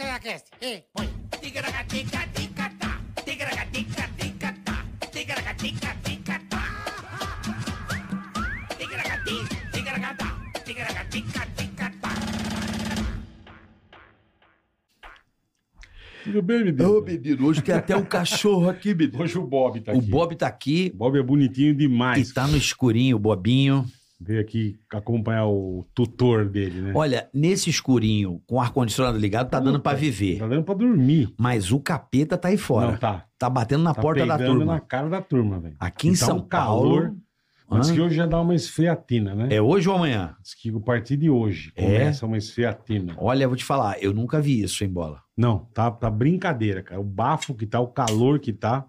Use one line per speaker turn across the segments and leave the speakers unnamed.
Ticaracast, e põe. Ticaracatica-ticatá, ticaracatica-ticatá, ticaracatica-ticatá. Ticaracati, ticaracatá, ticaracatica-ticatá.
Tudo bem, menino?
Ô, menino, hoje tem até um cachorro aqui, menino.
Hoje o Bob tá
o
aqui.
Bob tá aqui
O Bob é bonitinho demais.
e tá no escurinho, o Bobinho.
Veio aqui acompanhar o tutor dele, né?
Olha, nesse escurinho, com o ar-condicionado ligado, tá dando pra viver.
Tá dando pra dormir.
Mas o capeta tá aí
Não,
fora.
tá.
Tá batendo na
Tá
porta da
peidando
turma.
na cara da turma, velho.
Aqui em
tá
São
um calor.
Paulo.
Mas
Hã?
que hoje já dá uma esfriatina, né?
É hoje ou amanhã?
Diz que a partir de hoje
É?
começa uma esfriatina.
Olha, vou te falar, eu nunca vi isso em bola.
Não, tá, tá brincadeira, cara. O bafo que tá, o calor que tá.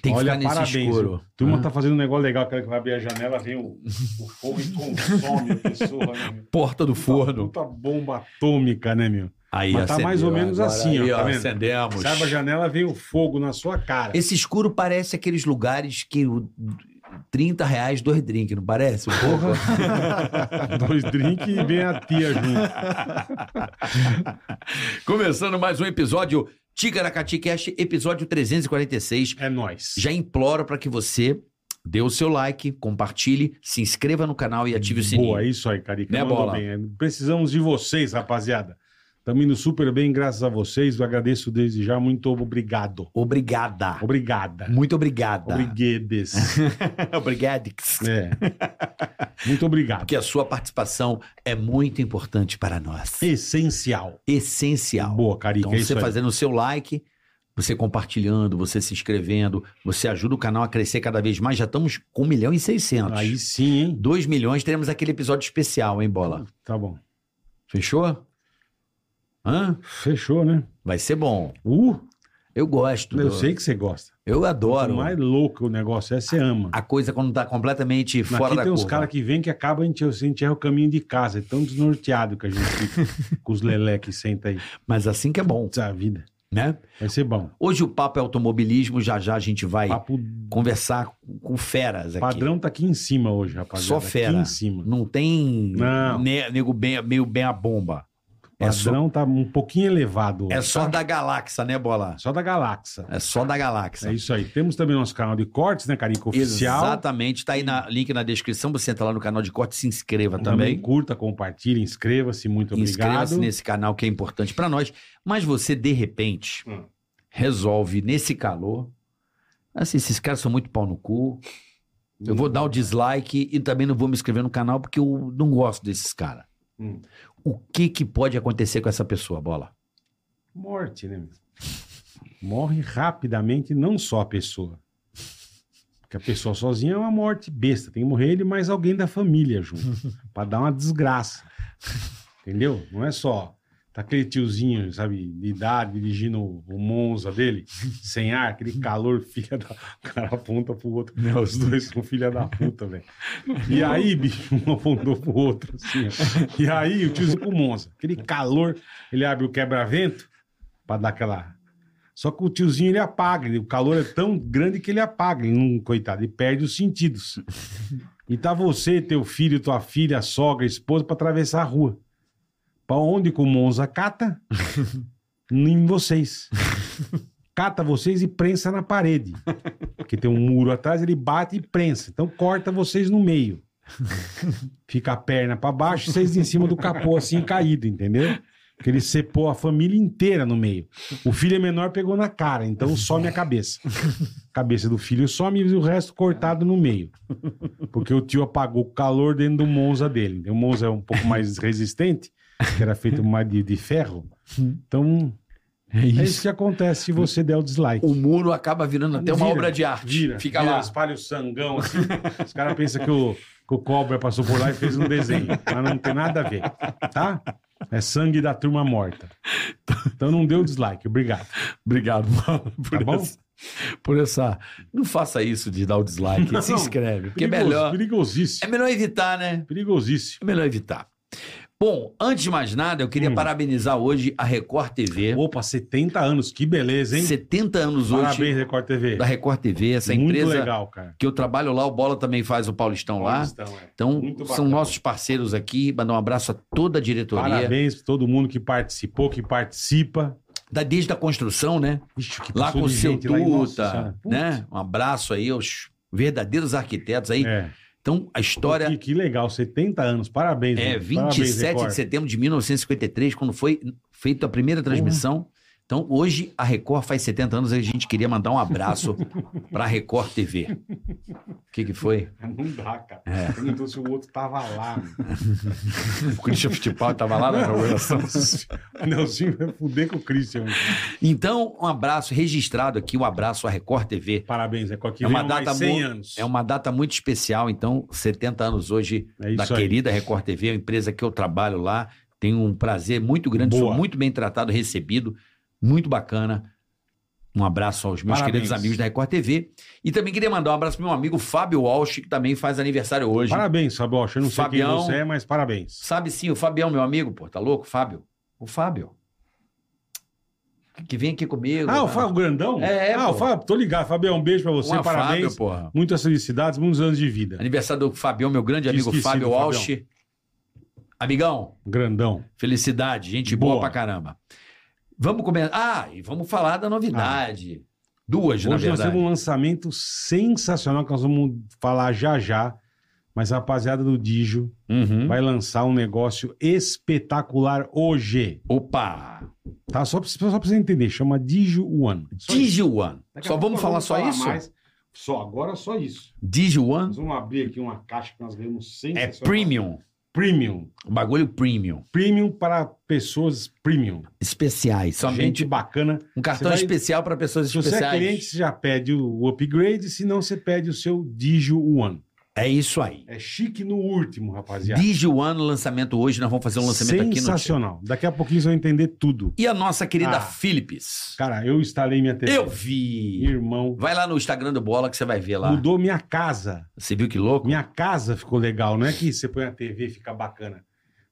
Tem que
Olha,
ficar nesse
parabéns,
escuro.
A turma
Hã?
tá fazendo um negócio legal, aquela que vai abrir a janela, vem o, o fogo e consome a pessoa, né? meu?
Porta do forno.
Puta bomba atômica, né, meu?
Aí,
Tá. Mas tá
acendeu
mais ou menos
agora.
assim, ó,
Aí,
tá vendo?
Acendemos.
Sai a janela, vem o fogo na sua cara.
Esse escuro parece aqueles lugares que o 30 reais, dois drinks, não parece? Um pouco?
Dois drinks e vem a tia junto.
Começando mais um episódio Ticaracati Cast, episódio 346.
É nóis.
Já imploro para que você dê o seu like, compartilhe, se inscreva no canal e ative o sininho.
Boa, é isso aí, Carica.
Né,
Mandou
Bola?
bem. É, Precisamos de vocês, rapaziada. Estamos indo super bem, graças a vocês. Eu agradeço desde já. Muito obrigado.
Obrigada.
Obrigada.
Muito obrigada.
Obriguedes.
Obrigadix.
É. Muito obrigado.
Porque a sua participação é muito importante para nós.
Essencial.
Essencial.
Boa, Carica.
Então,
é
você
isso aí.
fazendo o seu like, você compartilhando, você se inscrevendo, você ajuda o canal a crescer cada vez mais. Já estamos com 1 milhão e 600.
Aí sim, hein?
2 milhões, teremos aquele episódio especial, hein, Bola?
Tá bom.
Fechou? Hã?
Fechou, né?
Vai ser bom.
Uh,
Eu gosto.
eu
do-
sei que você gosta.
Eu
O
adoro.
mais louco o negócio é você ama.
A coisa quando tá completamente
Mas
fora
aqui
da
tem uns
curva.
caras que vêm que acaba a gente, a gente erra o caminho de casa. É tão desnorteado que a gente fica com os lelé que senta aí.
Mas assim que é bom,
Essa vida.
né?
Vai ser bom.
Hoje o papo é automobilismo, já já a gente vai
Papo
conversar com- com feras aqui.
padrão tá aqui em cima hoje, rapaziada.
Só
Aqui
fera.
em cima.
Não tem
Não.
ne- nego bem, meio bem a bomba. É só,
Padrão tá um pouquinho elevado. hoje,
é só
tá?
da galáxia, né, Bola?
Só da galáxia.
É só da galáxia.
É isso aí. Temos também nosso canal de cortes, né, Carica? Oficial.
Exatamente. Tá aí na link na descrição. Você entra lá no canal de corte, se inscreva
Também
também.
curta, compartilha, inscreva-se. Muito
Inscreva-se
obrigado.
nesse canal que é importante pra nós. Mas você, de repente,
Hum.
resolve nesse calor. Assim, esses caras são muito pau no cu. Eu vou dar o dislike e também não vou me inscrever no canal porque eu não gosto desses caras.
Hum.
O que que pode acontecer com essa pessoa, Bola?
Morte, né? meu? Morre rapidamente não só a pessoa. Porque a pessoa sozinha é uma morte besta. Tem que morrer ele mais alguém da família junto. pra dar uma desgraça. Entendeu? Não é só. Tá aquele tiozinho, sabe, de idade, dirigindo o o Monza dele, sem ar, aquele calor, filha da. O cara aponta pro outro. Os dois são filha da puta, velho. E aí, bicho, um apontou pro outro, assim, ó. E aí, o tiozinho com o Monza. Aquele calor, ele abre o quebra-vento pra dar aquela. Só que o tiozinho ele apaga, ele- o calor é tão grande que ele apaga, ele não, coitado, ele perde os sentidos. E tá você, teu filho, tua filha, a sogra, a esposa pra atravessar a rua. Pra onde que o Monza cata? em vocês. Cata vocês e prensa na parede. Porque tem um muro atrás, ele bate e prensa. Então corta vocês no meio. Fica a perna pra baixo, vocês em cima do capô assim caído, entendeu? Porque ele cepou a família inteira no meio. O filho é menor pegou na cara, então some a cabeça. Cabeça do filho some e o resto cortado no meio. Porque o tio apagou o calor dentro do Monza dele. O Monza é um pouco mais resistente, que era feito mais de, de ferro. Então,
É
é isso que acontece se você der o dislike.
O muro acaba virando até uma
Vira,
obra de arte.
Vira,
Fica
vira,
lá.
espalha o sangão assim. Os caras pensam que o, que o cobra passou por lá e fez um desenho. Mas não tem nada a ver, tá? É sangue da turma morta. Então não deu dislike, obrigado.
Obrigado, Bola, por,
Tá bom?
essa, por essa. Não faça isso de dar o dislike.
Não,
se inscreve. Porque é
Perigoso,
melhor. É
Perigosíssimo.
melhor evitar, né?
Perigosíssimo.
É melhor evitar. Bom, antes de mais nada, eu queria
Hum.
parabenizar hoje a Record TV.
Opa, 70 anos, que beleza, hein?
70 anos
Parabéns, Record
hoje
TV.
da Record TV, essa
Muito
empresa
legal, cara.
que eu trabalho lá, o Bola também faz o Paulistão lá.
Paulistão, é.
Então,
Muito
são
bacana.
nossos parceiros aqui. Mandar um abraço a toda a diretoria.
Parabéns pra todo mundo que participou, que participa.
Da, desde a construção, né?
Vixe, que
Lá
passou
com o
de
seu
gente lá, hein? Nossa Senhora.
Tuta,
Putz.
né? Um abraço aí aos verdadeiros arquitetos aí.
É.
Então, a história
Que, que legal, 70 anos, parabéns.
é
mano.
27
Parabéns,
de
Record.
setembro de 1953, quando foi feita a primeira transmissão. Então, hoje a Record faz 70 anos e a gente queria mandar um abraço para a Record TV. O que, que foi?
Não dá, cara.
É.
Perguntou se o outro tava lá. mano.
O Christian Fittipaldi estava lá na inauguração.
Nelsinho vai fuder com o Christian.
Então, um abraço registrado aqui, um abraço à Record TV.
Parabéns, Record. Que
É uma
venham mais
data
100
mu-
anos.
É uma data muito especial, então, 70 anos hoje
É isso
da
aí.
querida Record TV, a empresa que eu trabalho lá. Tenho um prazer muito grande,
Boa.
sou muito bem tratado, recebido, muito bacana. Um abraço aos meus
Parabéns.
queridos amigos da Record TV. E também queria mandar um abraço pro meu amigo Fábio Walsh, que também faz aniversário hoje.
Parabéns, Fabio. Eu não sei
Fabião.
quem você é, mas parabéns.
Sabe sim, o Fabião, meu amigo, pô, tá louco? Fábio. O Fábio. Que vem aqui comigo.
Ah, o
tá?
Fábio Grandão?
É, é,
ah, o
pô.
Fábio, tô ligado. Fabião, um beijo pra você,
Um a
parabéns.
Fábio, porra.
Muitas felicidades, muitos anos de vida.
Aniversário do Fabião, meu grande
Tinha
amigo
esquecido,
Fábio
Fabião.
Walsh. Amigão,
Grandão.
felicidade, gente boa,
Boa.
pra caramba. Vamos começar. Ah, e vamos falar da novidade. Duas, na
Ah. Hoje nós
verdade.
temos um lançamento sensacional que nós vamos falar já já. Mas a rapaziada do Dijo
Uhum.
vai lançar um negócio espetacular hoje.
Opa!
Tá? Só pra, só pra você entender, chama Dijo One. Só isso.
Dijuan.
Daqui a
Só
pouco
vamos
nós
falar só isso?
mais. Só, agora só isso.
Dijuan
Nós vamos abrir aqui uma caixa que nós ganhamos
é
sensacional.
premium.
Premium.
Um bagulho premium.
Premium para pessoas premium.
Especiais. Somente
Gente bacana.
um cartão
Você vai-
especial pra pessoas
Se você é
especiais.
cliente, você já pede o upgrade, se não, você pede o seu Digio One.
É isso aí.
É chique no último, rapaziada.
Dijuan, lançamento hoje. Nós vamos fazer um lançamento aqui no.
Sensacional. Daqui a pouquinho você vai entender tudo.
E a nossa querida
Ah.
Philips.
Cara, eu instalei minha TV.
Eu vi.
Irmão.
Vai lá no Instagram do Bola que você vai ver lá.
Mudou minha casa.
Você viu que louco?
Minha casa ficou legal. Não é que você põe a TV e fica bacana.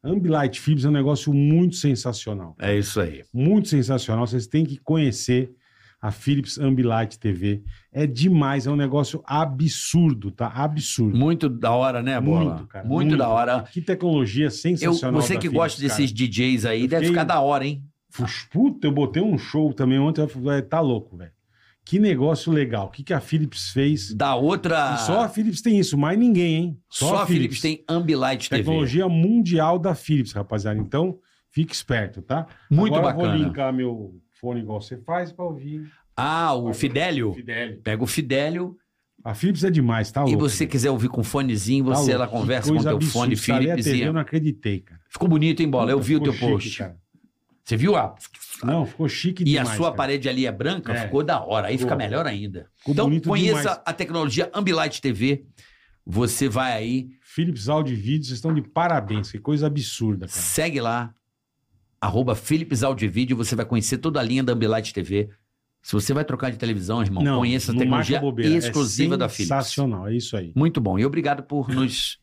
Ambilight Philips é um negócio muito sensacional.
É isso aí.
Muito sensacional. Vocês têm que conhecer a Philips Ambilight TV. É demais. É um negócio absurdo, tá? Absurdo.
Muito da hora, né, Bola?
Muito, cara,
Muito,
muito.
da hora.
Que tecnologia
Eu,
sensacional.
você
da
que
Philips,
gosta
cara.
desses DJs aí,
Eu
deve
fiquei-
ficar da hora, hein?
Fux, Puta, eu botei um show também ontem. eu falei, Tá louco, velho. Que negócio legal. O que, que a Philips fez?
Da outra.
E só a Philips tem isso, mais ninguém, hein?
Ah. Só a Philips tem Ambilight TV.
Tecnologia mundial da Philips, rapaziada. Então, fique esperto, tá?
Muito
Agora eu vou
bacana.
linkar meu fone igual você faz pra ouvir.
Ah, o Fidelio.
Fidelio.
Pega o Fidelio
A Philips é demais, tá
e
louco?
você quiser ouvir com fonezinho,
Tá
você
louco.
lá
Que
conversa com
coisa
teu fone
absurda. Instalei a
Philips.
TV, Eu
E...
não acreditei, cara.
Ficou bonito, hein, Bola? Eu vi o teu
Ficou chique,
post.
cara.
Você viu a.
Não, ficou chique
E a
demais.
sua
cara.
parede ali é branca?
É.
Ficou da hora. Aí fica
Ficou.
melhor ainda.
Ficou
então
bonito
conheça
demais.
a tecnologia Ambilight TV. Você vai aí,
Philips Audio e Vídeo, vocês estão de parabéns. Que coisa absurda, cara.
segue lá, arroba Philips Audio e Vídeo, você vai conhecer toda a linha da Ambilight TV. Se você vai trocar de televisão, irmão, conheça a
não marca
tecnologia
bobeira, é
exclusiva da Philips.
Sensacional, é isso aí.
Muito bom. E obrigado por nos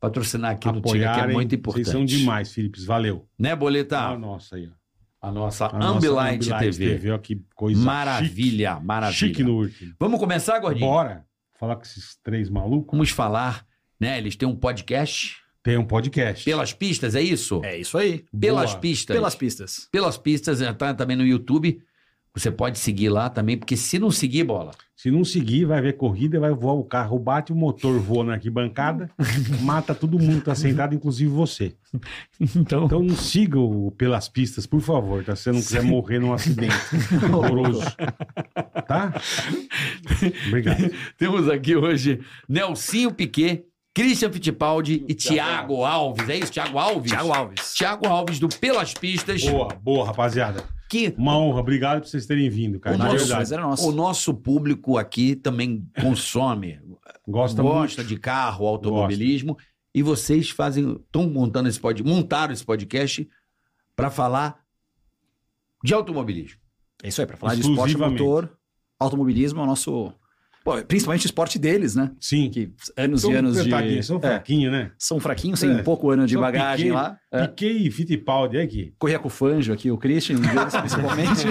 patrocinar aqui no Tiga, que é
Apoiarem,
muito importante.
Vocês são demais, Philips. Valeu.
Né,
Ah,
Boleta?
nossa aí, ó.
A nossa
A nossa
Ambilight, TV.
ó, que coisa
Maravilha,
chique,
maravilha.
chique no último.
Vamos começar, Gordinho?
Bora falar com esses três malucos.
Vamos falar, né? Eles têm um podcast
Tem um podcast.
pelas pistas, é isso?
É isso aí.
Pelas
Boa.
pistas.
Pelas pistas.
Pelas pistas, é, tá também no YouTube. Você pode seguir lá também, porque se não seguir, bola.
Se não seguir, vai ver corrida, vai voar o carro, bate o motor, voa na arquibancada, mata todo mundo que tá sentado, inclusive você.
Então.
Então não siga o Pelas Pistas, por favor, tá? Se você não quiser morrer num acidente horroroso. Tá? Obrigado.
Temos aqui hoje Nelsinho Piquet, Christian Fittipaldi e Tiago Alves. É isso, Tiago Alves?
Thiago Alves.
Tiago Alves do Pelas Pistas,
Boa, boa, rapaziada.
que
Uma honra, obrigado por vocês terem vindo,
Um
cara.
O
De
nosso-
É verdade.
mas era é nosso.
o nosso público aqui também consome,
Gosta
gosta,
muito.
de carro, automobilismo. E vocês fazem, estão montando esse podcast, montaram esse podcast para falar de automobilismo.
É isso aí, pra falar de esporte a
Exclusivamente.
motor, automobilismo é o nosso Pô, principalmente o esporte deles, né?
Sim.
Que anos
São
e anos de.
coitadinhos, São
É,
fraquinhos, né?
são fraquinhos, tem
É.
um pouco ano de
Só
bagagem
Piquet.
lá. É.
Piquei e Fittipaldi, é aqui.
Corria com o Fanjo aqui, o Christian, um deles principalmente.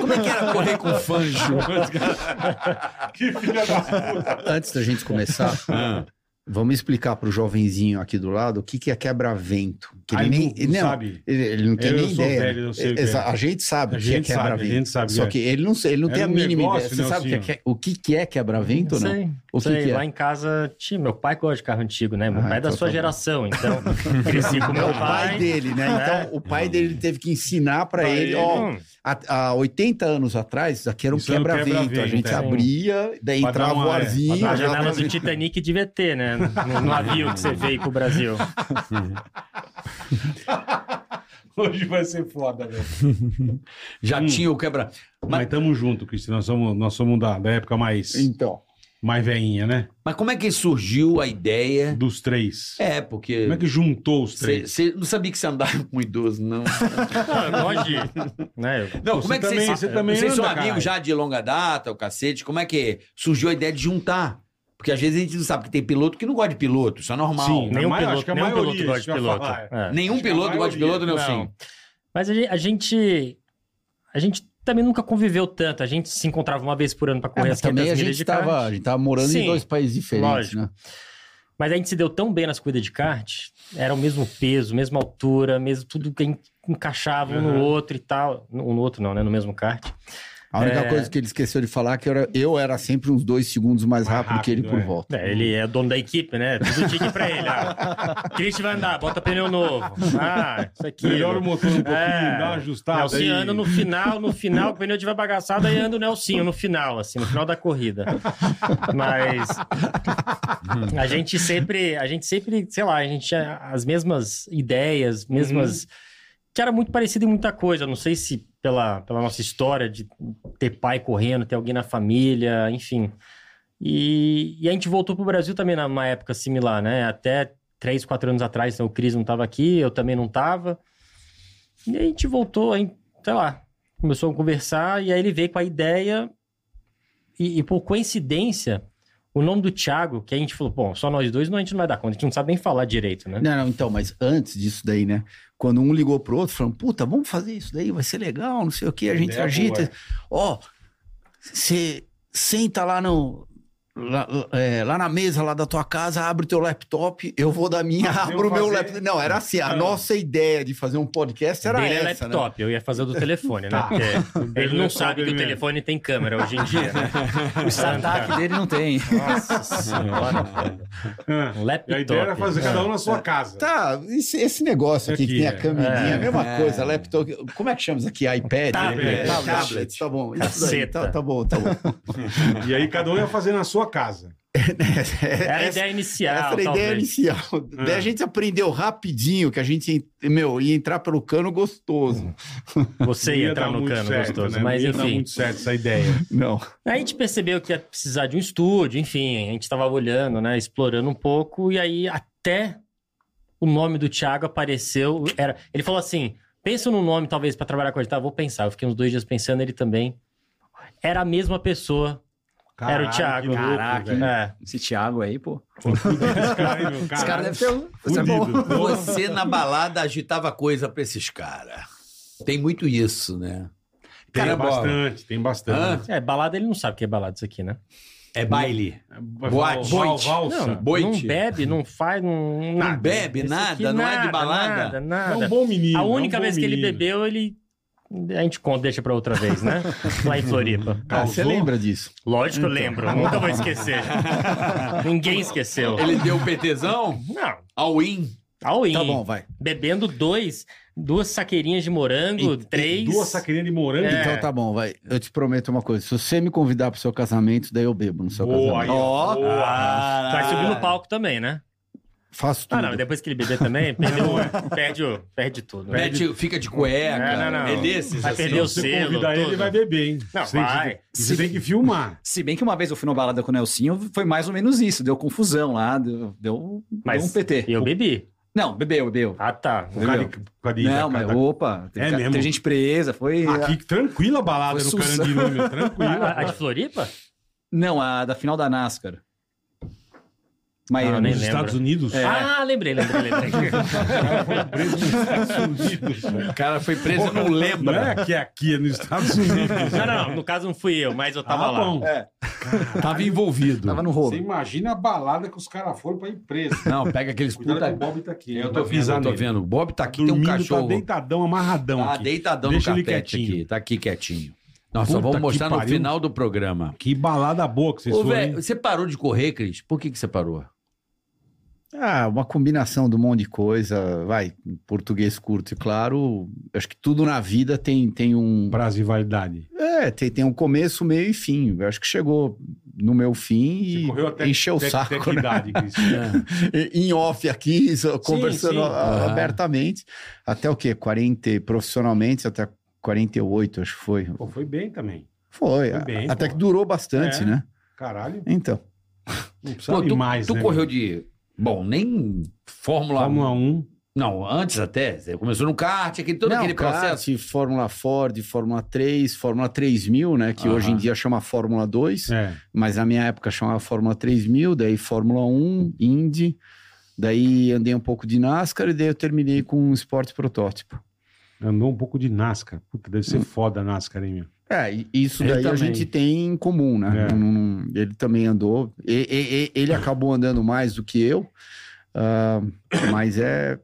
Como é que era correr com fanjo?
Que filha da puta.
Antes da gente começar,
Ah,
Ah.
vamos explicar pro jovenzinho aqui do lado o que, que é quebra-vento. Que ele,
Aí
nem,
não-
ele,
não
não,
sabe.
ele, ele não tem
Eu
nem
sou
ideia. né?
velho, eu sei o que
Exa-
é.
A gente sabe
A
o que é
gente sabe, a
quebra-vento.
gente sabe.
Só
é.
que ele não, ele não
Era
tem a
um
mínima
negócio, assim,
ideia. Você sabe o que é,
Nelsinho.
que- o que, que é quebra-vento, não?
Sei,
O que
sei,
que é?
Lá em casa, tinha, meu pai gosta de carro antigo, né? Meu
Ah,
pai é
então
da sua
tá bom.
geração, então cresci com
É
meu
o pai
pai.
dele, né?
né?
Então, o pai dele teve que ensinar pra
Pra
ele,
ele,
ó,
hum.
há, há 80 anos atrás, isso aqui era um
Isso era um
quebra-vento. a
quebra-vento,
gente
é.
abria, daí
Pra dar
entrava
uma-
o
é,
arzinho.
pra
A
dar
já
janela
tava-
do Titanic devia ter, né? No no navio que você veio pro Brasil.
Hoje vai ser foda, né? velho.
Já
Hum.
tinha o quebra.
Mas tamo junto, Cristina. Nós somos, nós somos da, da época mais,
Então,
mais veinha, né?
Mas como é que surgiu a ideia?
Dos três.
É, porque.
Como é que juntou os três?
Você não sabia que você andava com um idoso, não.
Ah,
Não, longe, né? Eu-
Não,
Você
como é que
também-
vocês,
você também
vocês são
anda,
amigos
caralho.
já de longa data, o cacete? Como é que surgiu a ideia de juntar? Porque às vezes a gente não sabe que tem piloto que não gosta de piloto, isso é normal.
Sim,
Nenhum
mas acho
piloto,
que a
nenhum
maioria,
piloto gosta
isso que
de
eu ia
piloto.
falar,
É.
Nenhum
Acho que a
piloto gosta de
maioria.
piloto,
assim. né,
Nelson.
Não. Mas a gente, a gente. a gente também nunca conviveu tanto. A gente se encontrava uma vez por ano pra
é,
correr
mas
as
também
500
a
milhas
gente
de
estava
kart.
a gente tava morando em
Sim,
dois países diferentes,
lógico.
né?
Mas a gente se deu tão bem nas corridas de kart, era o mesmo peso, mesma altura, mesmo tudo que en- encaixava um
Uhum.
no outro e tal. Um no outro não, né? No mesmo kart.
A única coisa que ele esqueceu de falar é que eu era, eu era sempre uns dois segundos mais
Mais
rápido, que ele
rápido,
por
é.
volta.
É, ele é dono da equipe, né? Tudo tique pra ele. Ah, Christian vai andar, bota pneu novo. Ah, isso aqui.
Melhora o motor um pouquinho,
É.
dá uma ajustada aí.
Nelsinho anda no final, no final, o pneu tiver bagaçado, aí anda o Nelsinho no final, assim, no final da corrida. Mas a gente sempre, a gente sempre, sei lá, a gente tinha as mesmas ideias, mesmas... Que era muito parecido em muita coisa, não sei se pela, pela nossa história de ter pai correndo, ter alguém na família, enfim... E, e a gente voltou pro Brasil também numa época similar, né? Até três, quatro anos atrás, então o Cris não estava aqui, eu também não estava. E a gente voltou, aí, sei lá, começou a conversar, e aí ele veio com a ideia. E, e por coincidência, o nome do Thiago, que a gente falou, bom, só nós dois, não, a gente não vai dar conta, a gente não sabe nem falar direito, né?
Não, não, então, mas antes disso daí, né? Quando um ligou pro outro, falando, puta, vamos fazer isso daí, vai ser legal, não sei o que, a gente
Ideia
agita.
É boa.
Ó, você senta lá no. Lá, é, lá na mesa lá da tua casa, abre o teu laptop, eu vou da minha,
Ah,
abro o
eu
meu
fazer-
laptop. Não, era assim, a
Ah.
nossa ideia de fazer um podcast era
Dele é
essa, né?
laptop, eu ia fazer o do telefone, né?
Tá.
Porque ele não
laptop
sabe que o
dele mesmo.
telefone tem câmera hoje em dia, né?
o startup dele não tem.
Nossa senhora.
Ah,
Um
e
Laptop.
a ideia era fazer cada um na sua casa.
Tá, esse, esse negócio aqui, que
Aqui,
tem
é.
a caminhinha,
É.
mesma
É.
coisa, laptop. Como é que chama isso aqui? iPad?
Tablet.
né?
Tablet.
Tá bom. Isso daí,
então,
Caceta.
tá, tá bom, tá bom.
E aí cada um ia fazer na sua casa.
Era a
Essa-
ideia inicial,
Essa era a
talvez. Hum.
ideia é inicial. Daí a gente aprendeu rapidinho que a gente, meu, ia entrar pelo cano gostoso.
Você ia entrar
dar
no
muito
cano
certo,
gostoso,
né?
mas
Não ia dar
enfim.
muito certo essa ideia.
Não.
Aí a gente percebeu que ia precisar de um estúdio, enfim, a gente estava olhando, né, explorando um pouco, e aí até o nome do Thiago apareceu, era, ele falou assim, pensa num nome talvez para trabalhar com ele, tá, vou pensar, eu fiquei uns dois dias pensando, ele também, era a mesma pessoa, era o Thiago.
Caraca, que louco, velho.
é.
Esse Thiago aí, pô.
Esse cara, hein, meu?
Esse cara
Caralho.
deve ter um. Isso é
Fudido.
bom.
Você na balada agitava coisa pra esses caras. Tem muito isso, né?
Tem
Cara,
bastante, tem
Hã?
bastante.
é, balada ele não sabe o que é balada isso aqui, né?
É baile.
Vai
Boate. um
falar o Val-
Boite.
Valsa.
Não,
Boite.
não bebe, não faz, não... nada.
bebe,
Esse
nada,
aqui,
não é de balada?
Nada,
É
nada.
um bom menino.
A
é um
única
bom
vez que ele
menino.
bebeu, ele... A gente conta, deixa pra outra vez, né? Lá em Floripa.
Ah, você
Causou?
lembra disso?
Lógico, eu
Então.
lembro. Nunca vou esquecer. Ninguém esqueceu.
Ele deu o PTzão,
Não.
all in.
All in.
Tá bom, vai.
Bebendo dois, duas saqueirinhas de morango,
E- e
três.
Duas saqueirinhas de morango.
É.
Então tá bom, vai. Eu te prometo uma coisa. Se você me convidar pro seu casamento, daí eu bebo no seu
Boa, aí,
casamento.
ó.
Ó.
Boa.
Vai subir
Ah,
no palco também, né?
Ah. Faço tudo.
Ah, não. Depois que ele beber também, perdeu, perde, o- perde tudo. né?
Mete, fica de cueca.
Não, não, não.
É desses.
Vai
assim.
perder o
Se
selo,
convidar ele,
tudo.
ele vai beber, hein?
Não,
Você tem que-
vai.
Você tem que filmar.
Se bem que uma vez eu fui numa balada com o Nelsinho, foi mais ou menos isso. Deu confusão lá, deu, deu,
Mas
deu um PT.
Eu bebi.
Não, bebeu, bebeu.
Ah, tá.
Por causa de- por causa de-
Não,
da-
mas
da-
opa, teve,
É
ca-
mesmo?
teve gente presa, foi...
Aqui, tranquila a balada
Foi
no
Sussa.
Carandino, meu.
Ah, A,
Tranquila.
a de Floripa?
Não, a da final da NASCAR.
Ah,
Miami.
nem
Nos
lembro.
Estados
É.
Unidos?
É.
Ah,
Ah, lembrei, lembrei, lembrei.
O cara foi preso e não
Não
né?
lembra.
é que é aqui, é nos Estados Unidos.
não, não, no caso não fui eu, mas eu tava
Ah,
lá.
É.
bom.
Tava envolvido.
Tava no
Você
rolo.
imagina a balada que os caras foram pra empresa.
Não, pega aqueles
Cuidado que
puta.
o Bob tá aqui.
Eu
hein?
tô
Vai
vendo,
pisar
eu tô
nele.
vendo. O Bob tá aqui, tem um
Dormindo,
cachorro.
tá deitadão, amarradão
Tá
aqui.
deitadão
Deixa
no
ele
carpete
quietinho.
aqui. Tá aqui quietinho. Nós só
Puta
vamos
que
mostrar no
pariu.
final do programa.
Que balada boa que vocês
Ô,
foram,
velho,
hein?
você parou de correr, Cris? Por que, que você parou?
Ah, uma combinação de um monte de coisa. Vai, em português curto e claro. Acho que tudo na vida tem, tem um.
Prazo e validade.
É, tem, tem um começo, meio e fim. Eu acho que chegou no meu fim
Você
e
correu até,
encheu o
até-
saco.
até que
né?
idade, Cris?
em off aqui, só conversando
sim.
a-
Aham.
abertamente. Até o quê? 40, profissionalmente, até 48, acho que foi.
Pô, foi bem também.
É,
Foi, é.
Foi bem,
até
pô.
que durou bastante,
É.
né?
Caralho,
Então,
não precisa
Pô,
ir
tu,
mais,
tu
né?
correu de. um Bom, nem é, Fórmula,
Fórmula 1.
Não, antes até. Você Começou no kart, aquele, todo
não,
aquele
kart,
processo.
Fórmula Ford, Fórmula 3, Fórmula 3000, né? Que
Aham.
hoje em dia chama Fórmula 2,
É.
mas na minha época chamava Fórmula 3000, daí Fórmula 1, Indy, daí andei um pouco de NASCAR e daí eu terminei com um esporte protótipo.
Andou um pouco de NASCAR. Puta, deve
Hum.
ser foda a NASCAR, hein, meu?
É, e isso
Ele
daí a
também.
gente tem em comum, né?
É.
Não- não- ele também andou. E- e- e- ele acabou andando mais do que eu, ah, mas é,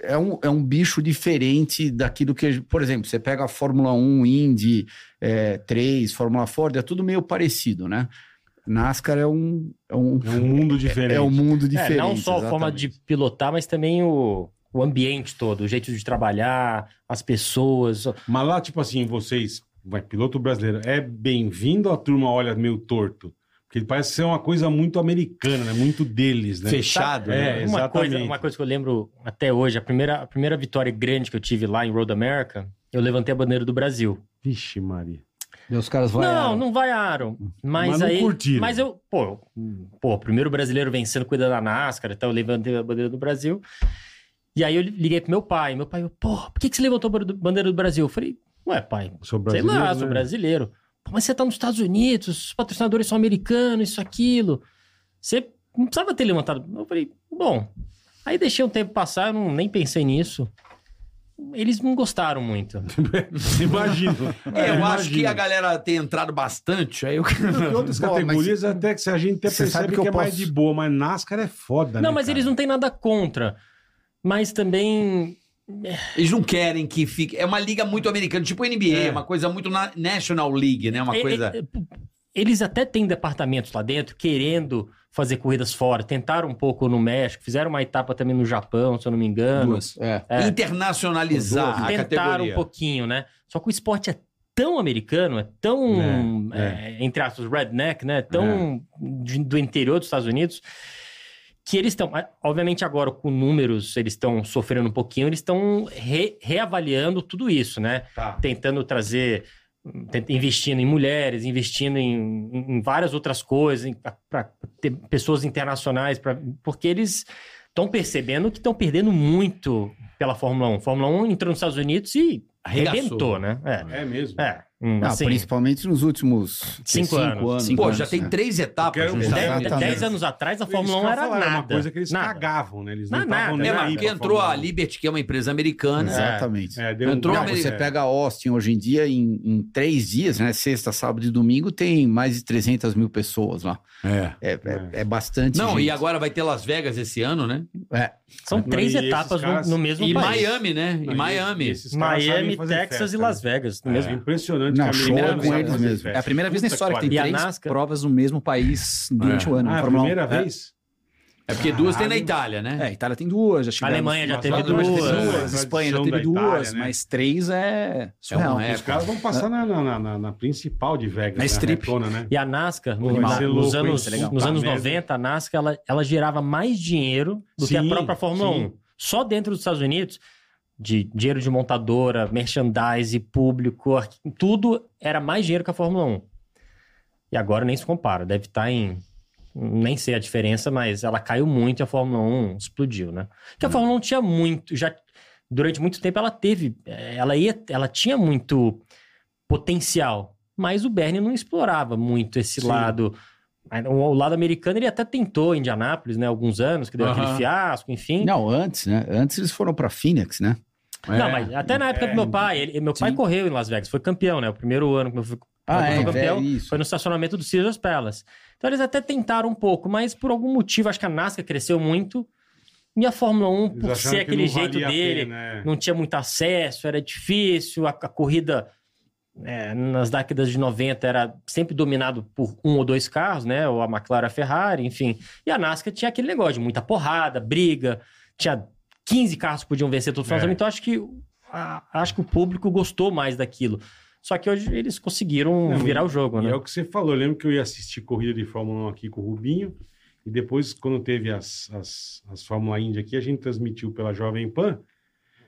é, é um, é um bicho diferente daquilo que. Por exemplo, você pega a Fórmula 1, Indy é, 3, Fórmula Ford, é tudo meio parecido, né? NASCAR é um, é um,
É um mundo diferente.
é um mundo
É,
diferente.
não só a forma
exatamente.
de pilotar, mas também o, o ambiente todo, o jeito de trabalhar, as pessoas.
Mas lá, tipo assim, vocês, vai, piloto brasileiro, é bem-vindo a turma olha meio torto. Porque ele parece ser uma coisa muito americana, né? Muito deles, né?
Fechado.
É,
né?
uma,
exatamente.
coisa, uma coisa que eu lembro até hoje, a primeira, a primeira vitória grande que eu tive lá em Road America, eu levantei a bandeira do Brasil.
Vixe, Maria.
Meus caras
Não, não vaiaram. Mas,
Mas não
aí.
curtiram.
Mas eu, pô, eu- pô, primeiro brasileiro vencendo, cuidando da NASCAR e tal, eu levantei a bandeira do Brasil. E aí eu liguei pro meu pai. Meu pai, pô, por que, que você levantou a bandeira do Brasil? Eu falei, ué, pai,
Sou
sei
brasileiro.
lá, sou
né?
brasileiro. Pô, mas você tá nos Estados Unidos, os patrocinadores são americanos, isso, aquilo. Você não precisava ter levantado. Eu falei, bom. Aí deixei um tempo passar, eu não, nem pensei nisso. Eles não gostaram muito.
Imagino.
É, eu acho que a galera tem entrado bastante. Aí eu...
Em outras
Pô, mas-
categorias, até que se a gente até
Você
percebe
sabe
que,
que eu
é mais
posso-
de boa, mas NASCAR é foda, né?
Não, mas eles não têm nada contra. Mas também.
Eles não querem que fique. É uma liga muito americana, tipo NBA,
É.
uma coisa muito na- National League, né? Uma
e-
coisa.
e- Eles até têm departamentos lá dentro querendo fazer corridas fora. Tentaram um pouco no México, fizeram uma etapa também no Japão, se eu não me engano.
Duas.
É.
É.
Internacionalizar a
Tentaram um
categoria.
pouquinho, né? Só que o esporte é tão americano, é tão, é, entre aspas, redneck, né? Tão de- do interior dos Estados Unidos, que eles estão, ah, obviamente agora com números, eles estão sofrendo um pouquinho, eles estão re- reavaliando tudo isso, né?
Tá.
Tentando trazer, tent- investindo em mulheres, investindo em, em- em várias outras coisas, para ter pessoas internacionais, pra, porque eles estão percebendo que estão perdendo muito pela Fórmula 1. Fórmula 1 entrou nos Estados Unidos e
Arregaçou.
arrebentou, né? É.
É mesmo.
É. Hum,
Ah,
assim,
principalmente nos últimos
Cinco anos.
cinco
Pô, já
anos,
tem
né?
três etapas.
Eu quero-
nos
dez-
Estados Unidos.
Exatamente.
dez anos atrás a
Isso
Fórmula
que
1
eu
era
falar,
nada.
Era uma coisa que eles
nada.
cagavam, né? Eles não
Não, nada.
estavam
É,
nem
É,
aí
mas porque
pra
entrou
Fórmula
a
1.
Liberty, que é uma empresa
né?
americana.
Exatamente.
É, deu
Entrou
um...
Não,
Ameri-
você
é.
pega Austin hoje em dia, em, em três dias, né? Sexta, sábado e domingo, tem mais de 300 mil pessoas lá.
É.
É, é- é bastante.
Não,
gente.
e agora vai ter Las Vegas esse ano, né?
É,
São
Não,
três
e esses
etapas no-
caras-
no, mesmo
E
país.
Miami, né? E
Não,
Miami.
esses caras
Miami,
sabem fazer
Texas
festa,
e
né?
Las Vegas. No
É.
mesmo
Impressionante.
Não,
que a
show
Miami
com
sabe
eles
fazer
mesmo.
festa.
É a primeira vez na
Puta
história que
E
tem
a
três
NASCAR?
provas no mesmo país durante o ano.
Ah,
na
é a
Fórmula 1.
primeira
É.
vez?
É porque duas tem na
Caralho.
Itália,
É,
né?
a Itália tem duas, É, já chegamos.
A Alemanha já
Mas
teve
a Alemanha já teve
duas.
duas, a Espanha já
Tradição
teve
né? da Itália,
duas,
né?
mas três
um
é
É
surreal.
uma
Os
época.
caras vão passar na, na, na- na- na principal de Vegas.
Na
né?
strip.
Retona, né?
E a NASCAR,
Pô,
no-
vai
na-
ser
nos
louco, hein?
anos,
Isso é legal.
nos
Tá
anos
mesmo.
90, a NASCAR ela, ela gerava mais dinheiro do que a
Sim,
própria Fórmula
sim.
1. Só dentro dos Estados Unidos, de dinheiro de montadora, merchandise, público, arqui- tudo era mais dinheiro que a Fórmula 1. E agora nem se compara, deve estar em. Nem sei a diferença, mas ela caiu muito e a Fórmula 1 explodiu, né? Porque a
Uhum.
Fórmula 1 tinha muito, já durante muito tempo ela teve, eh, ela ia, ela tinha muito potencial, mas o Bernie não explorava muito esse lado. O o lado americano ele até tentou em Indianápolis, né? Alguns anos, que deu aquele
Aham.
fiasco, enfim.
Não, antes, né? Antes eles foram pra Phoenix, né?
Não,
é.
mas até na época do meu pai, ele- meu pai
Sim.
correu em Las Vegas, foi campeão, né? O primeiro ano que eu fui,
Ah,
eu fui
é,
campeão
velho, isso.
foi no estacionamento do Caesars Palace. Então eles até tentaram um pouco, mas por algum motivo, acho que a NASCAR cresceu muito e a Fórmula 1,
Eles
por
acharam
ser
que
aquele
não
jeito
valia a
dele,
pena, é.
não tinha muito acesso, era difícil, a, a corrida é, nas décadas de 90 era sempre dominado por um ou dois carros, né? Ou a McLaren, a Ferrari, enfim. E a NASCAR tinha aquele negócio de muita porrada, briga, tinha 15 carros que podiam vencer todo final de
É.
semana, então acho que, a- acho que o público gostou mais daquilo. Só que hoje eles conseguiram
Não,
virar o jogo,
E
né?
é o que você falou. Eu lembro que eu ia assistir corrida de Fórmula 1 aqui com o Rubinho. E depois, quando teve as, as, as Fórmula Indy aqui, a gente transmitiu pela Jovem Pan.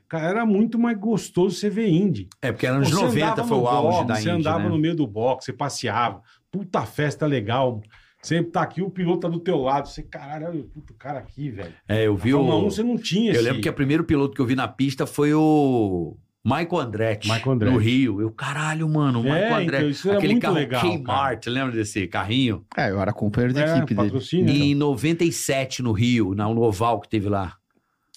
Cara, era muito mais gostoso você ver Indy.
É, porque era nos
Pô, você
90
andava
foi
no
o auge
box,
da
Você
Índia,
andava
né?
no meio do box, você passeava. Puta festa legal. Você tá aqui, o piloto tá do teu lado. Você, caralho, olha o puto cara aqui, velho.
É, eu vi
Viu?
o...
Fórmula 1 você não tinha
Eu
esse-
lembro que o primeiro piloto que eu vi na pista foi o Michael Andretti,
Michael Andretti.
no Rio. Eu, caralho, mano, um o
É,
Michael
então,
Andretti.
isso era
aquele
muito
carro
legal,
Kmart, lembra desse carrinho?
É, eu era companheiro de
É,
equipe dele.
patrocínio.
E em 97 no Rio, na, no oval que teve lá.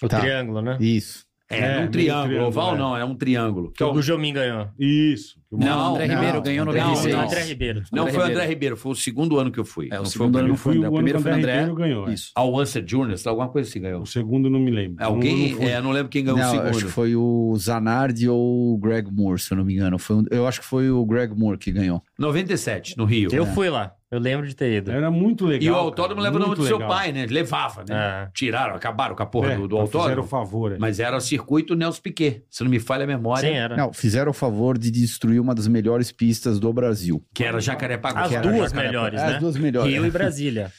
O
Tá.
triângulo, né?
Isso.
É,
É, é
meio
um triângulo.
triângulo,
oval
é.
não, é um triângulo.
Que o
então-
Gujomin ganhou.
Isso. Que o
Não,
um
Mauro-
André
não,
Ribeiro ganhou
não,
96.
Não,
não.
André Ribeiro.
Não,
André
foi o André
Ribeiro.
Ribeiro, foi o segundo ano que eu fui.
É, o
Não foi
segundo ano
Eu
não
fui
foi o André. O
ano que
primeiro foi o André.
Ribeiro ganhou. é.
Isso.
A Once Juniors, alguma coisa assim ganhou.
O segundo não me lembro.
Alguém,
Não,
não,
não foi.
é, não lembro quem ganhou
Não,
o
acho que
segundo.
foi o Zanardi ou o Greg Moore, se eu não me engano. Foi um- eu acho que foi o Greg Moore que ganhou.
97, no Rio.
Eu fui lá. Eu lembro de ter ido.
Era muito legal.
e o autódromo
cara,
leva o nome
muito
do seu
legal.
pai, né? Levava, né?
É.
Tiraram, acabaram com a porra
É,
do, do
Fizeram
autódromo.
o favor. é.
Mas era o circuito Nelson Piquet, se não me falha a memória,
Sim, era.
Não, fizeram o favor de destruir uma das melhores pistas do Brasil. É,
que era Jacarepaguá.
As
que era
duas
Jacarepaguá.
melhores,
As
né?
duas melhores.
Rio e Brasília.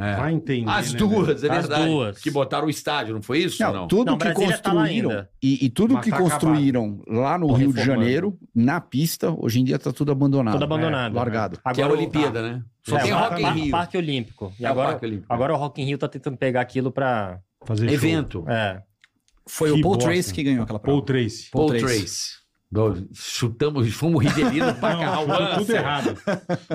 É.
Vai entender.
As
né,
duas, é
As
verdade.
duas.
Que botaram o estádio, não foi isso?
Não,
Não.
tudo
Não,
que
Brasília tá lá
construíram
ainda.
e, e tudo
Mas
que
tá
construíram lá no
Tão
Rio de
reformando.
Janeiro, na pista, hoje em dia tá tudo abandonado.
Ah,
Tudo abandonado.
largado.
Que é a
Agora o-
Olimpíada, né? Só
É,
tem
o
Rock em
Par-
Rio.
Parque Olímpico. E
É o
agora,
Parque Olímpico.
agora o Rock in Rio tá tentando pegar aquilo pra...
velho? Fazer
Evento.
É.
Foi
Que
o Paul
bosta.
Trace que ganhou aquela
Show. Paul
prova.
Trace.
Paul
Paul
Trace. Nós Chutamos, fomos rivelinos pra
Não,
caralho.
chutou tudo errado.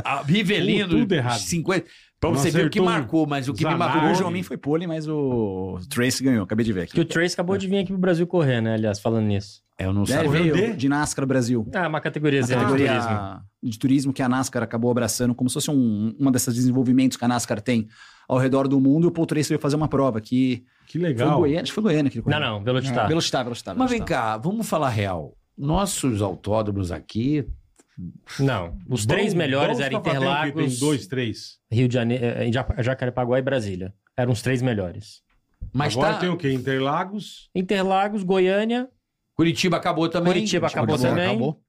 A- Ah, Rivelino,
Tudo- tudo errado.
50. Pra
Não
você ver o que
acertou
marcou, mas o que me
Zanardi.
marcou.
O João foi pole, mas o Trace ganhou. Acabei de ver aqui.
Que o Trace acabou de vir aqui pro Brasil correr, né? Aliás, falando nisso.
É, Eu não
É,
sabia.
Correu
veio
de?
de NASCAR Brasil.
Ah, uma categoriazinha
categoria
de turismo.
de turismo que a NASCAR acabou abraçando como se fosse um, uma dessas desenvolvimentos que a NASCAR tem ao redor do mundo. E o Paul Trace veio fazer uma prova que
Que
foi em
legal.
Goiânia. Acho que foi É. Goiânia que ele
Não,
correu.
não. Velocitar.
Velocitar, Velocitar.
Mas vem
Velocitar.
cá, vamos falar real. Nossos autódromos aqui.
Não. Os três
Bom-
melhores
bom
eram
Taubaté, que
Interlagos,
Tem dois, três.
Rio de Janeiro, eh, Ja- Jacarepaguá e Brasília. Eram os três melhores.
Mas
Agora
tá.
tem o quê? Interlagos.
Interlagos, Goiânia,
Curitiba acabou também.
Curitiba acabou também.
Acabou.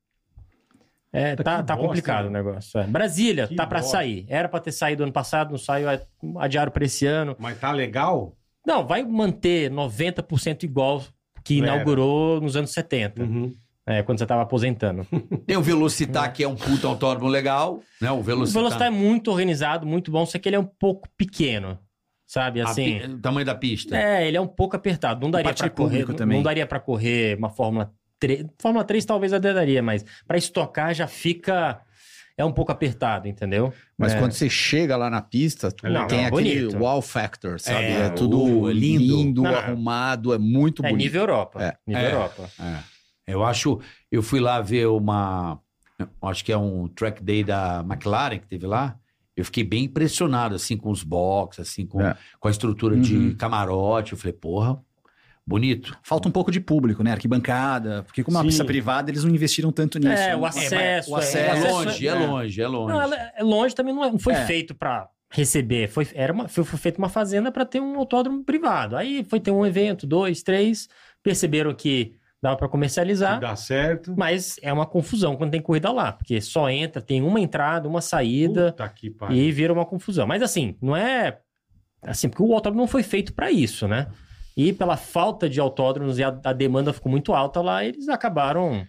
É, tá,
que
tá
bosta,
complicado
né?
o negócio. é. Brasília,
Que
tá pra
bosta.
sair. Era pra ter saído ano passado, não saiu, é, adiaram pra esse ano.
Mas tá legal?
Não, vai manter 90% igual que
Era.
inaugurou nos anos 70,
Uhum.
é, quando você tava aposentando.
Tem o Velocitar, que é um puta autódromo legal, né? O
O
Velocitar.
Velocitar é muito organizado, muito bom, só que ele é um pouco pequeno, sabe?
Ah,
A
Assim.
pi- O tamanho da pista.
É, ele é um pouco apertado. Não daria
pátio
para
de
correr,
público
não-
também.
não daria para correr uma Fórmula 3. Fórmula 3 talvez até daria, mas para estocar já fica é um pouco apertado, entendeu?
Mas
É.
quando você chega lá na pista,
legal.
tem aquele
Bonito.
wow factor, sabe?
É,
É, tudo
uh, lindo.
lindo,
Não, não.
arrumado, é muito
é
bonito.
nível Europa.
É.
Nível
É.
Europa.
Eu acho. Eu fui lá ver uma. Acho que é um track day da McLaren que teve lá. Eu fiquei bem impressionado, assim, com os boxes, assim, com,
É.
com a estrutura de camarote. Eu falei, porra, bonito.
Falta um pouco de público, né? Arquibancada. Porque como é uma
Sim.
pista privada, eles não investiram tanto nisso.
É, o
né?
acesso,
mas
é,
o
É,
acesso.
longe, é, longe, é longe.
Não, ela- é longe também não, é- não foi
É.
feito para receber, foi era uma foi, foi feita uma fazenda para ter um autódromo privado. Aí foi ter um evento, dois, três, perceberam que dava para comercializar.
Se Dá certo.
Mas é uma confusão quando tem corrida lá, porque só entra, tem uma entrada, uma saída.
Puta que
E
pariu.
aí vira uma confusão. Mas assim, não é. Assim, porque o autódromo não foi feito para isso, né? E pela falta de autódromos e a, a demanda ficou muito alta lá, eles acabaram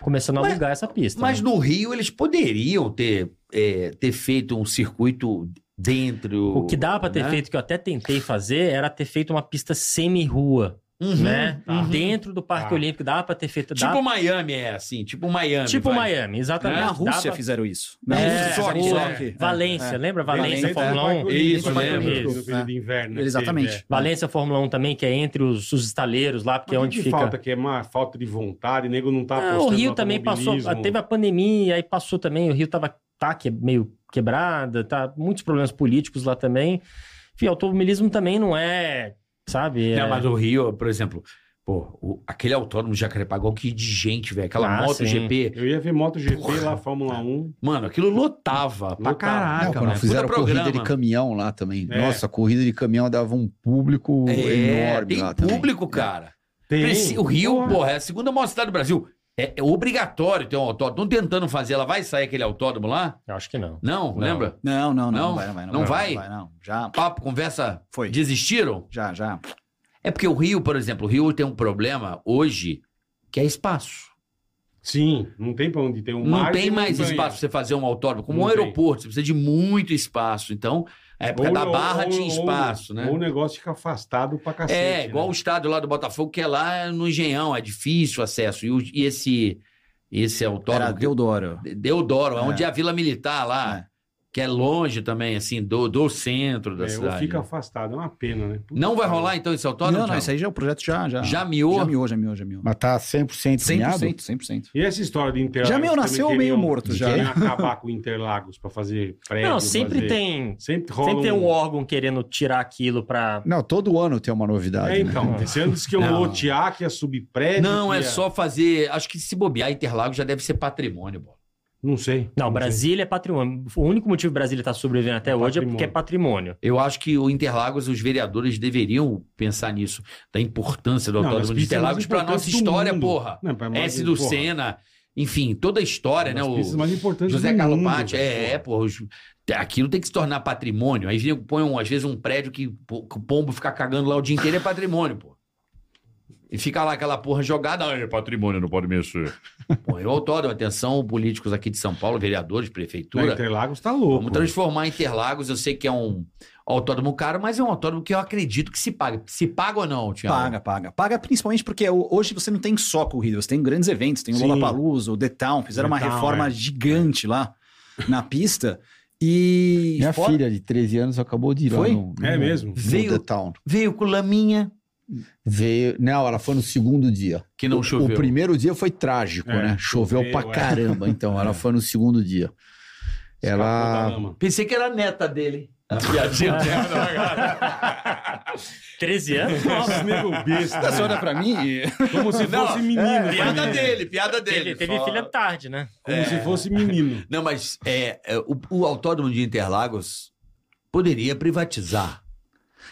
começando a
Mas-
alugar essa pista.
Mas
né?
no Rio eles poderiam ter, é, ter feito um circuito dentro.
O que dava para ter
né?
feito, que eu até tentei fazer, era ter feito uma pista semi-rua.
Uhum.
né?
Tá.
Dentro do Parque
Tá.
Olímpico, dá pra ter feito. dá-
Tipo Miami é assim, tipo Miami.
tipo
vai.
Miami, exatamente.
Na Rússia
Dá pra-
fizeram isso.
Na
Na
É,
Rússia,
só
fizeram
que-
isso.
é. Valência, lembra?
Valência,
Valência, Fórmula 1.
Isso,
lembro.
lembro.
No período de inverno. né,
É. Exatamente.
que teve,
É, Valência Fórmula 1 também, que é entre os, os estaleiros lá, porque
é.
é
Mas o que
onde
que
fica.
falta que é uma falta de vontade, o nego não tá
Ah, o
apostando
Rio
no
também passou,
automobilismo.
teve a pandemia, aí passou também, o Rio tava tá que, meio quebrada, tá muitos problemas políticos lá também. Enfim, automobilismo também não é, sabe? É,
Não, mas o Rio, por exemplo, pô, o- aquele autônomo de Jacarepaguá, o que de gente, velho. Aquela
Ah,
moto
sim.
GP.
Eu ia ver MotoGP
Porra.
lá, Fórmula 1.
Mano, aquilo lotava, pra
Lotava.
caraca,
Não,
mano.
quando
Puta
fizeram corrida de
programa.
caminhão lá também.
É.
Nossa, a corrida de caminhão dava um público
É,
enorme
tem
lá também.
público, cara. Preci- O Rio, porra. é a segunda maior cidade do Brasil. É, é obrigatório ter um autódromo. Estão tentando fazer, ela vai sair aquele autódromo lá?
Eu acho que não.
Não,
Não.
lembra?
Não, não, não.
Não?
vai, vai,
Não vai?
não. Já
Papo, conversa,
foi.
desistiram?
Já, já.
É porque o Rio, por exemplo, o Rio tem um problema hoje que é espaço.
Sim, não tem pra onde ter um
não
mar e
tem mais
montanha.
espaço pra você fazer um autódromo. Como
Não
um
tem.
aeroporto, você precisa de muito espaço. Então, a época
Ou-
da
ou-
Barra
ou- é
tinha
ou-
espaço, né?
Ou o negócio fica afastado pra cacete.
É, igual o
né?
estádio lá do Botafogo, que é lá no Engenhão, é difícil o acesso. E, o- e esse, esse
Era
autódromo. que-
Deodoro.
Deodoro, é.
É.
onde é a Vila Militar lá,
É.
que é longe também, assim, do, do centro da
É, ou
cidade. né?
fica afastado, é uma pena, né? Puta
Não vai
cara.
rolar então esse autódromo?
Não, não,
Thiago?
isso aí já é o projeto já, já.
Já miou?
Já miou, já miou, já miou.
Mas tá 100%
100%,
cem
100%.
E essa história de Interlagos?
Já meio
também
nasceu
queriam-
meio morto, já. né?
queriam acabar com Interlagos pra fazer prédio.
não, sempre
fazer-
tem.
Sempre rola
Sempre tem um
um...
órgão querendo tirar aquilo pra.
Não, todo ano tem uma novidade.
É,
né?
então. Você antes que eu
Não.
lotear, que ia subir prédio.
Não,
que
é
ia-
só fazer. Acho que se bobear, Interlagos já deve ser patrimônio, bola.
Não sei.
Não,
sei.
Brasília é patrimônio. O único motivo que Brasília tá sobrevivendo até hoje é
patrimônio.
porque é patrimônio.
Eu acho que o Interlagos, os vereadores deveriam pensar nisso, da importância do
Não,
autódromo
mas
de
pistas mais
Interlagos pra
importantes
nossa
do
história,
mundo.
porra.
Não, pra-
S do
porra,
Senna, enfim, toda a história, né?
as
O
pistas mais importantes
José
do
Carlo
mundo,
Patti, é, é,
porra.
porra. os- Aquilo tem que se tornar patrimônio. Aí nego põe, um- às vezes, um prédio que, pô- que o pombo fica cagando lá o dia inteiro, é patrimônio, pô. E fica lá aquela porra jogada, ah, é patrimônio, não pode mexer. Pô, eu autódromo, atenção, políticos aqui de São Paulo, vereadores,
Não,
prefeitura.
Interlagos tá louco.
Vamos transformar Interlagos. Eu sei que é um autódromo caro, mas é um autódromo que eu acredito que se paga. Se paga ou não, Tiago?
Paga, paga. Paga principalmente porque ho- hoje você não tem só corrida, você tem grandes eventos. Tem o
Sim.
Lollapalooza, o The Town, fizeram
The
uma
Town,
reforma
é.
gigante lá na pista. E...
Minha
fora-
filha de 13 anos acabou de ir
Foi?
lá no, no,
É mesmo?
Veio...
Veio-
The Town.
Veio com laminha.
Veio... Não, ela foi no segundo dia.
Que não
O-
choveu.
O primeiro dia foi trágico,
É,
né? Choveu
choveu,
pra
é.
caramba, então. Ela foi no segundo dia.
Escapou da
Ela...
lama.
Pensei que era a neta dele. A piadinha dela, não, cara.
13 anos?
Nossa, nego besta.
Você olha pra mim e...
Como se
Não, é,
fosse menino. pra
Piada
mim.
dele, piada dele.
Teve, teve
Só-
filha tarde, né?
Como
é.
se fosse menino.
Não, mas é, é, o, o autódromo de Interlagos poderia privatizar.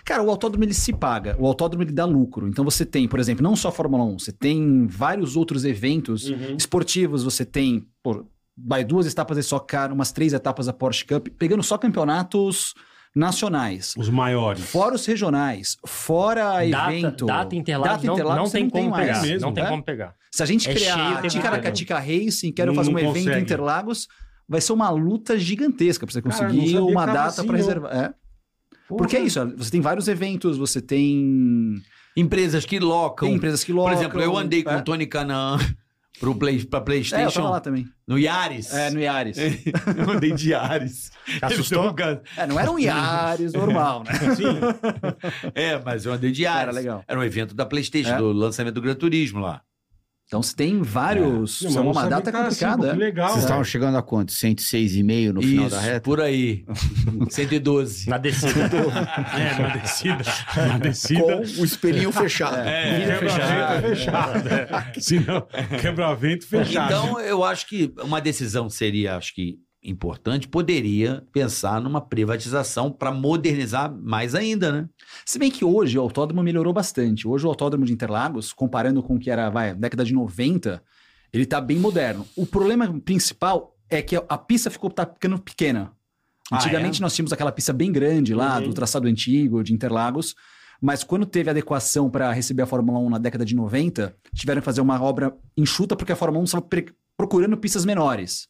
Cara, o autódromo ele se paga, o autódromo ele dá lucro. Então você tem, por exemplo, não só a Fórmula 1, você tem vários outros eventos
Uhum.
esportivos, você tem, pô, vai duas etapas de socar, umas três etapas da Porsche Cup, pegando só campeonatos nacionais.
Os maiores.
Fora os regionais, fora
Data,
evento.
data Interlagos,
Tá Data
não-
Interlagos
não,
você
tem
não tem
como
mais,
pegar. não
mesmo,
tem
né?
como pegar.
Se a gente
É cheio,
criar
tem
Ticaracatica Racing, quero fazer um
Não
evento
consegue.
em Interlagos, vai ser uma luta gigantesca pra você
Cara, eu não
conseguir
sabia que
uma
tava
data
assim, não.
pra reservar. É. Porque é isso, você tem vários eventos, você tem,
Empresas que locam.
tem empresas que
Por
locam.
exemplo, eu andei com
é.
o Tony Canaan pro
É,
play, pra
eu tava
PlayStation
lá também.
no Yaris.
É, no Iares.
Eu andei de Yaris.
Assustou?
É, não era um Iares normal, né?
Sim,
É, mas eu andei de Yaris.
Era legal.
Era um evento da PlayStation,
É.
do lançamento do Gran Turismo lá.
Então você tem vários.
É.
são
Não, mas
é uma
não sabia
data
que tava assim, pô,
complicada.
que
é.
legal.
Vocês
cara.
estavam chegando a quanto? 106,5 no final da reta?
por aí. 112.
Na descida.
É, na descida. Na descida.
Com o espelhinho fechado.
É,
Quebra-vento
fechado.
fechado. é Se não, quebra-vento fechado.
Então, eu acho que uma decisão seria, acho que importante, poderia pensar numa privatização para modernizar mais ainda, né?
Se bem que hoje o autódromo melhorou bastante. Hoje o autódromo de Interlagos, comparando com o que era, vai, década de 90, ele tá bem moderno. O problema principal é que a pista ficou tá ficando pequena.
Ah,
Antigamente nós tínhamos aquela pista bem grande lá,
Uhum.
do traçado antigo, de Interlagos. Mas quando teve adequação para receber a Fórmula 1 na década de 90, tiveram que fazer uma obra um
Uhum.
enxuta porque a Fórmula 1 estava pre- procurando pistas menores.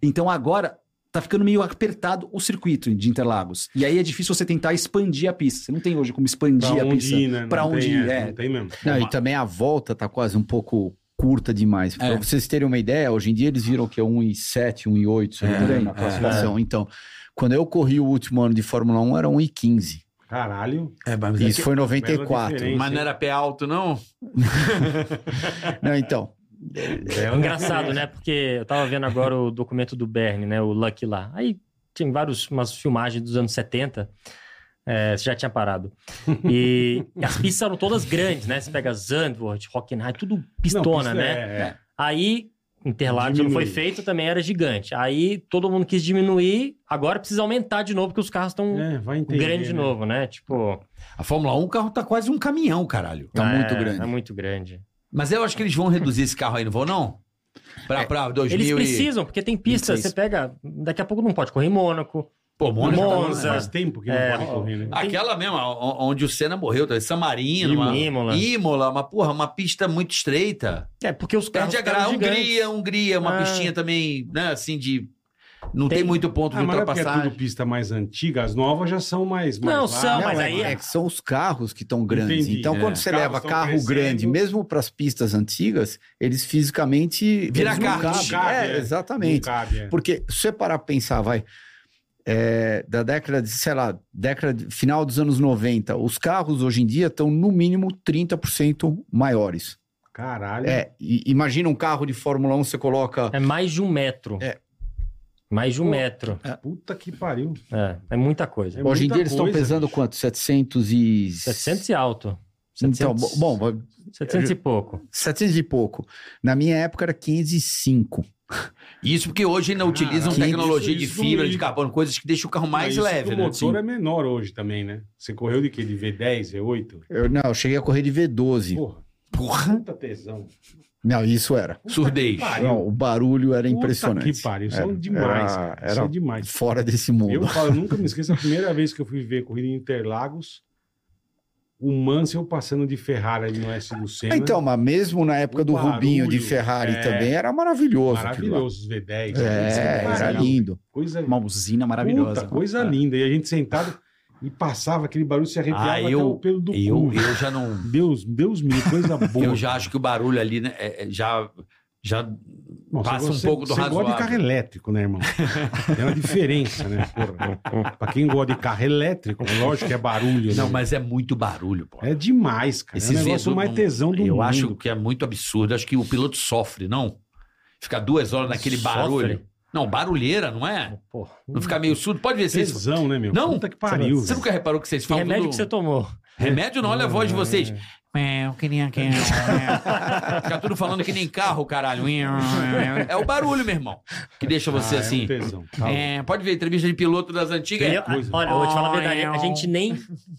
Então agora tá ficando meio apertado o circuito de Interlagos. E aí é difícil você tentar expandir a pista. Você não tem hoje como
Pra
expandir a
onde
pista.
ir, né?
Pra
Não
onde
tem,
ir,
é,
é.
Não tem mesmo.
Não, então, e também a volta tá quase um pouco curta demais. Pra
É.
vocês terem uma ideia, hoje em dia eles viram que é 1,7, 1,8 se eu não me
É,
engano, na
é.
classificação. Então, quando eu corri o último ano de Fórmula 1, era 1,15.
Caralho.
É, mas
Isso foi em
bela
94.
diferença,
Mas não era pé alto, não?
Não, então.
Bela
Engraçado, né? Porque eu tava vendo agora o documento do Bernie, né? O Lucky lá. Aí tinha vários, umas filmagens dos anos 70. É, você já tinha parado. E as pistas eram todas grandes, né? Você pega Zandvoort, Hockenheim, tudo
Não,
pistona,
pista
né?
é- é.
Aí, Interlagos, quando foi
Diminuiu.
feito, também era gigante. Aí todo mundo quis diminuir, agora precisa aumentar de novo, porque os carros estão
É, vai entender.
grandes de
né?
novo, né? Tipo,
A Fórmula 1, o carro tá quase um caminhão, caralho.
Tá
é,
muito grande.
É muito grande.
Mas eu acho que eles vão reduzir esse carro aí, não vão, não? Pra, pra 2000
Eles
e...
precisam, porque tem pista,
26.
você pega. Daqui a pouco não pode correr em Mônaco.
Pô, Mônaco,
Monza.
Faz tá tempo que não
É,
pode
ó,
correr, né?
Aquela mesma, o- onde o Senna morreu, tá? San Marino,
Imola.
uma-
Imola.
Imola, uma porra, uma pista muito estreita.
É, porque os carros
Perde a um
ficaram
graça.
gigantes.
Hungria, Hungria, uma
Ah.
pistinha também, né, assim, de. Não tem,
Tem-
muito ponto
Ah,
de
mas é porque é
ultrapassagem.
tudo pista mais antiga, as novas já são mais. mais
Não,
lá,
são,
né?
mas
é-
aí-
é que são os carros que estão grandes.
Entendi.
Então,
É.
quando você
Carros
leva
tão
carro
crescendo.
grande, mesmo para as pistas antigas, eles fisicamente.
Vira
eles não
carro.
cabem.
Cabe,
É,
é.
exatamente.
Não cabe, é.
Porque se você parar pra pensar, vai. é, da década de, sei lá, década de- final dos anos 90, os carros hoje em dia estão no mínimo 30% maiores.
Caralho.
É, e- imagina um carro de Fórmula 1, você coloca.
É mais de um metro.
É.
Mais de um metro.
Puta que pariu.
É, é muita coisa.
É
hoje em
muita
dia eles estão
coisa,
pesando
bicho.
quanto? 700 e.
700 e alto.
Então,
700,
bom, bom,
700 e pouco.
700 e pouco. Na minha época era 505.
Isso porque hoje ainda
Caraca,
utilizam
isso-
tecnologia
Ah, isso
de
do-
fibra, de carbono, coisas que deixam o carro mais
Mas isso que
leve,
O
né?
motor é menor hoje também, né? Você correu de quê? De V10, V8?
Eu, não, eu cheguei a correr de V12.
Porra,
Porra,
puta tesão.
Não, isso era.
surdez.
Pariu.
Não, o barulho era impressionante. É,
Puta que pariu. São
Era- Ah,
demais.
era-
cara. São
era
demais.
Fora desse mundo.
Eu falo, eu nunca me esqueço a primeira vez que eu fui ver corrida em Interlagos, o Mansell passando de Ferrari ali no S do Senna.
Ah, Então, mas mesmo na época
O
do
barulho,
Rubinho de Ferrari
é.
também, era maravilhoso. aquilo lá.
maravilhoso os V10.
É,
Puta,
era
cara,
lindo.
Coisa
Uma usina maravilhosa.
Puta, coisa
É.
linda. E a gente sentado e passava aquele barulho, se arrepiava
Ah, eu-
até o pelo do
Eu,
cu.
eu já não.
Deus, Deus me livre, coisa boa.
Eu já acho que o barulho ali, né? é- é- já. Já
Nossa,
passa um
você-
pouco do
Você
razoável.
gosta de carro elétrico, né, irmão? É uma diferença, né? Porra. Pra quem gosta de carro elétrico, lógico que é barulho.
Não,
né?
mas é muito barulho, pô.
É demais, cara.
Esses
é o negócio
V8
mais
não-
tesão do
Eu
mundo.
acho que é muito absurdo. Acho que o piloto sofre, não? Ficar duas horas naquele
Sofre.
barulho. Não, barulheira, não é?
Porra.
Não ficar meio surdo. Pode ver se isso.
tesão, né, meu?
Não,
Puta que pariu.
Você
velho.
nunca reparou que vocês
Que
falam
remédio
do-
que você tá- tomou?
Remédio não, olha a voz de vocês. É, eu queria que. Fica tudo falando que nem carro, caralho. É o barulho, meu irmão, que deixa você
Ah, É,
assim.
um tesão. Tá louco.
É, pode ver, entrevista de piloto das antigas.
Eu-
É.
coisa.
olha, eu vou te falar a verdade. A gente nem,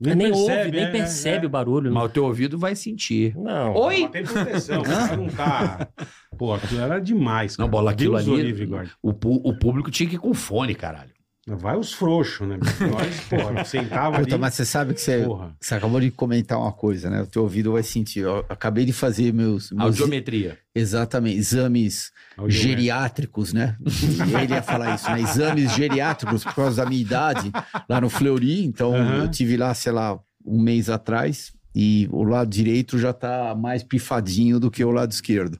nem, ouve, nem
é, é,
percebe
é.
o barulho.
Mas o teu ouvido vai sentir.
Não.
Oi?
Mas tem proteção, o cara não tá. Pô, aquilo era demais. Cara.
Não, bola, aquilo
Deus
ali-
o livre, guarda.
O, pu- o público tinha que ir com fone, caralho.
Vai os frouxos, né? meu? Nós, porra, sentava ali.
Puta, mas você sabe que
é
você,
Porra.
você acabou de comentar uma coisa, né? O teu ouvido vai sentir. Eu acabei de fazer meus,
Ah,
A
meus
audiometria.
exatamente, exames
É né?
geriátricos, né? E ele ia falar isso, né? Exames geriátricos por causa da minha idade, lá no Fleury. Então,
Aham.
eu tive lá, sei lá, um mês atrás. E o lado direito já tá mais pifadinho do que o lado esquerdo.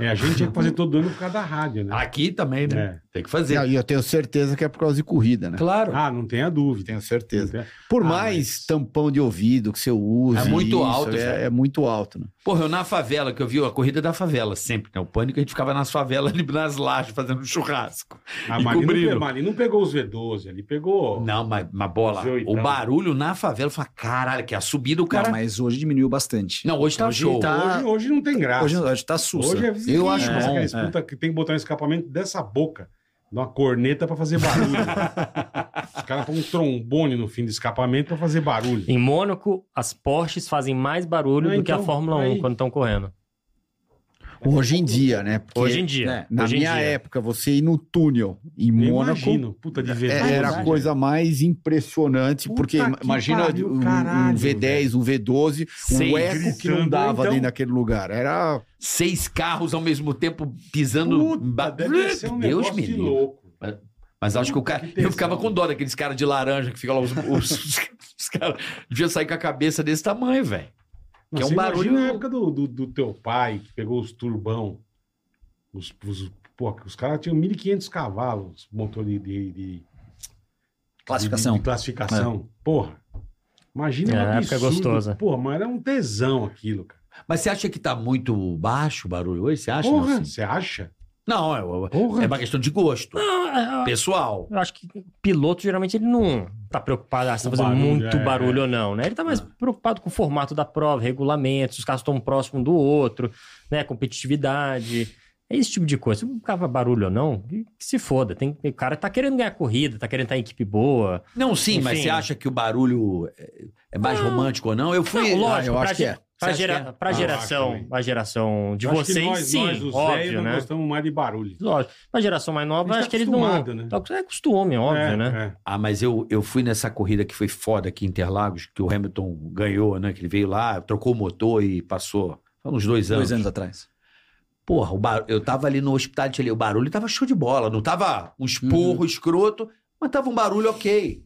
É, a gente tinha que fazer todo ano por causa da rádio, né?
Aqui também, né?
É.
Tem que fazer.
Não, E eu tenho certeza que é por causa de corrida, né?
Claro.
Ah, não tenha dúvida.
Tenho certeza.
Não tem-
Por
Ah,
mais
mas-
tampão de ouvido que você use.
É muito alto, velho.
É, é muito alto, né?
Porra, eu na favela, que eu vi a corrida da favela sempre, né? O pânico, a gente ficava nas favelas, ali nas lajes, fazendo churrasco.
A Mali
E
não,
cobriram.
pegou- Mali não pegou os V12, ali pegou.
Não, mas, mas bola,
Os oitão.
o barulho na favela, eu falava, caralho, que a subida o cara...
Não,
Não,
mas hoje diminuiu bastante.
hoje tá
Hoje
show.
tá-
Hoje, hoje não tem graça.
Hoje, hoje tá sussa.
Hoje é
Eu acho
que
bom,
aqueles puta que tem que botar um escapamento dessa boca, dar uma corneta pra fazer barulho. Os caras põem um trombone no fim do escapamento pra fazer barulho.
Em Mônaco, as Porsches fazem mais barulho
Ah,
do que a
então,
Fórmula 1
aí.
quando estão correndo.
Hoje em dia, né? Porque
Hoje em dia.
né,
na
hoje em
minha
dia.
época, você ir no túnel em
Eu
Mônaco
imagino, puta de
é-
ver.
era a coisa mais impressionante,
Puta
porque
que
imagina
pariu,
um, um
caralho,
V10, um V12,
Sim,
um eco que não
gritando,
dava
então.
dentro daquele lugar. Era
Seis carros ao mesmo tempo pisando...
Puta,
ba-
deve ser um
Deus
negócio
me
de
livre.
louco.
Mas, mas acho que o cara. eu ficava com dó daqueles caras de laranja que ficam lá. Os, os, os, os caras deviam sair com a cabeça desse tamanho, velho. Que é um
Você
barulho-
Imagina né? a época do, do, do teu pai, que pegou os turbão. Os, os, pô, os caras tinham 1.500 cavalos, motor de, de, de-
Classificação.
De, de classificação. Porra. Imagina
É,
um
na época
absurdo.
gostosa.
Porra, mas era um tesão aquilo, cara.
Mas você acha que tá muito baixo o barulho hoje? Você acha?
Porra,
Nelson?
você acha?
Não, é,
Porra.
é uma questão de gosto.
Ah,
Pessoal.
Eu acho que piloto, geralmente, ele não tá preocupado ah, se tá
O
fazendo
barulho,
muito
é.
barulho ou não, né? Ele tá mais preocupado com o formato da prova, regulamentos, os carros estão um próximo do outro, né? Competitividade. É esse tipo de coisa. Se o cara faz barulho ou não, que que se foda. Tem, o cara tá querendo ganhar corrida, tá querendo estar em equipe boa.
Não, sim, mas
Enfim.
você acha que o barulho é- é mais romântico ou não? Eu fui.
Não,
Ah, eu
lógico, pra,
acho que
ge-
é.
pra
Você acha
gera-
que é?
Ah,
pra
eu acho
geração,
também.
a geração de
Eu acho que
vocês,
nós,
sim,
nós, os velhos,
óbvio,
não
né?
gostamos mais de barulho.
Lógico. Pra geração mais
Eles
nova,
tá
acho que eles não...
acostumado, né?
Tá- É costume, óbvio,
É,
né?
é.
Ah, mas eu, eu fui nessa corrida que foi foda aqui em Interlagos, que o Hamilton ganhou, né? Que ele veio lá, trocou o motor e passou. Foi uns dois anos.
Dois anos atrás.
Porra, o bar... eu tava ali no hospital, ali, o barulho tava show de bola. Não tava um esporro escroto, mas tava um barulho ok.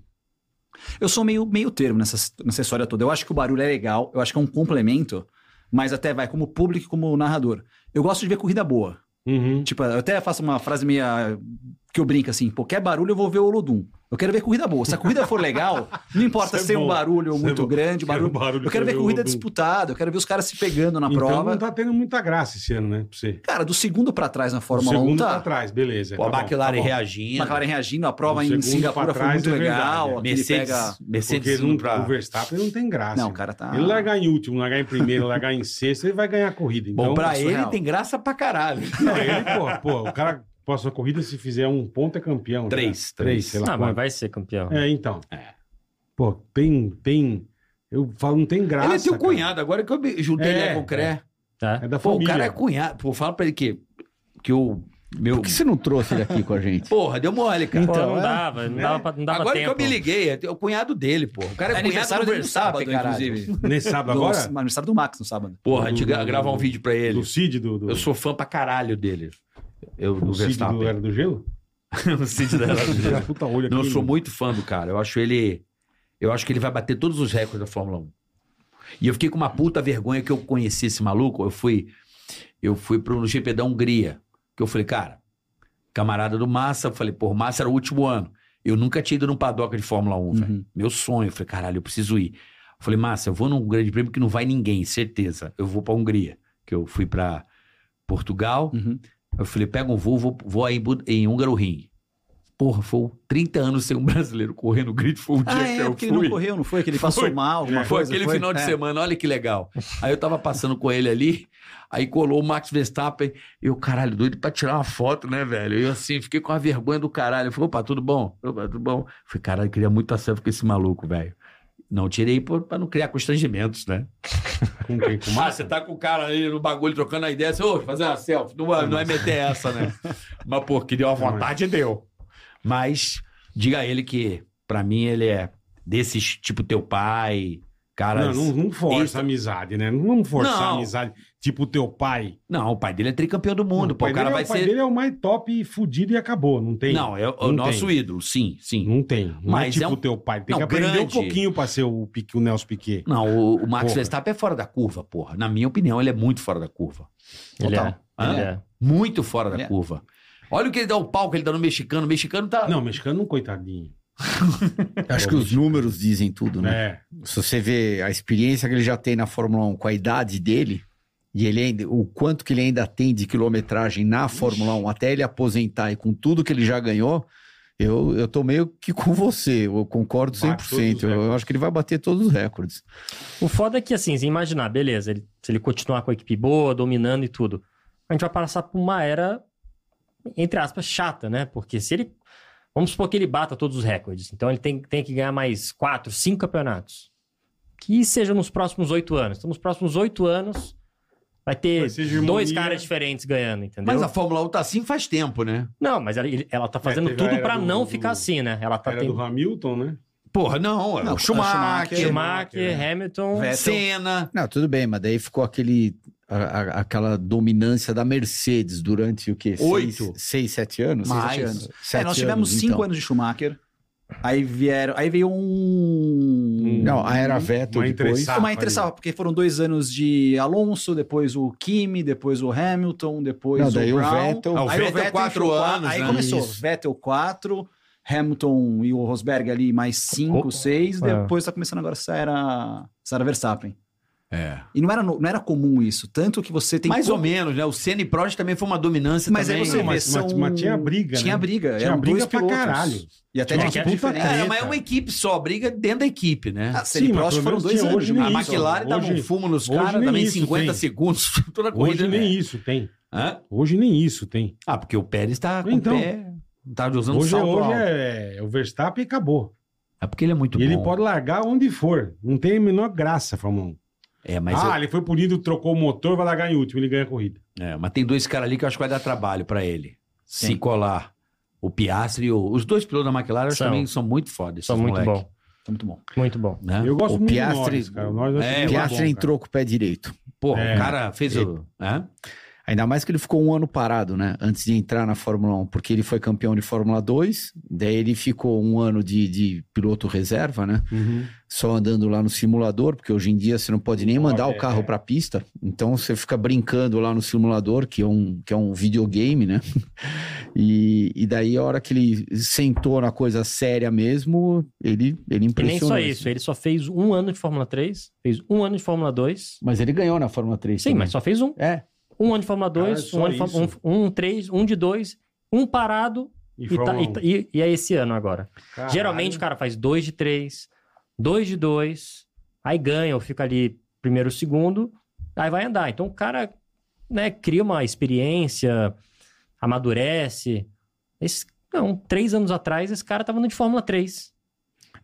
Eu sou meio, meio termo nessa, nessa história toda. Eu acho que o barulho é legal, eu acho que é um complemento, mas até vai como público e como narrador. Eu gosto de ver corrida boa.
Uhum.
Tipo, eu até faço uma frase meia que eu brinco assim, pô, quer barulho, eu vou ver o Olodum. Eu quero ver corrida boa. Se a corrida for legal, não importa
Isso é
ser um
bom.
barulho
Isso é
muito
bom.
grande, barulho.
barulho
Eu quero ver
fazer o
corrida
Rodolfo.
disputada, eu quero ver os caras se pegando na
então,
prova.
não tá tendo muita graça esse ano, né? Pra você.
Cara, do segundo pra trás na
O
Fórmula 1
segundo tá
tá.
atrás, beleza.
Pô,
tá bom,
a McLaren
tá bom.
reagindo.
McLaren reagindo, a prova
Do
em
segundo
Singapura
pra
foi
trás
muito
é verdade,
legal.
é.
aquele
Mercedes,
pega-
Porque
Mercedes
não,
indo pra...
o Verstappen não tem graça.
Não, cara, tá.
Ele largar em último, largar em primeiro, largar em sexto, ele vai ganhar a corrida. Então,
Bom, pra
é
ele
surreal.
tem graça pra caralho.
Não, ele, pô, pô, o cara, próxima corrida, se fizer um ponto, é campeão. já.
Três, três.
Três, sei lá.
Ah, mas
quanto.
vai ser campeão.
É, então. Pô, tem, tem. Eu falo, não tem graça.
ele é teu
cara.
cunhado, agora que eu me juntei
É,
ele com o Cré.
Tá?
É da
Pô, o
família.
cara é cunhado. Pô, fala pra ele que, que o meu...
Por que você não trouxe ele aqui com a gente?
Porra, deu mole, cara.
Pô,
Então,
não
é,
dava, não dava, pra- não dava
Agora
tempo.
que eu me liguei, é o cunhado dele, pô. O cara é,
É
cunhado
aniversário
do
dele no sábado,
Verstappen, caralho.
inclusive.
Nesse sábado
Do-
agora?
aniversário do Max no sábado.
Porra, a gente
Do-
gra- gravar um vídeo pra ele.
Do Cid, do. do
Eu sou fã pra caralho dele. Eu, do
do Cid do
Verstappen.
Era do Gelo?
O Cid da Era do Gelo.
Já puta olho aqui.
Não, eu sou muito fã do cara. Eu acho ele. Eu acho que ele vai bater todos os recordes da Fórmula 1. E eu fiquei com uma puta vergonha que eu conheci esse maluco. Eu fui. Eu fui pro GP da Hungria. Que eu falei, cara, camarada do Massa, eu falei, pô, Massa era o último ano. Eu nunca tinha ido num padoca de Fórmula 1, velho.
Uhum.
Meu sonho. Eu falei, caralho, eu preciso ir. Eu falei, Massa, eu vou num grande prêmio que não vai ninguém, certeza. Eu vou pra Hungria. Que eu fui pra Portugal.
Uhum.
Eu falei, pega um voo, vou, vou aí em, Bu- em Húngaro Ring. Porra, foi 30 anos sem um brasileiro correndo grid, foi o dia
Ah,
que
é,
eu
porque
fui.
ele não correu, não foi? Que ele passou mal, alguma
Foi
coisa.
aquele final de
É.
semana, olha que legal. Aí eu tava passando com ele ali, aí colou o Max Verstappen, eu, caralho, doido pra tirar uma foto, né, velho? Eu assim, fiquei com a vergonha do caralho. Eu falei, opa, tudo bom? Opa, tudo bom? Eu falei, caralho, eu queria muito estar selfie com esse maluco, velho. Não tirei por- pra não criar constrangimentos, né?
Com quem? Com o
Ah,
Massa?
você tá com o cara ali no bagulho trocando a ideia, assim, ô, fazer uma selfie. Não, vai- não é meter essa, né? Mas, pô, que deu a vontade, deu. Mas, diga a ele que, pra mim, ele é desses, tipo, teu pai,
Não,
caras.
não, não força
Extra-
a amizade, né? Não vamos forçar
Não.
a amizade. Tipo o teu pai.
Não, o pai dele é tricampeão do mundo,
Não,
pô.
pai
O cara
dele é-
vai
o pai
ser.
dele é o mais top e fudido e acabou. Não tem.
Não, é o, o
Não
nosso ídolo, sim, sim.
Não tem. Não
Mas
é
é
tipo
um-
o teu pai. Tem
Não,
que aprender
grande.
um pouquinho pra ser o, Pique- o Nelson Piquet.
Não, o, o Max
Porra.
Verstappen é fora da curva, porra. Na minha opinião, ele é muito fora da curva.
Ele é,
Total.
Hã?
ele é.
Muito fora da
Ele é.
curva. Olha o que ele dá o pau que ele dá no mexicano. O mexicano tá.
Não, mexicano, não, coitadinho.
Acho que os números dizem tudo, né?
É.
Se você vê a experiência que ele já tem na Fórmula 1 com a idade dele, e ele ainda, o quanto que ele ainda tem de quilometragem na Fórmula 1 até ele aposentar e com tudo que ele já ganhou, eu, eu tô meio que com você. Eu concordo
Bate todos
100%.
os
Eu,
recordes.
acho que ele vai bater todos os recordes.
O foda é que, assim, se imaginar, beleza, ele- se ele continuar com a equipe boa, dominando e tudo, a gente vai passar por uma era, entre aspas, chata, né? Porque se ele. Vamos supor que ele bata todos os recordes. Então ele tem, tem que ganhar mais quatro, cinco campeonatos. Que seja nos próximos oito anos. Então, nos próximos oito anos, vai ter
Vai ser hegemonia.
dois caras diferentes ganhando, entendeu?
Mas a Fórmula 1 tá assim faz tempo, né?
Não, mas ela, ele- ela tá fazendo
teve a
tudo
era
pra
do-
não
do-
ficar assim, né? Ela tá
Era
tendo
do né? Hamilton, né?
Porra, não. é
Não,
o Schumacher, é
Schumacher,
É.
Schumacher, Hamilton.
Vettel.
Senna.
Não, tudo bem, mas daí ficou aquele a- a- aquela dominância da Mercedes durante o quê?
Oito.
Seis, seis sete anos?
Mais.
Sete anos.
É,
Sete
nós tivemos
anos,
cinco
então.
anos de Schumacher. Aí vieram. Aí veio um.
Não, a era Vettel
Uma
depois.
interessada.
Uma interessava, porque foram dois anos de Alonso, depois o Kimi, depois o Hamilton, depois
Não,
o
daí o
Brown.
Vettel.
Ah, o
Aí
Vettel quatro
entrou,
anos,
Aí
né?
começou
Isso.
Vettel 4, Hamilton e o Rosberg ali mais 5, 6,
é.
depois tá começando agora essa era, essa era Verstappen.
É.
E não era, no- não era comum isso, tanto que você tem...
Mais
pou-
ou menos, né? O Senna e Prost também foi uma dominância
Mas
também.
aí você
Não,
vê,
mas-
são...
mas- mas tinha briga,
Tinha
né?
briga,
Tinha
eram
briga
é um dois
pra
pilotos.
caralho.
E até
Tinha
de
uma
equipe
puta
diferente.
treta.
É, mas é uma equipe só, briga dentro da equipe, né?
Ah, Senna e
Sim, mas
Prost
pelo
foram
menos
dois
tinha
anos.
hoje,
de
né?
a
isso,
McLaren dava
hoje-
um fumo nos
hoje
caras,
nem
também em
isso
50
tem.
segundos, toda corrida.
Hoje nem
né?
isso tem.
Hã?
Hoje nem isso tem.
Ah, porque o Pérez tá com
Então.
o pé, tá usando
Hoje, é-
salto
hoje
alto.
é, é o Verstappen e acabou.
É porque ele é muito
e ele
bom.
pode largar onde for. Não tem a menor graça, Fórmula 1.
É, mas,
ah, ele foi punido, trocou o motor, vai largar em último, ele ganha a corrida.
eu- é, mas tem dois caras ali que eu acho que vai dar trabalho pra ele. Se colar o Piastri e o... Os dois pilotos da McLaren eu acho que
São.
também são muito foda, esses
Só muito
moleque,
bom.
Tá muito bom.
Muito bom.
Né?
Eu gosto
O
muito
Piastri-
do Norris, cara. O Norris eu acho
É,
que
o
ele bom,
Piastra
cara.
entrou com o pé direito.
Porra,
É.
o cara fez o... Hã?
Ainda mais que ele ficou um ano parado, né? Antes de entrar na Fórmula 1, porque ele foi campeão de Fórmula 2, daí ele ficou um ano de, de piloto reserva, né?
Uhum.
Só andando lá no simulador, porque hoje em dia você não pode nem
Não
mandar
pode,
o carro
é.
pra pista. Então você fica brincando lá no simulador, que é um, que é um videogame, né? E, e daí a hora que ele sentou na coisa séria mesmo, ele, ele
E nem
impressionou.
só isso, ele só fez um ano de Fórmula 3, fez um ano de Fórmula 2.
Mas ele ganhou na Fórmula 3
Sim,
também.
mas só fez um.
É,
Um ano de Fórmula
Cara,
2,
só
um ano de Fórmula-
isso.
um, um três, um de dois, um parado
E,
e, tá,
Fórmula 1.
e, tá- e- e é esse ano agora.
Caralho.
Geralmente o cara faz dois de três, dois de dois, aí ganha ou fica ali primeiro, segundo, aí vai andar. Então o cara né, cria uma experiência, amadurece. Esse, não, três anos atrás esse cara tava no de Fórmula 3.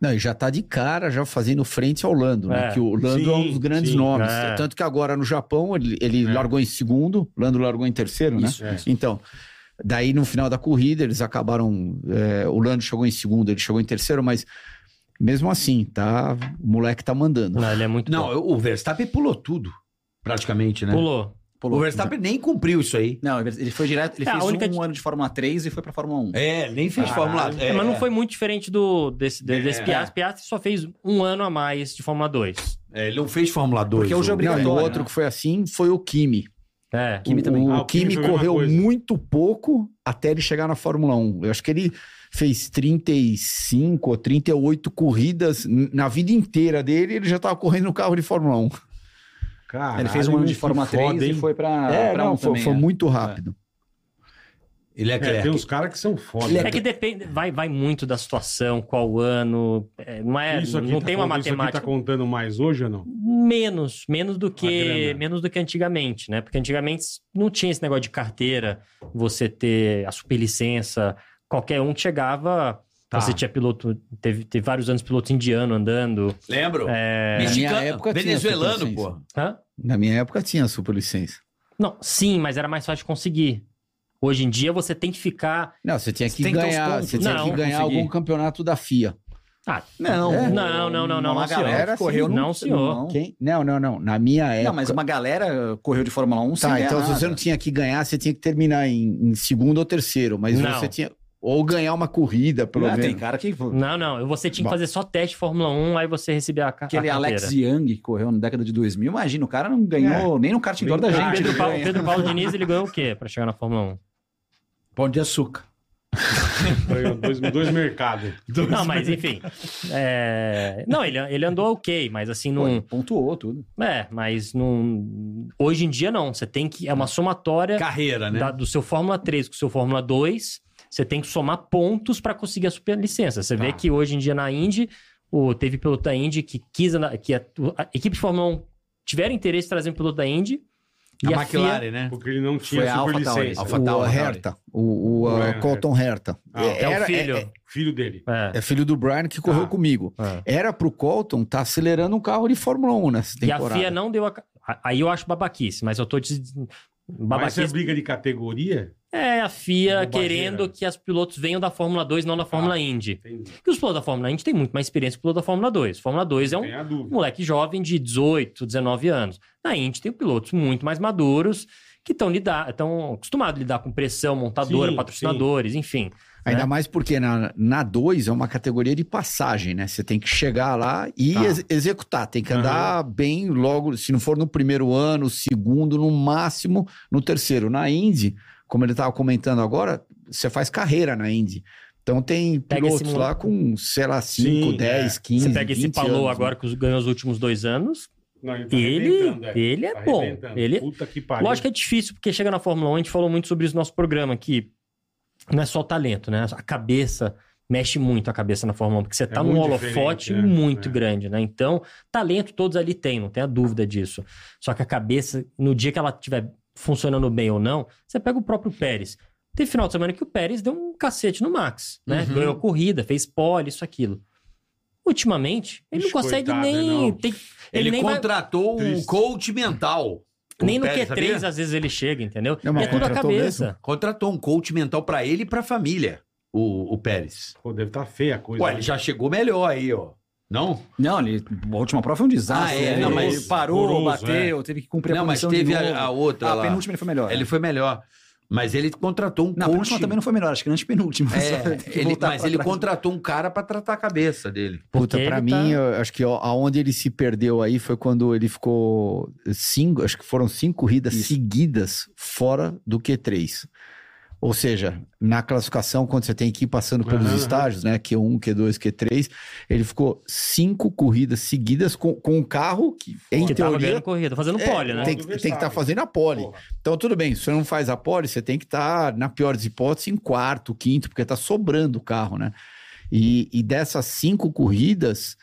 Não, e já tá de cara, já fazendo frente ao Lando, né?
É.
Que o Lando é um dos
Sim,
grandes
sim.
nomes.
É.
Tanto que agora no Japão ele, ele
É.
largou em segundo, Lando largou em terceiro, né?
Isso, é.
Então, daí no final da corrida eles acabaram. é, o Lando chegou em segundo, ele chegou em terceiro, mas mesmo assim, tá? O moleque tá mandando.
Não, ele é muito
Não,
bom.
o Verstappen pulou tudo, praticamente, né?
Pulou.
Pulou.
O Verstappen nem cumpriu isso aí.
Não, ele foi direto, ele
É, a
fez
única
um
di-
ano de Fórmula 3 e foi pra Fórmula 1.
É, nem fez
Caralho.
Fórmula...
É, mas não foi muito diferente do, desse, de- desse
É.
Piastri. Piastri só fez um ano a mais de Fórmula 2.
É, ele não fez Fórmula 2.
Porque hoje é
o-
Não, e o
obrigatório,
outro
né?
que foi assim foi o Kimi.
É.
Kimi
o,
também.
O,
Ah, o Kimi
Kimi
foi a mesma
correu
coisa.
muito pouco até ele chegar na Fórmula 1. Eu acho que ele fez 35 ou 38 corridas n- na vida inteira dele, ele já estava correndo no carro de Fórmula 1.
Caralho,
ele fez um ano de
que
Fórmula 3
foda,
e
hein?
foi pra,
é,
pra
não,
um
foi,
também.
foi
é.
muito rápido.
Ele é
É,
Leclerc.
tem uns caras que são foda.
É que depende, vai, vai muito da situação, qual ano. é, não é,
Isso aqui
não
tá
tem uma
con- isso aqui
matemática.
tá contando mais hoje ou não?
Menos, menos do que
grana.
menos do que antigamente, né? Porque antigamente não tinha esse negócio de carteira, você ter a superlicença, qualquer um que chegava.
Tá.
Você tinha piloto, teve, teve vários anos piloto indiano andando.
Lembro.
é,
Na
Mexicano,
minha época tinha
venezuelano,
superlicença.
pô.
hã?
Na minha época tinha superlicença.
Não, sim, mas era mais fácil de conseguir. Hohoje em dia você tem que ficar.
Não, você tinha que
Tem que dar os
ganhar,
pontos.
você tinha
Não,
que ganhar
consegui.
algum campeonato da FIA.
Ah,
Não,
É.
Não, não, não, não,
Uma
não, senhor.
galera
Era
correu
assim.
no-
Não, senhor.
Não,
Quem? Não, não, não. Na minha época.
Não, mas uma galera correu de Fórmula 1 sem
Tá,
ganhar
então se você
nada.
não tinha que ganhar, você tinha que terminar em, em segundo ou terceiro, mas
Não.
você tinha ou ganhar uma corrida, pelo
Ah,
menos.
tem cara que...
Não, não. Você tinha que
Bom.
fazer só teste de Fórmula 1, aí você recebia a, ca- a
Aquele
carteira.
Alex Young que correu na década de 2000, imagina, o cara não
É.
ganhou nem no kart indoor da
Ah,
gente.
Pedro,
ele
Paulo,
ganha.
Pedro Paulo Diniz, ele ganhou o quê pra chegar na Fórmula um?
Pão de açúcar.
Foi Dois, dois mercados.
1? Não, mas enfim. é, Não, ele, ele andou ok, mas assim, não.
Pontuou tudo.
É, mas não. Hoje em dia não. Você tem que. É uma somatória
Carreira, né?
da- do seu Fórmula 3 com o seu Fórmula 2. Você tem que somar pontos pra conseguir a superlicença. Você vê
Tá.
que hoje em dia na Indy, o, teve piloto da Indy que quis. andar- Que a, a equipe de Fórmula 1 tiveram interesse em trazer um piloto da Indy. E a,
a
FIA-
McLaren, né?
Porque ele não
Foi
tinha
a AlphaTauri.
superlicença.
Alpha-
O
Tauri.
Herta, o, o, uh,
Brian
Colton Herta.
Ah,
É o filho.
É,
Filho dele.
É.
é filho do Brian que correu
Ah.
comigo.
É.
Era pro Colton tá acelerando um carro de Fórmula 1 nessa
E a
temporada.
FIA não deu a. a- Aí eu acho babaquice, mas eu tô te-
Mas é
Babaquista.
briga de categoria?
É a FIA
Bobageira.
querendo que as pilotos venham da Fórmula 2, não da Fórmula Indy.
Entendi.
Porque os pilotos da Fórmula Indy têm muito mais experiência que o piloto da Fórmula 2. Fórmula 2 é um
Tem a dúvida.
moleque jovem de 18, 19 anos. Na Indy tem pilotos muito mais maduros que estão acostumados a lidar com pressão, montadora,
Sim,
patrocinadores, enfim.
Ainda
né?
mais porque na, na 2 é uma categoria de passagem, né? Você tem que chegar lá e
Tá.
ex- executar. Tem que andar bem logo, se não for no primeiro ano, segundo, no máximo no terceiro. Na Indy, como ele estava comentando agora, você faz carreira na Indy. Então tem
Pega
pilotos
esse
lá
moleque.
com, sei lá,
Sim,
5,
é.
10, 15,
Você pega esse
20
Palou
anos, né?
agora que os- ganhou os últimos dois anos,
Não, ele
ele,
Tá arrebentando,
ele é
Tá
bom.
arrebentando.
Ele,
Puta que pariu.
Lógico que é difícil, porque chega na Fórmula 1, a gente falou muito sobre isso no nosso programa, que não é só o talento, né? A cabeça mexe muito a cabeça na Fórmula 1, porque você tá num
É muito
holofote
diferente, né?
muito
É.
grande, né? Então, talento todos ali têm, não tem a dúvida disso. Só que a cabeça, no dia que ela estiver funcionando bem ou não, você pega o próprio Pérez. Teve final de semana que o Pérez deu um cacete no Max, né?
Uhum.
Ganhou corrida, fez pole, isso, aquilo. Ultimamente, ele
Ixi,
não consegue
coitado,
nem...
né, não?
tem-
Ele,
ele nem, vai-
contratou um
Triste.
coach mental.
nem
O
no
Pérez,
Q3,
sabia?
às vezes, ele chega, entendeu?
Não,
E
mas
é tudo a
contratou
cabeça.
mesmo?
Contratou um coach mental pra ele e pra família, o, o Pérez.
Pô, deve estar feia a coisa.
Ué, ele já chegou melhor aí, ó. Não?
Não, ele, a última prova foi um desastre.
Ah, é,
ele,
não, mas
ele parou,
é.
horroroso,
bateu, teve que cumprir a
não, mas
punição
teve
de novo.
a, a outra
Ah,
lá.
a penúltima ele foi melhor.
Ele foi melhor. Mas ele contratou um
Não, a
coach.
penúltima também não foi melhor, acho que antes penúltima.
É, ele- mas ele contratou um cara pra tratar a cabeça dele.
Puta,
Porque
pra
ele
mim,
tá-
eu acho que ó, aonde ele se perdeu aí foi quando ele ficou cinco, acho que foram cinco corridas
Isso.
seguidas fora do Q3. Ou seja, na classificação, quando você tem que ir passando pelos
Aham.
estágios, né? Q1, Q2, Q3, ele ficou cinco corridas seguidas com, com um carro que, em
que tava
teoria,
ganhando corrida, fazendo
é,
pole, né?
tem, que- tem que estar fazendo a pole.
Porra.
Então, tudo bem, se você não faz a pole, você tem que estar, na pior das hipóteses, em quarto, quinto, porque tá sobrando o carro, né? E, e dessas cinco corridas,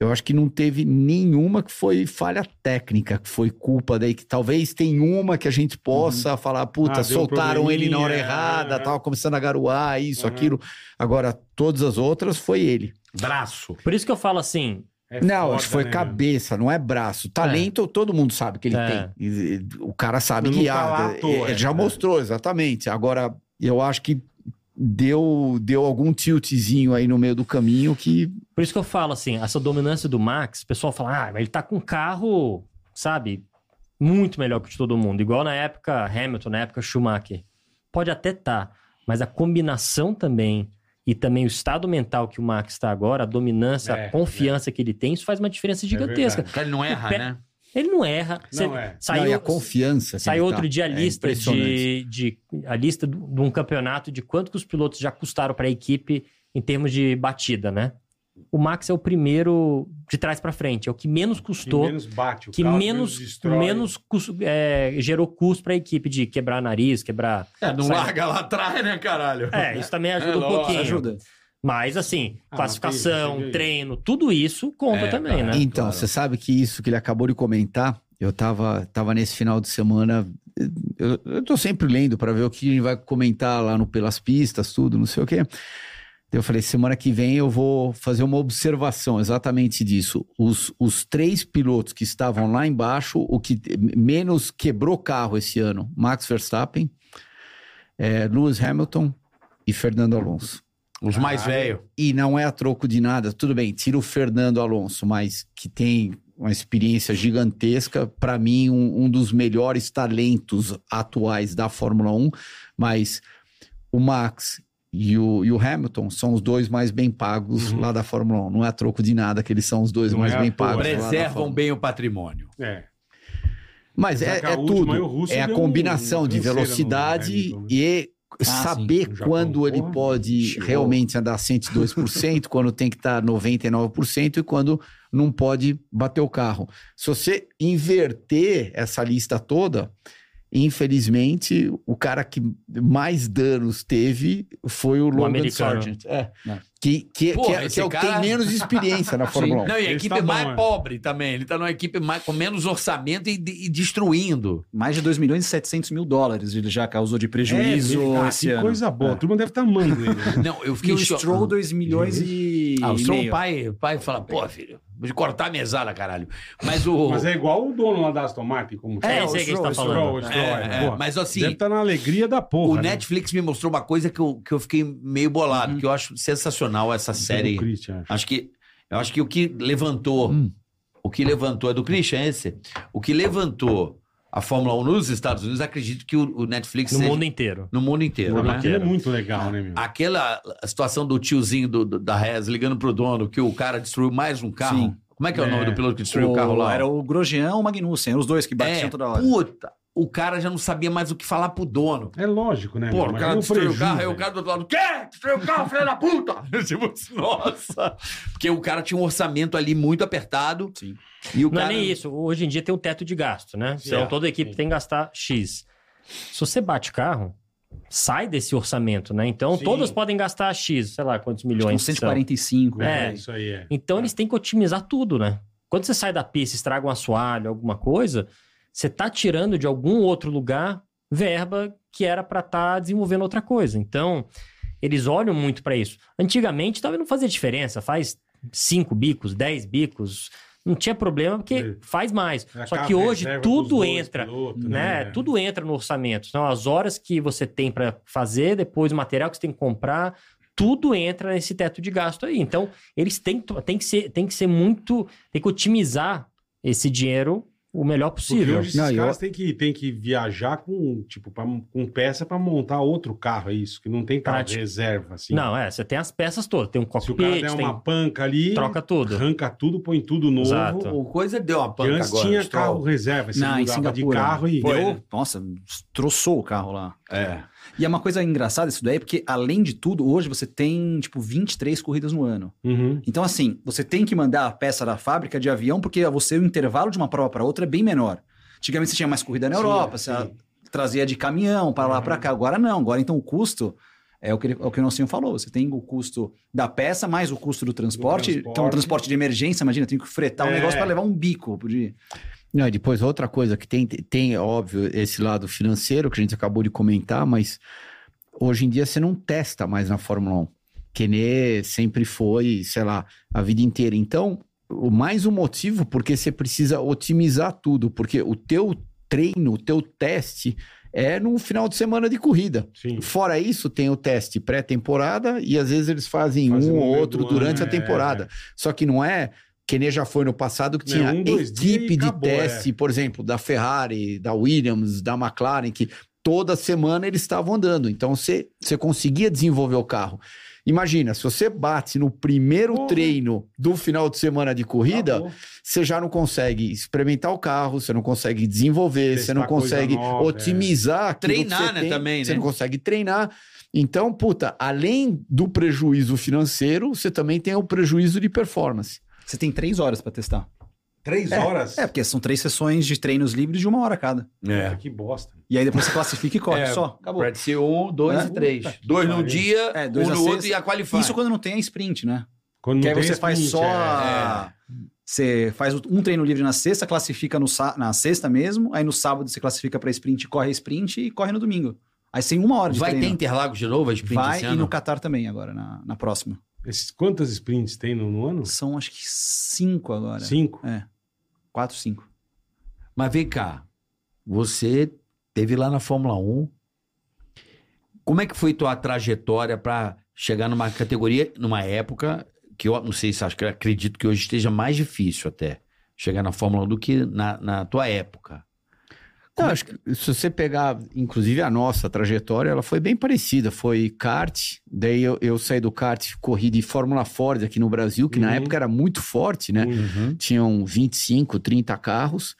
eu acho que não teve nenhuma que foi falha técnica, que foi culpa daí, que talvez tem uma que a gente possa falar,
Ah,
puta,
deu um
soltaram ele na hora
probleminha,
errada,
aham.
tava começando a garoar, isso,
Aham.
aquilo. Agora, todas as outras foi ele.
Braço.
Por isso que eu falo assim,
É
Não,
foda,
acho que foi
né,
cabeça, não é braço. Talento, todo mundo sabe que ele
É.
tem. E, e, o cara sabe
Não
que
tá lá à
ah,
toa,
é,
é,
já
né?
mostrou, exatamente. Agora, eu acho que deu, deu algum tiltzinho aí no meio do caminho que.
por isso que eu falo assim, essa dominância do Max, o pessoal fala, ah, mas ele tá com um carro, sabe, muito melhor que o de todo mundo. Igual na época Hamilton, na época Schumacher. Pode até tá, mas a combinação também, e também o estado mental que o Max tá agora, a dominância,
É,
a confiança que ele tem, isso faz uma diferença gigantesca.
O cara não erra,
Pé-
né?
ele não erra. Você
Não é.
Saiu,
Saiu,
a confiança. que
Saiu
ele
outro
tá.
dia a
É
lista de,
impressionante.
de a lista do- de um campeonato de quanto que os pilotos já custaram para a equipe em termos de batida, né? O Max é o primeiro de trás para frente, é o que menos
Que
custou,
menos bate o
que
carro,
menos
destrói.
menos custo- é, gerou custo para a equipe de quebrar nariz, quebrar.
É, não
Sai-
larga lá atrás, né, caralho?
É, isso também ajuda
É,
um
lógico,
pouquinho.
Ajuda.
Mas assim,
Ah, mas
classificação,
tem- tem-
treino, tudo isso conta
É,
também,
cara.
né?
Então,
Claro.
você sabe que isso que ele acabou de comentar, eu tava, tava nesse final de semana. Eu, eu tô sempre lendo para ver o que a gente vai comentar lá no Pelas Pistas, tudo, não sei o quê. Eu falei, semana que vem eu vou fazer uma observação exatamente disso. Os, os três pilotos que estavam lá embaixo, o que menos quebrou carro esse ano, Max Verstappen, eh, Lewis Hamilton e Fernando Alonso.
Os mais
Caralho.
velhos.
E não é a troco de nada. Tudo bem, tira o Fernando Alonso, mas que tem uma experiência gigantesca. Para mim, um, um dos melhores talentos atuais da Fórmula 1. Mas o Max e o, e o Hamilton são os dois mais bem pagos
Uhum.
lá da Fórmula 1. Não é a troco de nada que eles são os dois
Não
mais
é à
bem
toa.
pagos. lá da
Preservam
Fórmula 1.
bem o patrimônio.
É.
Mas é,
Apesar que a
é
última aí o
tudo.
Russo
É a
deu um-
combinação
uma
de
canseira no
velocidade
Hamilton, né?
e
Ah,
saber
sim, no Japão.
quando ele
Porra,
pode
chegou.
realmente andar 102%, quando tem que estar 99% e quando não pode bater o carro. Se você inverter essa lista toda, infelizmente, o cara que mais danos teve foi o Logan
americano.
Sargent. É.
É.
Que, que,
Porra,
que é- que é o
esse
que tem
cara-
menos experiência na Fórmula 1.
Não, e a
Ele
equipe
tá bom,
mais
é.
pobre também. Ele tá numa equipe mais, com menos orçamento e, de- e destruindo.
Mais de 2 milhões e 700 mil dólares ele já causou de prejuízo
É, ah,
esse
que
ano.
coisa Uhum. boa. A
É.
turma deve estar amando ele. né?
Não, eu
E
fiquei
o
cho-
Stroll, 2 milhões e.
Ah, o
e
Stroll, o
meio.
pai, o pai fala, pô, filho, Vou te cortar a mesada, caralho. Mas o.
Mas é igual o dono lá da Aston Martin, como
É,
chama?
esse aí que a gente tá
O
falando.
Stroll, o Stroll,
É, é,
porra.
mas
Deve
assim,
estar na alegria da
o
porra. né?
Netflix me mostrou uma coisa que eu, que eu fiquei meio bolado, que eu acho sensacional essa série.
Do Christian, acho.
Acho que eu acho que o que levantou,
Hum.
o que levantou é do Christian esse. O que levantou a Fórmula 1 nos Estados Unidos, acredito que o, o Netflix
No
seja-
mundo inteiro.
no mundo inteiro,
Porra,
né?
aquele é muito legal, né,
Ah.
meu?
Aquela situação do tiozinho do- do- da Rez ligando pro dono que o cara destruiu mais um carro.
Sim.
Como é que é, o
É.
nome do piloto que destruiu o, carro lá?
Era o Grosjean ou o Magnussen, eram os dois que batiam
é,
toda hora.
puta, o cara já não sabia mais o que falar pro dono.
É lógico, né?
Pô,
meu?
o
Mas
cara
não
destruiu o
prejuízo,
carro, aí o
velho.
cara do outro lado, quê? Destruiu o carro, filho da puta! Tipo, nossa! Porque o cara tinha um orçamento ali muito apertado.
Sim.
E o
Não
cara...
é nem isso. Hoje em dia tem um teto de gasto, né? Então
Certo.
toda equipe
Sim.
tem que gastar X. Se você bate carro, sai desse orçamento, né? Então
Sim.
todos podem gastar X, sei lá quantos
um
Acho que
milhões.
uns
que são.
145.
É.
né?
Isso aí é.
Então eles têm que otimizar tudo, né? Quando você sai da pista, estraga um assoalho, alguma coisa, você tá tirando de algum outro lugar verba que era pra estar desenvolvendo outra coisa. Então, eles olham muito pra isso. Antigamente, talvez não fazia diferença, faz cinco bicos, dez bicos, não tinha problema porque
Sim.
faz mais.
Era
Só
carro
que hoje
reserva pros
tudo
dois
entra
pilotos,
né?
É.
Tudo entra no orçamento. Então, as horas que você tem para fazer, depois o material que você tem que comprar, tudo entra nesse teto de gasto aí. Então, eles têm, que to- têm que ser, têm que ser muito, tem que otimizar esse dinheiro o melhor
Porque
possível.
hoje esses
Não, eu-
caras têm, que, têm que viajar com, tipo, pra, com peça pra montar outro carro, é isso? Que não tem carro
Prático.
reserva, assim.
Não, é, você tem as peças todas, tem um
Se o cara
cockpit,
der
tem
uma panca ali,
troca tudo.
arranca tudo, põe tudo novo.
Exato.
O coisa deu uma
Que
panca
antes
agora.
tinha
Stroll.
carro reserva, se
Não, em
mudava de
Singapura. né?
carro e...
Deu- Nossa, troçou o carro lá.
É.
E é uma coisa engraçada isso daí, porque além de tudo, hoje você tem, tipo, 23 corridas no ano.
Uhum.
Então, assim, você tem que mandar a peça da fábrica de avião, porque você, o intervalo de uma prova para outra é bem menor. Antigamente você tinha mais corrida na
Sim,
Europa,
sim.
você trazia de caminhão para lá
Uhum.
para cá. Agora não, agora então o custo é o que, ele- é o, que o Nelsinho falou. Você tem o custo da peça mais o custo do transporte. Então,
transporte.
o transporte de emergência, imagina, tem que fretar um
É.
negócio para levar um bico. por dia.
Não, e depois outra coisa que tem, tem, óbvio, esse lado financeiro que a gente acabou de comentar, mas hoje em dia você não testa mais na Fórmula 1. Kenê sempre foi, sei lá, a vida inteira. Então, o- mais um motivo porque você precisa otimizar tudo, porque o teu treino, o teu teste é no final de semana de corrida.
Sim.
Fora isso, tem o teste pré-temporada e às vezes eles fazem
Fazem
um
no
ou
meio
outro
do ano,
durante a
é,
temporada. Só que não é que nem já foi no passado que
Não,
tinha
um, dois dias e
equipe de
acabou, é.
teste, por exemplo, da Ferrari, da Williams, da McLaren, que toda semana eles estavam andando. Então você, você conseguia desenvolver o carro. Imagina, se você bate no primeiro
Porra.
treino do final de semana de corrida,
Acabou.
você já não consegue experimentar o carro, você não consegue desenvolver,
Testar
você não
coisa
consegue
nova, é.
otimizar, aquilo que
Treinar,
você
né,
tem,
também,
você
né?
não consegue treinar. Então, puta, além do prejuízo financeiro, você também tem o prejuízo de performance.
Você tem três horas para testar.
Três horas?
É, porque são três sessões de treinos livres de uma hora cada.
Puta,
É.
Que bosta.
E aí depois você classifica e corre
É,
só. Acabou.
Brad Seal, um, dois
É?
e três.
Puta que
Dois num
pariu.
dia,
É, dois
um
a
no
seis.
outro e a qualify.
Isso quando não tem a sprint, né?
Quando
que
não
aí
tem
você faz
sprint,
só.
é.
a- Você faz um treino livre na sexta, classifica no sa- na sexta mesmo, aí no sábado você classifica pra sprint, corre a sprint e corre no domingo. Aí você tem uma hora de
Vai ter
treino.
Interlagos de novo, a sprint
Vai
esse
e
ano?
no Qatar também agora, na, na próxima.
é. Esses- Quantas sprints tem no, no ano?
São acho que cinco agora.
Cinco.
Quatro, cinco.
Mas vem cá, você teve lá na Fórmula 1. Como é que foi tua trajetória para chegar numa categoria, numa época que eu não sei se acho que eu acredito que hoje esteja mais difícil até chegar na Fórmula 1 do que na, na tua época?
Não, acho é que se você pegar, inclusive, a nossa trajetória, ela foi bem parecida. Foi kart, daí eu, eu saí do kart, corri de Fórmula Ford aqui no Brasil, que
Uhum.
na época era muito forte, né?
Uhum.
tinham 25, 30 carros.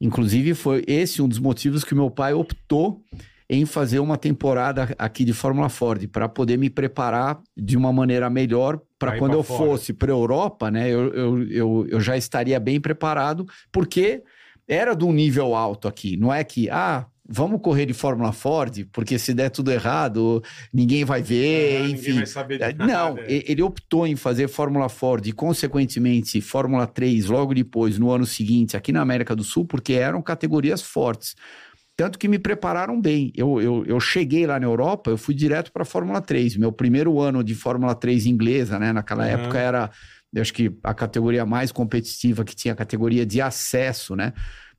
Inclusive, foi esse um dos motivos que meu pai optou em fazer uma temporada aqui de Fórmula Ford, para poder me preparar de uma maneira melhor
Pra
para
ir
quando
pra
eu
fora.
fosse para a Europa, né? Eu, eu, eu, eu já estaria bem preparado, porque era de um nível alto aqui. Não é que, ah, vamos correr de Fórmula Ford, porque se der tudo errado, ninguém vai ver,
Ah,
enfim.
Ninguém vai saber de
É,
nada.
Não, e- ele optou em fazer Fórmula Ford e, consequentemente, Fórmula 3 logo depois, no ano seguinte, aqui na América do Sul, porque eram categorias fortes. Tanto que me prepararam bem. Eu, eu, eu cheguei lá na Europa, eu fui direto para a Fórmula 3. Meu primeiro ano de Fórmula 3 inglesa, né? Naquela
Aham.
época era Eu acho que a categoria mais competitiva que tinha a categoria de acesso, né?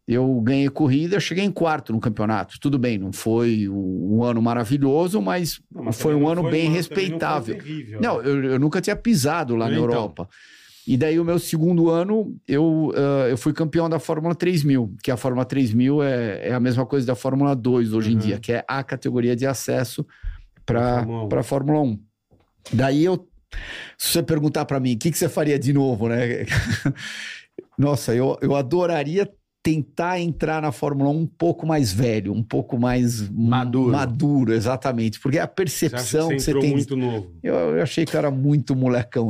Eu ganhei corrida, eu cheguei em quarto no campeonato. Tudo bem, não foi um ano maravilhoso, mas,
Não, mas
foi
também
um
não
ano
foi
bem
um ano- também não foi
respeitável.
terrível, né?
Não, eu, eu nunca tinha pisado lá na
Então.
Europa. E daí, o meu segundo ano, eu, ah, eu fui campeão da Fórmula 3000, que a Fórmula 3000 é, é a mesma coisa da Fórmula 2 hoje em
Uhum.
dia, que é a categoria de acesso
Pra
para
Fórmula 1.
a Fórmula 1. Daí, eu, se você perguntar para mim, o que, que você faria de novo, né? Nossa, eu, eu adoraria tentar entrar na Fórmula 1 um pouco mais velho, um pouco mais
Maduro.
maduro exatamente. Porque é a
Você acha
percepção
que
que você
entrou
tem
muito novo.
eu, eu achei que eu era muito molecão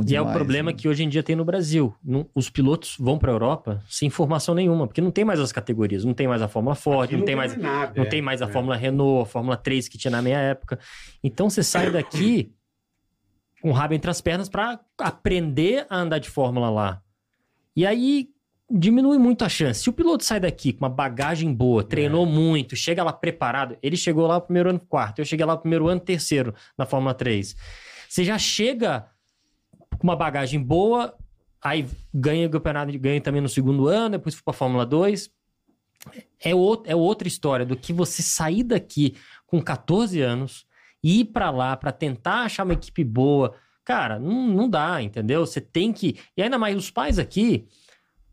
E é
demais,
o problema
né?
que hoje em dia tem no Brasil. Não- os pilotos vão para a Europa sem formação nenhuma, porque não tem mais as categorias, não tem mais a Fórmula Ford,
Aqui
não, tem mais,
nada,
não
é.
tem mais a
É.
Fórmula Renault, a Fórmula 3 que tinha na minha época. Então você sai daqui com o rabo entre as pernas para aprender a andar de Fórmula lá. E aí diminui muito a chance. Se o piloto sai daqui com uma bagagem boa, treinou
É.
muito, chega lá preparado, ele chegou lá o primeiro ano quarto, eu cheguei lá o primeiro ano terceiro na Fórmula 3. Você já chega com uma bagagem boa, aí ganha o campeonato, de- ganha também no segundo ano, depois foi pra Fórmula 2. É, out- é outra história do que você sair daqui com 14 anos, ir pra lá pra tentar achar uma equipe boa. Cara, não, não dá, entendeu? Você tem que. E ainda mais os pais aqui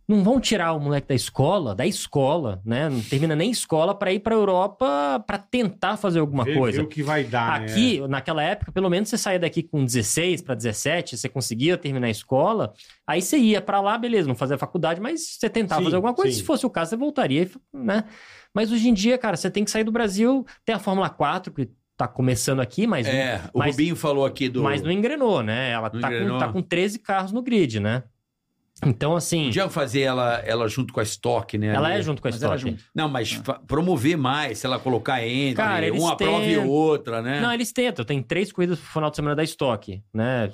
não vão tirar o moleque da escola, da escola, né? Não termina nem escola pra ir pra Europa pra tentar fazer alguma
Vê-
coisa.
vê o que vai dar, né?
Aqui, naquela época, pelo menos você saía daqui com 16 para 17, você conseguia terminar a escola, aí você ia para lá, beleza, não fazia faculdade, mas você tentava
Sim,
fazer alguma coisa,
sim.
se fosse o caso, você voltaria, né? Mas hoje em dia, cara, você tem que sair do Brasil, tem a Fórmula 4 que tá começando aqui, mas,
É, o
Mas-
Rubinho falou aqui do.
mas não engrenou, né? Ela
Não
tá,
engrenou.
Com, tá com 13 carros no grid, né? Então, assim,
Podia fazer ela, ela junto com a Stock, né?
ela
Ali.
é junto com a
Mas era
Stock.
Não, mas fa- promover mais, se ela colocar entre,
Cara, eles
uma
têm-
prova e outra,
É.
né?
Não, eles tentam. Tem três corridas pro final de semana da Stock, né?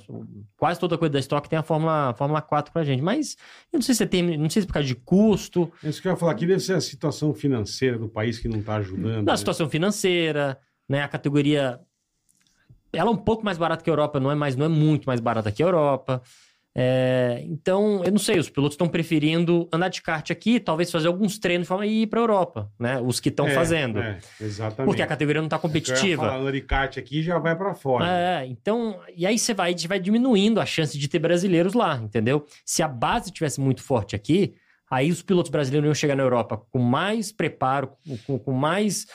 Quase toda corrida da Stock tem a Fórmula, Fórmula 4 pra gente. Mas eu não sei se tem, não sei se é por causa de custo,
é Isso que eu ia falar aqui deve ser a situação financeira do país que não tá ajudando.
da
né?
situação financeira, né? A categoria. Ela é um pouco mais barata que a Europa, não é mais, não é muito mais barata que a Europa. É, então, eu não sei, os pilotos estão preferindo andar de kart aqui, talvez fazer alguns treinos de forma e ir pra Europa, né? Os que estão
É,
fazendo.
é, exatamente.
porque a categoria não tá
Eu ia
competitiva.
falar, o Alicarte aqui já vai pra fora.
É, então, e aí você vai, a gente vai diminuindo a chance de ter brasileiros lá, entendeu? Se a base tivesse muito forte aqui, aí os pilotos brasileiros iam chegar na Europa com mais preparo, com, com- com mais.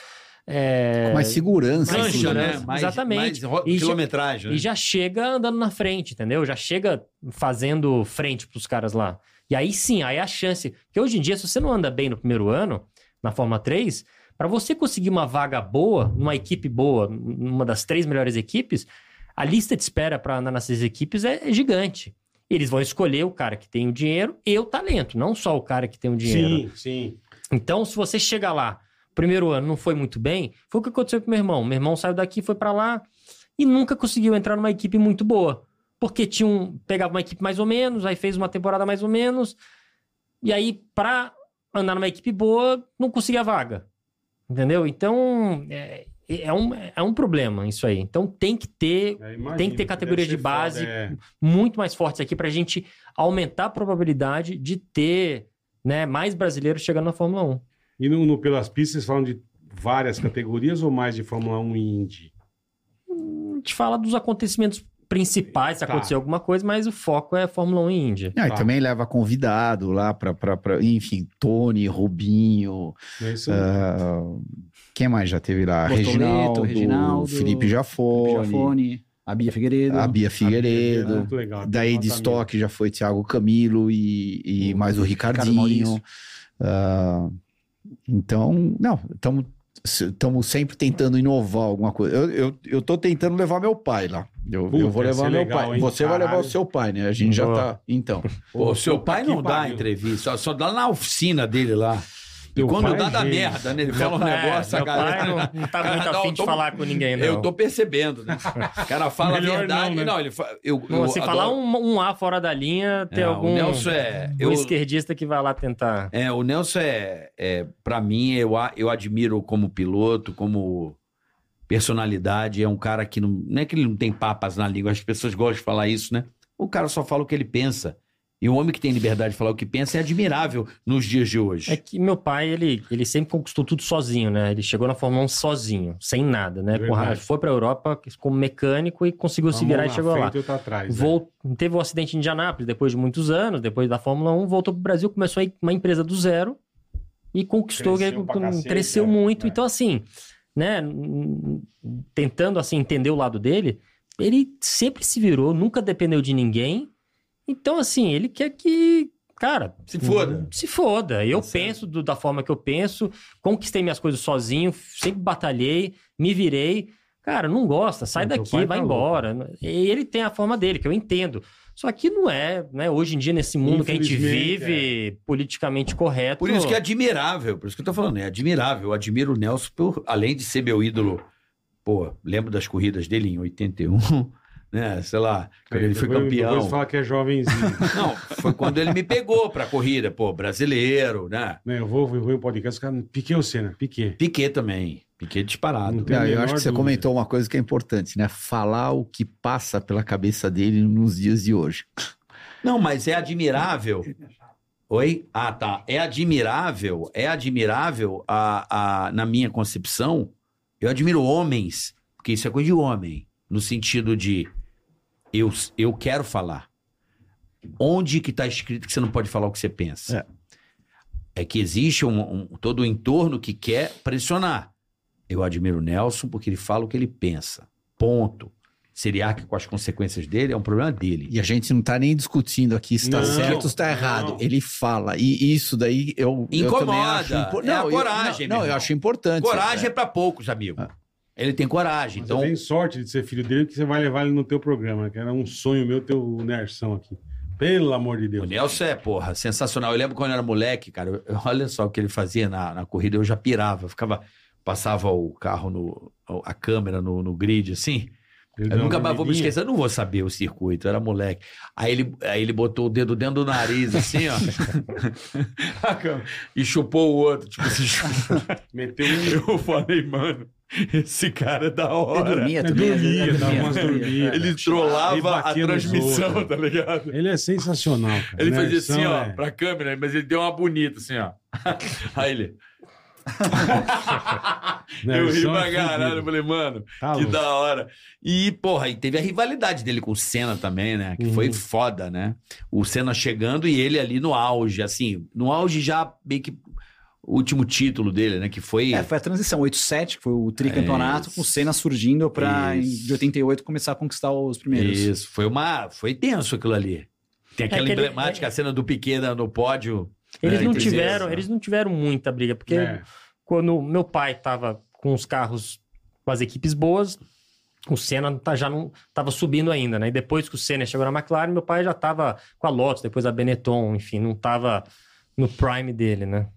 é,
Com mais segurança.
Mais
assim,
Cancha, né?
segurança,
Mais,
exatamente.
Mais ro-
E já-
quilometragem. né?
E já chega andando na frente, entendeu? Já chega fazendo frente pros caras lá. E aí sim, aí é a chance. Porque hoje em dia, se você não anda bem no primeiro ano, na Fórmula 3, para você conseguir uma vaga boa, numa equipe boa, numa das três melhores equipes, a lista de espera para andar nessas equipes é, é gigante. Eles vão escolher o cara que tem o dinheiro e o talento, não só o cara que tem o dinheiro.
sim, sim.
Então, se você chega lá, primeiro ano não foi muito bem, foi o que aconteceu com meu irmão. Meu irmão saiu daqui, foi pra lá e nunca conseguiu entrar numa equipe muito boa. Porque tinha um, pegava uma equipe mais ou menos, aí fez uma temporada mais ou menos, e aí pra andar numa equipe boa, não conseguia vaga. Entendeu? Então, é, é um, é um problema isso aí. Então, tem que ter
É, imagino,
Tem que ter
deve
categoria
ser
de
foda,
base.
é.
muito mais fortes aqui pra gente aumentar a probabilidade de ter né, mais brasileiros chegando na Fórmula 1.
E no, no Pelas Pistas, vocês falam de várias categorias ou mais de Fórmula 1 e Indy?
a gente fala dos acontecimentos principais, se
Tá.
acontecer alguma coisa, mas o foco é Fórmula 1 e Índia.
Ah, e
Tá.
também leva convidado lá pra, pra, pra- enfim, Tony, Rubinho,
É isso?
ah, quem mais já teve lá?
Bortoleto,
Reginaldo,
Reginaldo,
Felipe Jafone,
Jafone, a Bia Figueiredo.
a Bia
É
Figueiredo,
muito legal. Tem
Ah, daí de
nota
estoque já foi Thiago Camilo e, e
Hum,
mais o
Ricardo
Ricardinho.
Maurício.
Ah, então, não, estamos estamos sempre tentando inovar alguma coisa. Eu, eu, eu tô tentando levar meu pai lá. Eu,
Puta,
eu vou
ia
levar
ser
meu
legal,
pai.
hein?
Você vai levar o
Caralho.
seu pai, né? A gente já
Boa.
tá. Então,
Pô, seu
puta
pai
que
não dá
pariu.
entrevista, só- só dá na oficina dele lá. E
Teu
quando
pai
dá,
é
dá
gênio.
merda, né? Ele fala um
É,
negócio, a
meu
galera.
pai não, não tá muito
Não,
afim de
tô-
falar com ninguém, não.
Eu tô percebendo, né? O cara fala a
Melhor
verdade.
não,
Não,
né?
ele fa... eu,
Bom,
eu
se
adoro-
falar um, um A fora da linha, tem
É,
algum
O Nelson é.
um
Eu...
esquerdista que vai lá tentar.
É, o Nelson é, é para mim, eu, a- eu admiro como piloto, como personalidade. É um cara que não, não é que ele não tem papas na língua, as pessoas gostam de falar isso, né? O cara só fala o que ele pensa. E o homem que tem liberdade de falar o que pensa é admirável nos dias de hoje.
É que meu pai, ele, ele sempre conquistou tudo sozinho, né? Ele chegou na Fórmula 1 sozinho, sem nada, né?
Verdade.
Porra, foi pra Europa como mecânico e conseguiu se virar e chegou lá.
Tá atrás, né?
Vol... Teve um acidente em Indianápolis depois de muitos anos, depois da Fórmula 1, voltou pro Brasil, começou aí uma empresa do zero e conquistou,
Cresceu
cresceu,
pra cacete, é,
muito.
é.
Então, assim, né, n- n- tentando assim entender o lado dele, ele sempre se virou, nunca dependeu de ninguém. Então, assim, ele quer que, cara,
Se
Uhum.
foda.
se foda. Eu
Tá certo.
penso do- da forma que eu penso, conquistei minhas coisas sozinho, sempre batalhei, me virei. Cara, não gosta, sai
É,
Não, teu
daqui,
pai
vai
tá
embora. E ele tem a forma dele, que eu entendo. Só que não é, né? Hoje em dia, nesse mundo que a gente
Infelizmente,
vive, politicamente correto.
é. Por isso que é admirável, por isso que eu tô falando, é admirável. Eu admiro o Nelson, por, além de ser meu ídolo, pô, lembro das corridas dele em 81, né? Sei lá, quando ele foi
É, Depois-
campeão.
Depois fala que é jovenzinho.
Não, foi quando ele me pegou pra corrida, pô, brasileiro, né?
né, eu vou ver um podcast, os caras. Piquet ou Senna? Piquet.
Piquet também, Piquet disparado.
Não tem a
Não, eu
menor
acho que você
dúvida.
comentou uma coisa que é importante, né? Falar o que passa pela cabeça dele nos dias de hoje.
Não, mas é admirável. Oi? Ah, tá. É admirável, é admirável a, a, na minha concepção. Eu admiro homens, porque isso é coisa de homem, no sentido de eu, eu quero falar. Onde que está escrito que você não pode falar o que você pensa? É, que existe um, um- todo o entorno que quer pressionar. Eu admiro o Nelson porque ele fala o que ele pensa. Ponto. Se ele arca com as consequências dele, é um problema dele.
E a gente não tá nem discutindo aqui se tá
Não,
certo ou se tá
não.
errado. Ele fala. E isso daí eu. eu
Incomoda.
também acho impo-
É a
eu-
coragem,
Não,
meu
eu
irmão.
acho importante. né?
Coragem é pra poucos, amigo.
Ah.
Ele tem coragem.
Mas
então,
Você tem sorte de ser filho dele, que você vai levar ele no teu programa, que era um sonho meu ter o Nersão aqui. Pelo amor de
o
Deus.
Nelson é, porra, sensacional. Eu lembro quando eu era moleque, cara, eu- eu- olha só o que ele fazia na, na corrida, eu já pirava. eu Ficava, passava o carro no. a câmera no, no grid, assim.
Ele
Eu
deu
nunca
uma
mais vou me
bebidinha.
esquecer, eu não vou saber o circuito, eu era moleque. Aí ele, aí ele botou o dedo dentro do nariz, assim, ó. A câmera, e chupou o outro. Tipo, se chupou.
Meteu um
Eu falei, mano, esse cara é da
Ele
hora.
dormia
Ele
também.
dormia,
né?
dava umas dormidas.
Ele
Ele
trollava a
batia nos
transmissão,
outros.
tá ligado?
Ele é sensacional, cara.
Ele fazia
Nersão
assim, ó,
é-
pra câmera, mas ele deu uma bonita, assim, ó. Aí ele. eu ri
Nersão é
pra caralho, eu
fudido.
falei, mano,
Tá
que
louco.
da hora. E, porra, e teve a rivalidade dele com o Senna também, né? Que
Uhum.
foi foda, né? O Senna chegando e ele ali no auge, assim, no auge já meio que o último título dele, né? Que foi.
É, foi a transição 8-7, que foi o tricampeonato,
Isso.
com o Senna surgindo pra, em-
Isso.
de 88, começar a conquistar os primeiros.
Isso, foi uma. Foi tenso aquilo ali. Tem aquela
É que ele-
emblemática cena do Piquet na- no pódio.
Eles
É,
não
entendi.
tiveram, eles não tiveram muita briga, porque
É.
quando meu pai tava com os carros, com as equipes boas, o Senna tá- já não tava subindo ainda, né? E depois que o Senna chegou na McLaren, meu pai já tava com a Lotus, depois a Benetton, enfim, não tava no prime dele, né?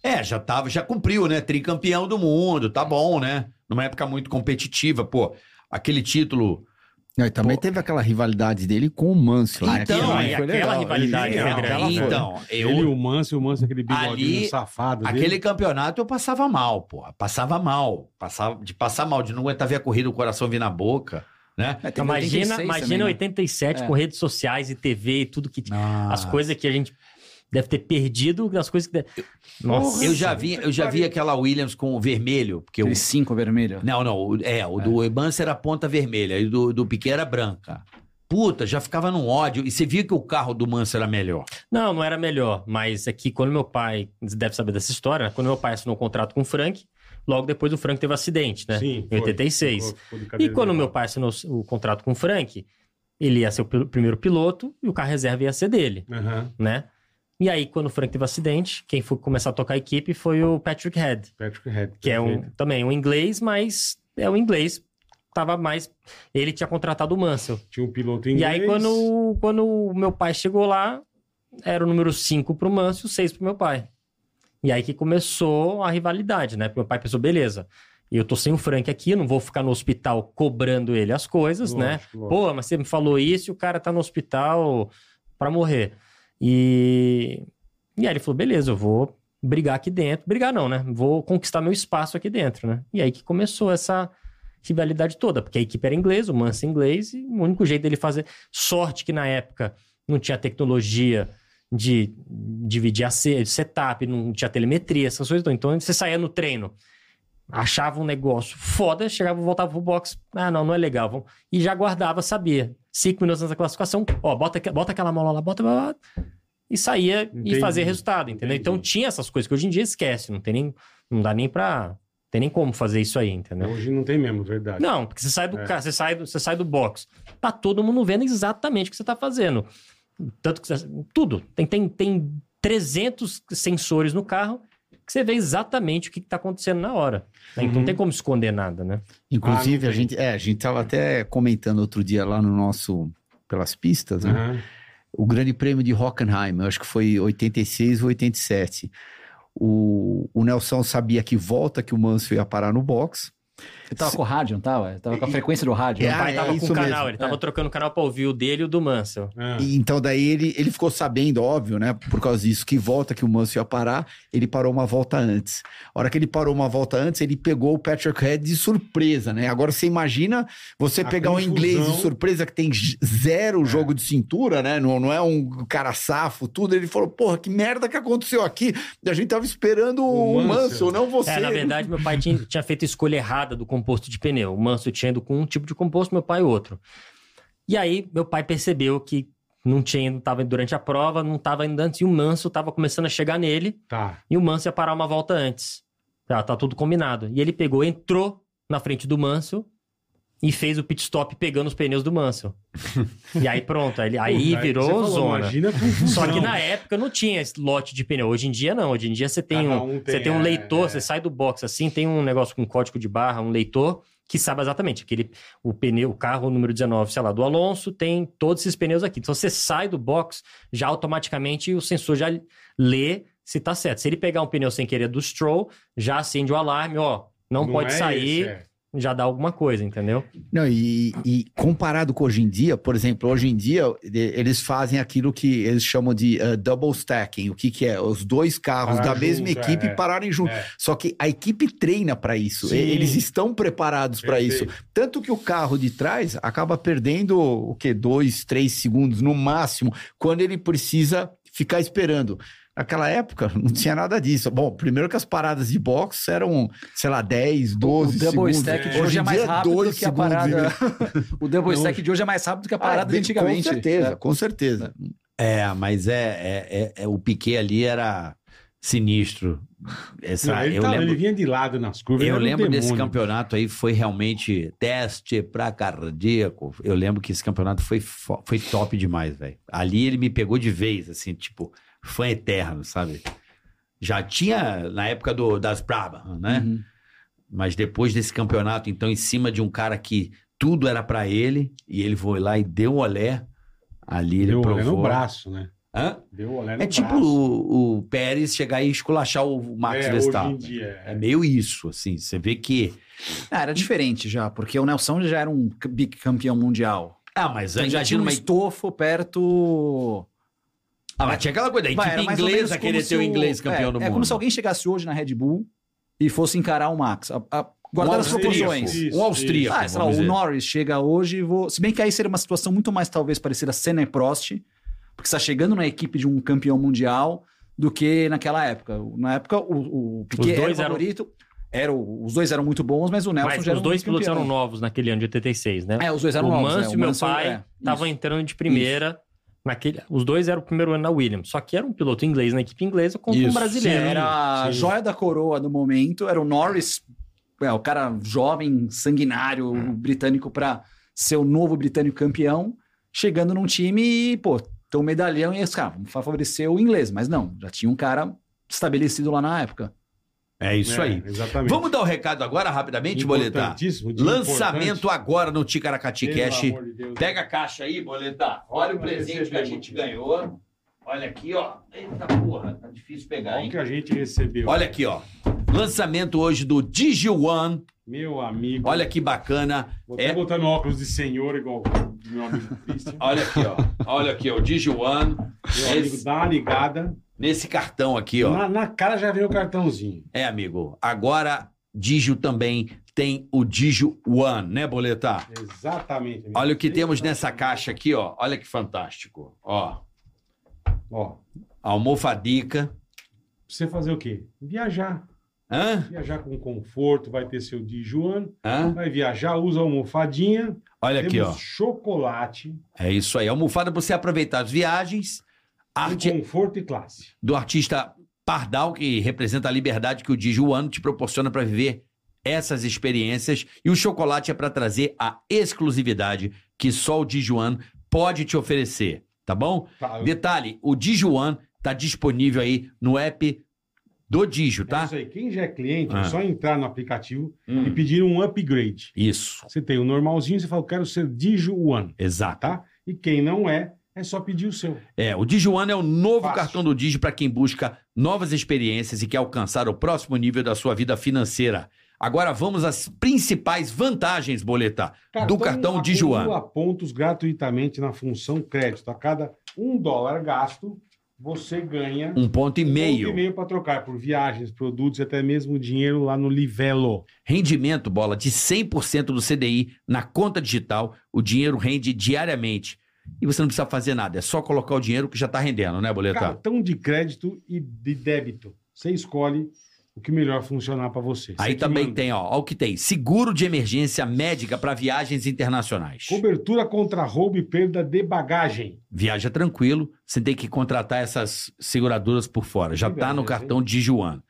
É, já tava, já cumpriu, né? Tricampeão do mundo, tá bom, né? Numa época muito competitiva, pô. Aquele título.
Não, e também teve aquela rivalidade dele com o Mansell. né?
é Então,
Que
aí
foi
aquela rivalidade
Legal.
foi grande.
Aquela foi.
então,
Ele e
eu.
o Manso, e o Manso, é aquele bigodinho
Ali,
safado
Aquele
dele.
campeonato eu passava mal, pô. Passava mal. Passava, de passar mal, de não aguentar ver a corrida, o coração vir na boca, né?
É, teve
Então, Imagina,
86
imagina
também, né?
87
É.
com redes sociais e TV e tudo que as
Ah.
coisas que a gente deve ter perdido, as coisas que deve... Nossa,
Eu já vi, eu já vi aquela Williams com o vermelho, porque o
Aquele 5 vermelho.
Não, não. o- É, o do Evans era ponta vermelha e o do, do Piquet era branca. Puta, já ficava num ódio. E você via que o carro do Manso era melhor.
Não, não era melhor, mas é que quando meu pai, você deve saber dessa história, né? quando meu pai assinou o contrato com o Frank, logo depois o Frank teve um acidente, né?
Sim,
em
foi.
86.
Ficou- ficou de
E
cadeira
quando
de
meu
pau.
pai assinou o contrato com o Frank, ele ia ser o pil- primeiro piloto e o carro reserva ia ser dele,
Aham,
né? E aí, quando o Frank teve um acidente, quem foi começar a tocar a equipe foi o Patrick Head,
Patrick Head.
que é um,
perfeito.
também um inglês, mas é um inglês. Tava mais. Ele tinha contratado o Mansell.
Tinha um piloto
E
inglês.
aí, quando, quando o meu pai chegou lá, era o número 5 pro Manso e o 6 pro meu pai. E aí que começou a rivalidade, né? Porque meu pai pensou, beleza, eu tô sem o Frank aqui, não vou ficar no hospital cobrando ele as coisas,
Lógico,
né?
lógico.
Pô, mas você me falou isso e o cara tá no hospital pra morrer. E... e aí ele falou, beleza, eu vou brigar aqui dentro. Brigar não, né? Vou conquistar meu espaço aqui dentro, né? E aí que começou essa rivalidade toda, porque a equipe era inglesa, o Manso é inglês, e o único jeito dele fazer... Sorte que na época não tinha tecnologia de dividir a se- setup, não tinha telemetria, essas coisas. Então você saía no treino, achava um negócio foda, chegava, voltava pro box, ah, não, não é legal, vamos- e já guardava, sabia. Cinco minutos antes da classificação, ó, bota, aqua- bota aquela mola lá, bota, bota, e saía
Entendi.
e fazia resultado, entendeu?
Entendi.
Então tinha essas coisas que hoje em dia esquece, não tem nem, não dá nem pra, tem nem como fazer isso aí, entendeu?
Hoje não tem mesmo, verdade.
Não, porque você sai do
É.
ca- você sai do, você sai do box. Tá todo mundo vendo exatamente o que você tá fazendo. Tanto que você, tudo, tem tem tem 300 sensores no carro que você vê exatamente o que que tá acontecendo na hora. né? Então
Uhum.
não tem como esconder nada, né?
Inclusive,
Ah, não
a, gente, é, a gente tava até comentando outro dia lá no nosso. Pelas pistas, né?
Aham.
O Grande Prêmio de Hockenheim, eu acho que foi 86 ou 87. O, o Nelson sabia que volta que o Manso ia parar no box.
Ele tava com o rádio, não tava? Ele tava com a frequência do rádio.
É,
Meu pai
é
tava com
isso
o canal,
mesmo,
ele tava
é.
trocando o canal pra ouvir o dele e o do Mansell.
Ah.
E então daí ele, ele ficou sabendo, óbvio, né? Por causa disso, que volta que o Manso ia parar, ele parou uma volta antes. A hora que ele parou uma volta antes, ele pegou o Patrick Head de surpresa, né? Agora você imagina você
A
pegar um
confusão. É.
inglês de surpresa que tem j- zero jogo de cintura, né? Não, não é um cara safo, tudo. Ele falou, porra, que merda que aconteceu aqui? A gente tava esperando
O
o
Mansell.
Manso, não você. né?
É, na verdade, meu pai tinha, tinha feito a escolha errada do composto de pneu. O Manso tinha ido com um tipo de composto, meu pai outro. E aí, meu pai percebeu que não tinha, não tava indo durante a prova, não estava indo antes, e o Manso estava começando a chegar nele,
Tá.
e o Manso ia parar uma volta antes. Já tá tudo combinado. E ele pegou, entrou na frente do Manso e fez o pit stop pegando os pneus do Manso. e aí pronto, ele, aí
Puta,
virou
você falou,
zona.
Imagina a confusão.
Só que na época não tinha esse lote de pneu. Hoje em dia não. Hoje em dia você tem
Cada
um,
um tem,
você tem um
é,
leitor,
é.
você sai do box assim, tem um negócio com código de barra, um leitor que sabe exatamente aquele o pneu, o carro número 19, sei lá, do Alonso, tem todos esses pneus aqui. Então você sai do box, já automaticamente o sensor já lê se tá certo. Se ele pegar um pneu sem querer do Stroll, já acende o alarme, ó, não, pode
é
sair,
esse, é.
já dá alguma coisa, entendeu?
Não, e, e comparado com hoje em dia, por exemplo, hoje em dia e- eles fazem aquilo que eles chamam de eh, double stacking, o que, que é? Os dois carros
Parar
da mesma
junto,
equipe
é, é.
pararem juntos.
É.
Só que a equipe treina para isso,
Sim.
E- eles estão preparados para isso.
Perfeito.
Tanto que o carro de trás acaba perdendo o que dois, três segundos no máximo quando ele precisa ficar esperando. Naquela época não tinha nada disso. Bom, primeiro que as paradas de box eram, sei lá, 10, 12
o double
segundos.
stack de
Hoje
hoje
em
é mais
dia,
rápido
dois
do que a
segundos,
parada.
né?
o double
Não.
stack de hoje é mais rápido do que a parada
Ah,
de
bem,
antigamente.
Com certeza,
né?
com certeza.
É, mas é, é- é- é- o Piquet ali era sinistro. Essa,
Não, ele,
eu
tá- ele
lembro,
vinha de lado nas curvas. ele
eu
era um
lembro desse
demônio.
campeonato aí, foi realmente teste pra cardíaco. Eu lembro que esse campeonato foi, fo- foi top demais, velho. Ali ele me pegou de vez, assim, tipo, fã eterno, sabe? Já tinha na época do, das Braba, né?
Uhum.
Mas depois desse campeonato, então, em cima de um cara que tudo era pra ele, e ele foi lá e deu olé, ali ele
Deu olé
provou.
no braço, né?
Hã?
Deu olé no
É tipo
braço.
o, o Pérez chegar e esculachar o Max
É,
Verstappen.
Hoje em dia,
É
é.
meio isso, assim. Você vê que.
Ah, era diferente já, porque o Nelson já era um c- bicampeão mundial.
Ah, mas
Então, já tinha
imagina
um
uma.
estofo perto.
Ah, mas tinha aquela coisa, a
Vai, era
equipe
mais ou menos
inglesa
como
querer
se
ter o inglês campeão
é,
do
É
mundo.
como se alguém chegasse hoje na Red Bull e fosse encarar o Max. A, a, guardar as
austríaco.
proporções.
Isso,
um austríaco.
Ah, sei lá,
vamos
o
dizer.
Norris chega hoje e vou. Se bem que aí seria uma situação muito mais, talvez, parecida a Senna e Prost, porque você está chegando na equipe de um campeão mundial do que naquela época. Na época, o, o Piquet
Os
era o
dois eram-
favorito. Era o- os dois eram muito bons, mas o Nelson
Mas
já era
os dois
um
pilotos
campeão.
eram novos naquele ano de 86, né?
É, os dois eram
o
novos.
Manso
é,
e meu
Manso,
pai
é,
estavam
isso.
entrando de primeira. Naquele, os dois eram o primeiro ano na Williams, só que era um piloto inglês na equipe inglesa contra um
Isso,
brasileiro.
Era a
Sim.
joia da coroa do momento, era o Norris, é, o cara jovem, sanguinário,
Hum.
britânico, para ser o novo britânico campeão, chegando num time e, pô, tem um medalhão e esse cara, vamos favorecer o inglês, mas não, já tinha um cara estabelecido lá na época.
É isso
É,
aí.
Exatamente.
Vamos dar o recado agora, rapidamente, Boletar.
Importantíssimo, de
Lançamento
importante.
agora no Ticaracati
Pelo
Cash.
amor de Deus.
Pega a caixa aí, Boletar. Olha o presente que a gente ganhou. Olha aqui, ó. Eita porra, tá difícil pegar,
Olha o
hein?
que a gente recebeu.
Olha aqui, ó. Lançamento hoje do Digi One.
Meu amigo.
Olha que bacana.
Vou até
É,
botar no óculos de senhor igual o meu amigo Christian.
olha aqui, ó. Olha aqui, ó. O Digi One.
Meu amigo,
Esse-
dá uma ligada.
nesse cartão aqui, ó.
Na, na cara já vem o cartãozinho.
É, amigo. Agora, Digio também tem o Digio One, né, Boletar?
Exatamente. amigo.
Olha o que temos nessa caixa aqui, ó. Olha que fantástico. Ó,
Ó, pra
almofadica.
você fazer o quê? Viajar.
Hã?
Viajar com conforto, vai ter seu Dijuan.
Hã?
Vai viajar, usa a almofadinha.
Olha aqui,
temos
ó.
chocolate,
É isso aí. Almofada pra você aproveitar as viagens. Arte
com conforto e classe.
do artista Pardal, que representa a liberdade que o Dijuano te proporciona para viver essas experiências. E o chocolate é para trazer a exclusividade que só o Dijuano pode te oferecer, tá bom?
Tá,
Detalhe, o Dijuan tá disponível aí no app do Dijo,
É
tá?
isso aí. Quem já é cliente,
Ah.
é só entrar no aplicativo e
Hum.
pedir um upgrade.
Isso,
Você tem o normalzinho, você fala, quero ser Dijuan,
exato.
tá? E quem não é, é só pedir o seu.
É, o Dijuano é o novo
Fácil.
cartão do Digio para quem busca novas experiências e quer alcançar o próximo nível da sua vida financeira. Agora vamos às principais vantagens, Boletar, do cartão Dijuano.
acumula pontos gratuitamente na função crédito. A cada um dólar gasto, você ganha
Um ponto e
ponto e
meio.
meio para trocar por viagens, produtos e até mesmo dinheiro lá no Livelo.
Rendimento, bola, de 100% do CDI na conta digital. O dinheiro rende diariamente. E você não precisa fazer nada, é só colocar o dinheiro que já está rendendo, né, Boletar?
Cartão de crédito e de débito. Você escolhe o que melhor funcionar para você. Você
Aí
é que
também
manda.
tem, ó, ó, o que tem: seguro de emergência médica para viagens internacionais.
Cobertura contra roubo e perda de bagagem.
Viaja tranquilo, sem ter que contratar essas seguradoras por fora. Já
Que
está no
beleza,
cartão de Joana.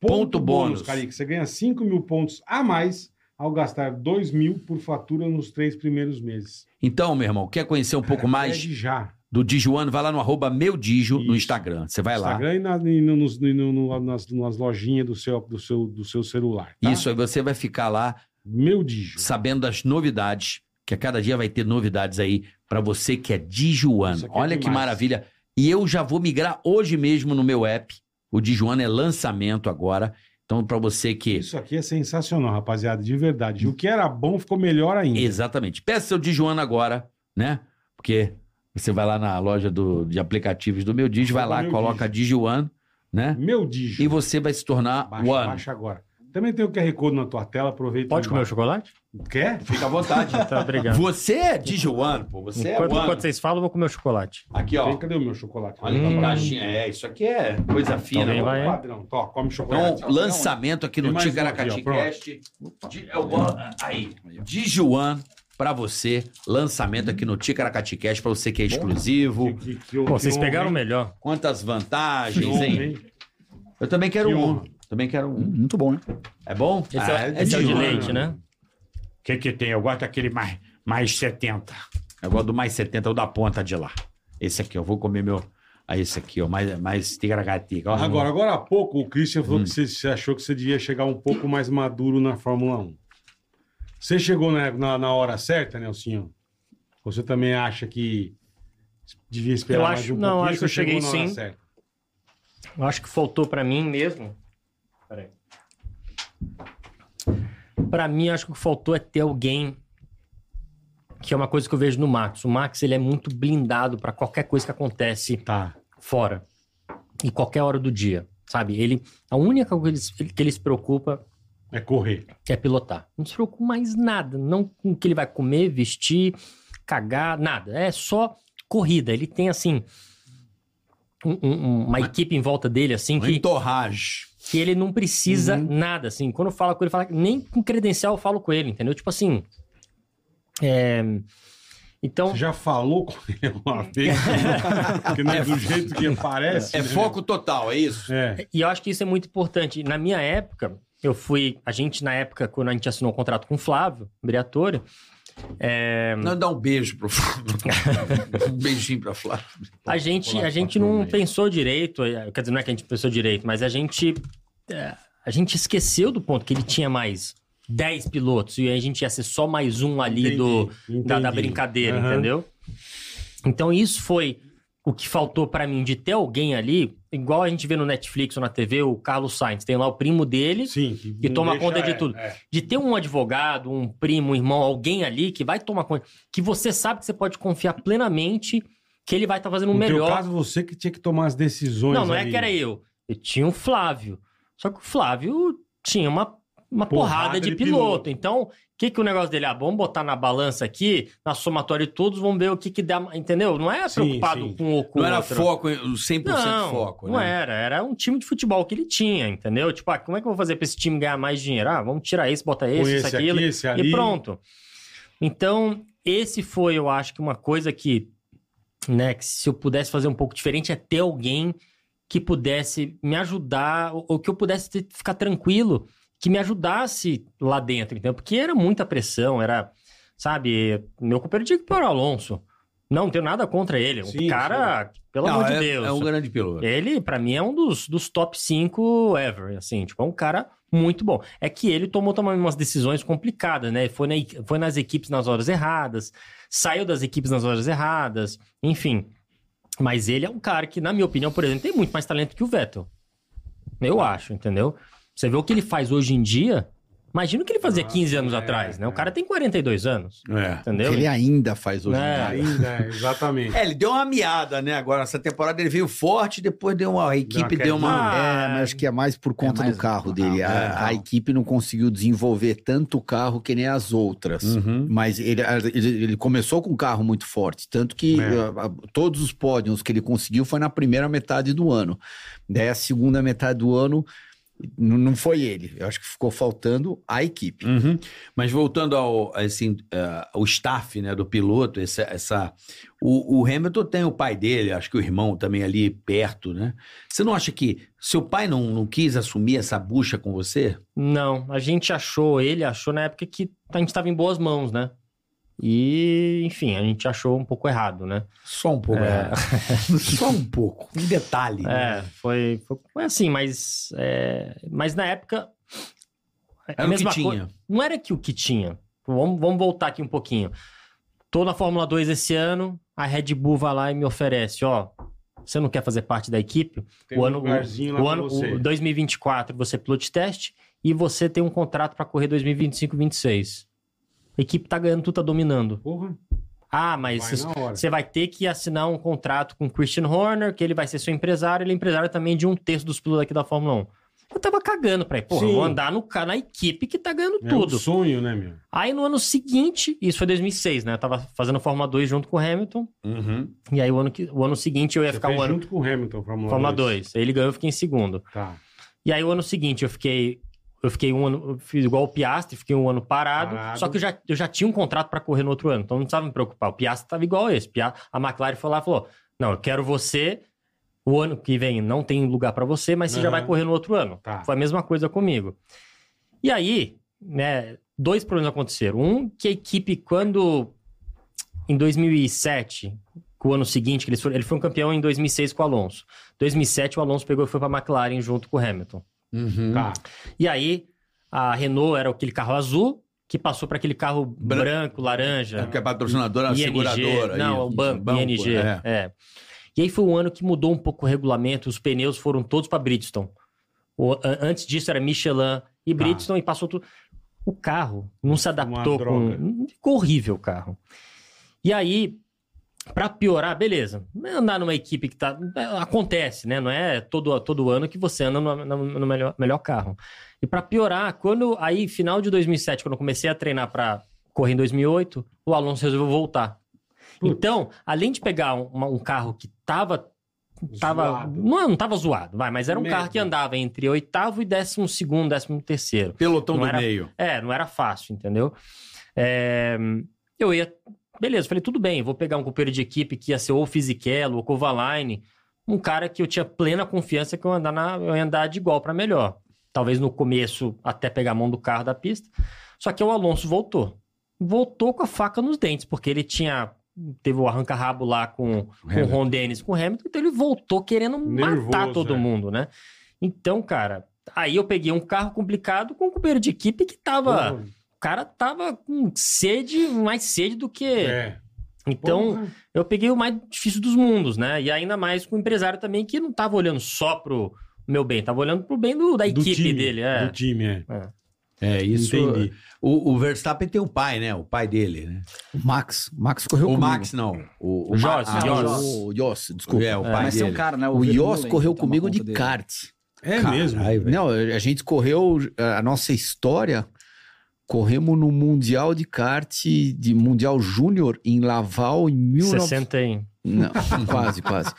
Ponto bônus.
Carica. Você ganha 5 mil pontos a mais ao gastar 2 mil por fatura nos três primeiros meses.
Então, meu irmão, quer conhecer um
É
pouco mais
Pede já.
do Dijuano? Vai lá no arroba meu Dijo
Isso.
no Instagram. Você vai lá.
Instagram e, na- e no- nos- e no- no- nas, nas lojinhas do seu, do seu, do seu celular. tá?
Isso aí você vai ficar lá
Meu Dijo.
sabendo das novidades, que a cada dia vai ter novidades aí pra você que é Dijuano.
Isso aqui é
Olha que
demais.
maravilha. E eu já vou migrar hoje mesmo no meu app. O Dijuano é lançamento agora. Então, pra você que
Isso aqui é sensacional, rapaziada, de verdade. E o que era bom ficou melhor ainda.
Exatamente. Peça seu Dijuano agora, né? Porque você vai lá na loja do- de aplicativos do meu Digi, vai lá,
Meu
coloca Dijuano, né?
Meu Dijo.
E você vai se tornar
Baixa,
One.
baixa agora. Também tem o QR Code na tua tela, aproveita.
Pode
e
comer o
baixa.
chocolate?
Quer?
Fica à vontade.
Tá, obrigado.
Você é Dijuano, pô. Você é
Enquanto,
One.
enquanto vocês falam, eu vou comer o chocolate.
Aqui,
Vem,
ó.
cadê o meu chocolate?
Olha
Hum.
que caixinha. É, isso aqui é coisa fina.
Alguém
mano.
vai-
Padrão, Tó, come chocolate.
Então, lançamento aqui
um Tem
no
mais um aqui,
Ticaracati
ó, pronto.
Cast. Di- é o One- Aí, Dijuan pra você. Lançamento aqui no Ticaracati Cast pra você que é exclusivo.
Que- que- que honra,
Pô, vocês
hein?
pegaram o melhor.
Quantas
Que
vantagens,
honra,
hein?
hein?
Eu também quero
Que
um.
honra.
Também quero
Hum,
um.
Muito bom, né?
É bom?
Esse é,
Ah,
esse é o de
um.
leite, né?
O que que tem? Eu gosto daquele mais, mais 70.
Eu gosto do mais 70, o da ponta de lá. Esse aqui, eu vou comer meu. Ah, esse aqui, ó. Mais, mais tigaragatica.
Uhum.
ó.
Agora, agora há pouco, o Christian falou que você, você achou que você devia chegar um pouco mais maduro na Fórmula 1. Você chegou na, na, na hora certa, Nelsinho? Ou Você também acha que devia esperar
Eu
mais
acho-
um
não,
pouquinho,
acho que eu
você chegou
cheguei
na hora
sim.
certa?
Eu acho que faltou pra mim mesmo. Peraí. Pra mim, acho que o que faltou é ter alguém que é uma coisa que eu vejo no Max. O Max ele é muito blindado pra qualquer coisa que acontece
Tá.
fora e qualquer hora do dia, sabe? Ele a única coisa que ele se- que ele se preocupa
É correr.
é pilotar. Não se preocupa mais nada, não com o que ele vai comer, vestir, cagar, nada. É só corrida. Ele tem assim um- um- uma equipe em volta dele assim
Um
que
então
entorrage.
que ele não precisa
Uhum.
nada, assim. Quando eu falo com ele, eu falo, nem com credencial eu falo com ele, entendeu? Tipo assim. é, Então,
Você já falou com ele
É.
uma vez? Porque não é do jeito que parece.
É
né?
foco total, é isso?
É.
e eu acho que isso é muito importante. Na minha época, eu fui. A gente, na época, quando a gente assinou o contrato com o Flávio, Briatore,
Não, dá um beijo pro Flávio. um beijinho pra Flávio.
a gente,
Tá, lá, um
a gente
patrão,
não
aí.
pensou direito. eh, Quer dizer, não é que a gente pensou direito, mas a gente. eh, A gente esqueceu do ponto que ele tinha mais 10 pilotos e a gente ia ser só mais um ali do.
Entendi,
da, da
entendi.
brincadeira,
Aham.
entendeu? Então isso foi o que faltou pra mim de ter alguém ali, igual a gente vê no Netflix ou na TV, o Carlos Sainz, tem lá o primo dele,
Sim. que
E
não
toma
deixa-
conta de
é,
tudo.
é.
de ter um advogado, um primo, um irmão, alguém ali que vai tomar conta, que você sabe que você pode confiar plenamente que ele vai estar fazendo o
No
melhor.
teu caso, você que tinha que tomar as decisões
não, não é
ali.
que era eu. Eu tinha o Flávio. Só que o Flávio tinha uma uma
Porrada
porrada,
de
de,
piloto.
piloto. Então, o que, que o negócio dele é? Ah, vamos botar na balança aqui, na somatória de todos, vamos ver o que, que dá. Entendeu? Não é
Sim,
preocupado
sim.
com o com
Não
o
era
outro.
foco, 100%
Não,
foco,
não
né?
era. Era um time de futebol que ele tinha, entendeu? Tipo, ah, como é que eu vou fazer pra esse time ganhar mais dinheiro? Ah, vamos tirar esse, botar
Põe
esse, isso,
esse
aquilo.
aqui, esse ali.
E pronto. Então, esse foi, eu acho que uma coisa que, né, que se eu pudesse fazer um pouco diferente é ter alguém que pudesse me ajudar, ou, ou que eu pudesse ter- ficar tranquilo, que me ajudasse lá dentro, entendeu? Porque era muita pressão, era, sabe, meu companheiro tinha que pôr o Alonso. Não, não tenho nada contra ele.
Sim,
o cara, pelo
Não,
amor de
é,
Deus.
é um grande piloto.
Ele, pra mim, é um dos, dos top 5 ever, assim, tipo, é um cara muito bom. É que ele tomou também umas decisões complicadas, né? Foi, na e- foi nas equipes nas horas erradas, saiu das equipes nas horas erradas, enfim. Mas ele é um cara que, na minha opinião, por exemplo, tem muito mais talento que o Vettel. Eu acho, entendeu? Você vê o que ele faz hoje em dia, imagina o que ele fazia 15 anos
é,
atrás, né?
é.
O cara tem 42 anos,
É.
entendeu?
Ele ainda faz hoje. em
É.
dia.
Ainda, é, exatamente.
É, ele deu uma miada, né? Agora, essa temporada ele veio forte, depois deu uma. A equipe
uma
deu
Ah,
uma.
É, mas acho que é mais por conta
mais
do carro
do
dele.
carro,
a,
é.
a equipe não conseguiu desenvolver tanto o carro que nem as outras.
Uhum.
Mas ele, ah, ele, ele começou com um carro muito forte, tanto que
É.
uh, a- todos os pódios que ele conseguiu foi na primeira metade do ano. Daí a segunda metade do ano n- não foi ele. Eu acho que ficou faltando a equipe.
Uhum. Mas voltando ao, assim, eh, ao staff né, do piloto, essa, essa- o, o Hamilton tem o pai dele, acho que o irmão também ali perto, né? Você não acha que seu pai não, não quis assumir essa bucha com você?
Não, a gente achou, ele achou na época que a gente estava em boas mãos, né? E, enfim, a gente achou um pouco errado, né?
Só um pouco,
É.
né? Só um pouco, um detalhe. né?
É, foi, foi, foi assim, mas, é, mas na época. é a
Era o que
mesma coi-
tinha.
Não era que o que tinha. Vamos, vamos voltar aqui um pouquinho. Tô na Fórmula 2 esse ano, a Red Bull vai lá e me oferece, ó. Você não quer fazer parte da equipe?
Tem
o
um
ano-
lugarzinho lá
o
pra
ano
você.
o 2024 você é piloto de teste e você tem um contrato pra correr 2025-26. A equipe tá ganhando, tu tá dominando.
Porra,
Ah, mas
vai
isso-
na hora.
você vai ter que assinar um contrato com o Christian Horner, que ele vai ser seu empresário, ele é empresário também de um terço dos pilotos aqui da Fórmula 1. Eu tava cagando pra ele. Porra, eu
Sim.
vou andar no, ca- na equipe que tá ganhando
É um
tudo.
sonho, né, meu?
Aí no ano seguinte, isso foi 2006, né? Eu tava fazendo Fórmula 2 junto com o Hamilton.
Uhum.
E aí o ano, que, o ano seguinte eu ia
Você
ficar um
fez
ano
junto com o Hamilton, Fórmula,
Fórmula 2. Ele ganhou, eu fiquei em segundo.
Tá.
E aí o ano seguinte eu fiquei eu fiquei um ano, eu fiz igual o Piastri, fiquei um ano parado,
Parado.
só que eu já, eu já tinha um contrato pra correr no outro ano, então não precisava me preocupar. O Piastri tava igual esse. Pia- A McLaren foi lá e falou: "Não, eu quero você o ano que vem, não tem lugar pra você, mas você já
Aham.
vai correr no outro ano".
Tá.
Foi a mesma coisa comigo. E aí, né, dois problemas aconteceram. Um, que a equipe, quando. Em 2007, que o ano seguinte, que eles foram, ele foi um campeão em 2006 com o Alonso. 2007, o Alonso pegou e foi para a McLaren junto com o Hamilton.
Uhum.
Tá.
E aí, a Renault era aquele carro azul, que passou para aquele carro
Bran-
branco, laranja.
É porque a patrocinadora, a
ING,
seguradora.
Não,
isso,
o banco, ING.
é.
É. E aí foi um ano que mudou um pouco o regulamento, os pneus foram todos para Bridgestone. O- a- antes disso era Michelin e Bridgestone e passou tudo. O carro não se adaptou
droga.
com. Ficou horrível o carro. E aí, para piorar, beleza. Andar numa equipe que tá. Acontece, né? Não é todo, todo ano que você anda no, no- no melhor, melhor carro. E para piorar, quando. Aí, final de 2007, quando eu comecei a treinar para correr em 2008, o Alonso resolveu voltar.
Putz.
Então, além de pegar um, uma- um carro que tava. tava
Zoado.
Não, não tava zoado, vai, mas era um
Merda.
carro que andava entre oitavo e décimo segundo, décimo terceiro.
Pelotão
Não
do
era-
meio.
É, não era fácil, entendeu? É, eu ia. Beleza, falei, tudo bem, vou pegar um companheiro de equipe que ia ser ou Fisichella ou Kovalainen, um cara que eu tinha plena confiança que eu ia andar, na- eu ia andar de igual para melhor. Talvez no começo até pegar a mão do carro da pista. Só que o Alonso voltou. Voltou com a faca nos dentes, porque ele tinha. Teve o arranca-rabo lá com, com o Ron Dennis e com o Hamilton, então ele voltou querendo
Nervoso,
matar todo
é.
mundo, né? Então, cara, aí eu peguei um carro complicado com um companheiro de equipe que tava.
Porra.
O cara tava com sede, mais sede do que.
É.
Então,
Porra.
eu peguei o mais difícil dos mundos, né? E ainda mais com o empresário também, que não tava olhando só pro meu bem, tava olhando pro bem do, da
Do
equipe
time,
dele. É.
Do time, é.
É, isso.
Entendi.
O, o Verstappen tem o pai, né? O pai dele, né?
O Max, o Max correu
O
comigo.
Max, não. O, o
Jorge,
Max,
Ah,
Jorge.
o Yoss, desculpa.
É, o pai
Mas tem
dele.
um cara, né?
O
Vermeulen,
Yoss correu
que toma
comigo
conta
de Né?
dele.
kart.
É mesmo.
Caralho, velho.
Não, a gente correu, a nossa história, corremos no Mundial de Kart, de Mundial Júnior, em Laval, em 19...
60 em...
Não, quase, quase.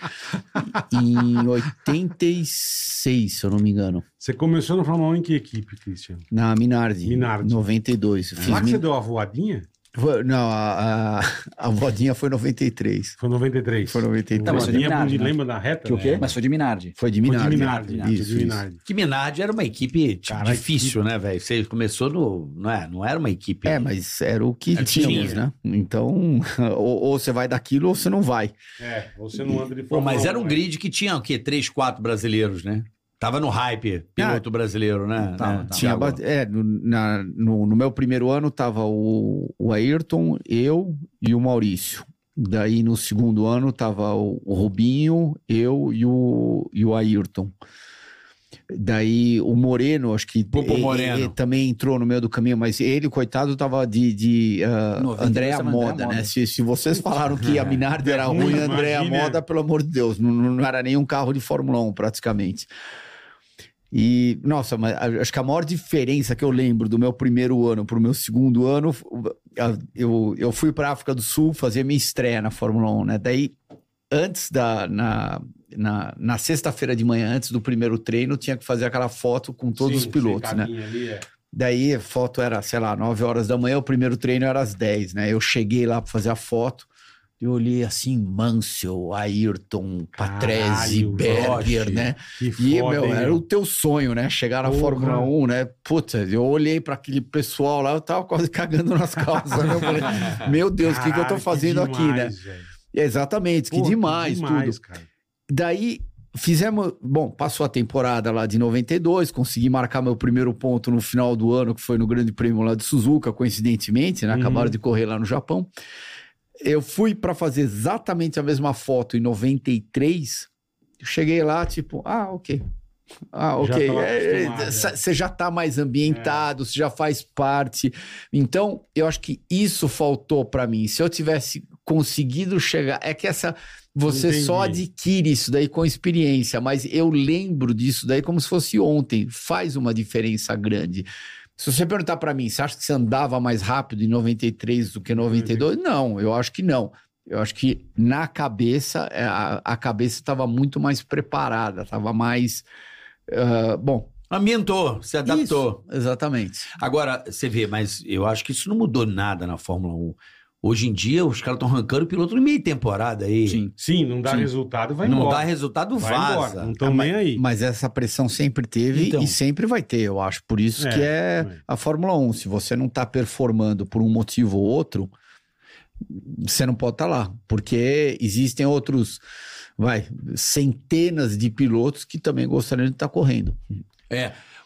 Em 86, se eu não me engano.
Você começou no Fórmula 1 em que equipe, Cristiano?
Na Minardi.
Minardi.
92. Eu
Lá
Fiz
que você
min...
deu a voadinha?
Foi- Não, a, a, a vodinha foi 93.
Foi 93.
Foi 93.
Tá, mas
voadinha,
foi Minardi, né?
bonde- lembra da reta?
Que o quê?
Mas foi de Minardi.
Foi de
Foi de
Minardi.
Minardi.
Isso,
de
isso.
Minardi.
Que Minardi era uma equipe tipo,
Cara,
difícil, né, velho? Você começou no. Não, é, não era uma equipe.
É, mas era o que
Era o que
tínhamos,
tinha.
né? Então, ou, ou você vai daquilo ou você não vai.
É, você não anda de
Pô,
Fórmula
mas
é.
era um
1,
grid que tinha o quê? Três, quatro brasileiros, né? Tava no hype, piloto brasileiro, né?
Tá,
né,
tá.
Tinha
Thiago?
ba- é, no, na- no- no meu primeiro ano tava o, o Ayrton, eu e o Maurício. Daí no segundo ano tava o, o Rubinho, eu e o, e o Ayrton. Daí o Moreno, acho que
Pupo
e- e-
Moreno.
e também entrou no meio do caminho, mas ele, coitado, tava de, de ah,
92
Andréa
tava
Moda,
é Andréa
né?
Moda.
Se, se vocês falaram que a Minardi era
Hum,
ruim, Andréa
imagina.
Moda, pelo amor de Deus, não, não era nem um carro de Fórmula 1 praticamente. E, nossa, mas a- acho que a maior diferença que eu lembro do meu primeiro ano para o meu segundo ano, f- a- eu, eu fui para África do Sul fazer minha estreia na Fórmula 1, né? Daí, antes da. Na, na, na sexta-feira de manhã, antes do primeiro treino, tinha que fazer aquela foto com todos
Sim,
os pilotos,
sim,
né?
caminho ali, é.
Daí a foto era, sei lá, 9 horas da manhã, o primeiro treino era às 10, né? Eu cheguei lá pra fazer a foto, eu olhei assim, Mansell, Ayrton, Patrese,
Caralho,
Berger,
Roche.
né?
Que
E,
foda,
meu,
hein,
era o teu sonho, né? Chegar na
Porra.
Fórmula 1, né? Puta, eu olhei pra aquele pessoal lá, eu tava quase cagando nas calças, né? Eu falei, meu Deus, o que, que eu
Caralho,
tô fazendo aqui, né?
demais, velho.
Exatamente,
Pô,
que demais, tudo.
cara.
Daí fizemos. Bom, passou a temporada lá de 92, consegui marcar meu primeiro ponto no final do ano, que foi no Grande Prêmio lá de Suzuka, coincidentemente, né?
Uhum.
Acabaram de correr lá no Japão. Eu fui para fazer exatamente a mesma foto em 93. Eu Cheguei lá, tipo, ah, ok. Ah,
Já
ok.
tava
É,
acostumado, É.
é,
né?
sa- Você já tá mais ambientado, você já faz parte. Então, eu acho que isso faltou para mim. Se eu tivesse conseguido chegar, é que essa você só
Entendi.
adquire isso daí com experiência, mas eu lembro disso daí como se fosse ontem. Faz uma diferença grande. Se você perguntar para mim, você acha que você andava mais rápido em 93 do que 92? Não, eu acho que não. Eu acho que na cabeça, é, a, a cabeça estava muito mais preparada, estava mais. ah, bom,
Ambientou, se adaptou.
isso, exatamente.
Agora, você vê, mas eu acho que isso não mudou nada na Fórmula 1. Hoje em dia, os caras estão arrancando o piloto no meio de temporada aí.
Sim.
Sim, não dá
Sim.
resultado, vai
não
embora.
dá resultado,
Vai
vaza. É,
embora, Não estão
Ah,
nem aí.
Mas essa pressão sempre teve
Então.
e sempre vai ter, eu acho. Por isso
É,
que é
é.
a Fórmula 1. Se você não está performando por um motivo ou outro, você não pode estar lá. Porque existem outros, vai, centenas de pilotos que também gostariam de estar correndo.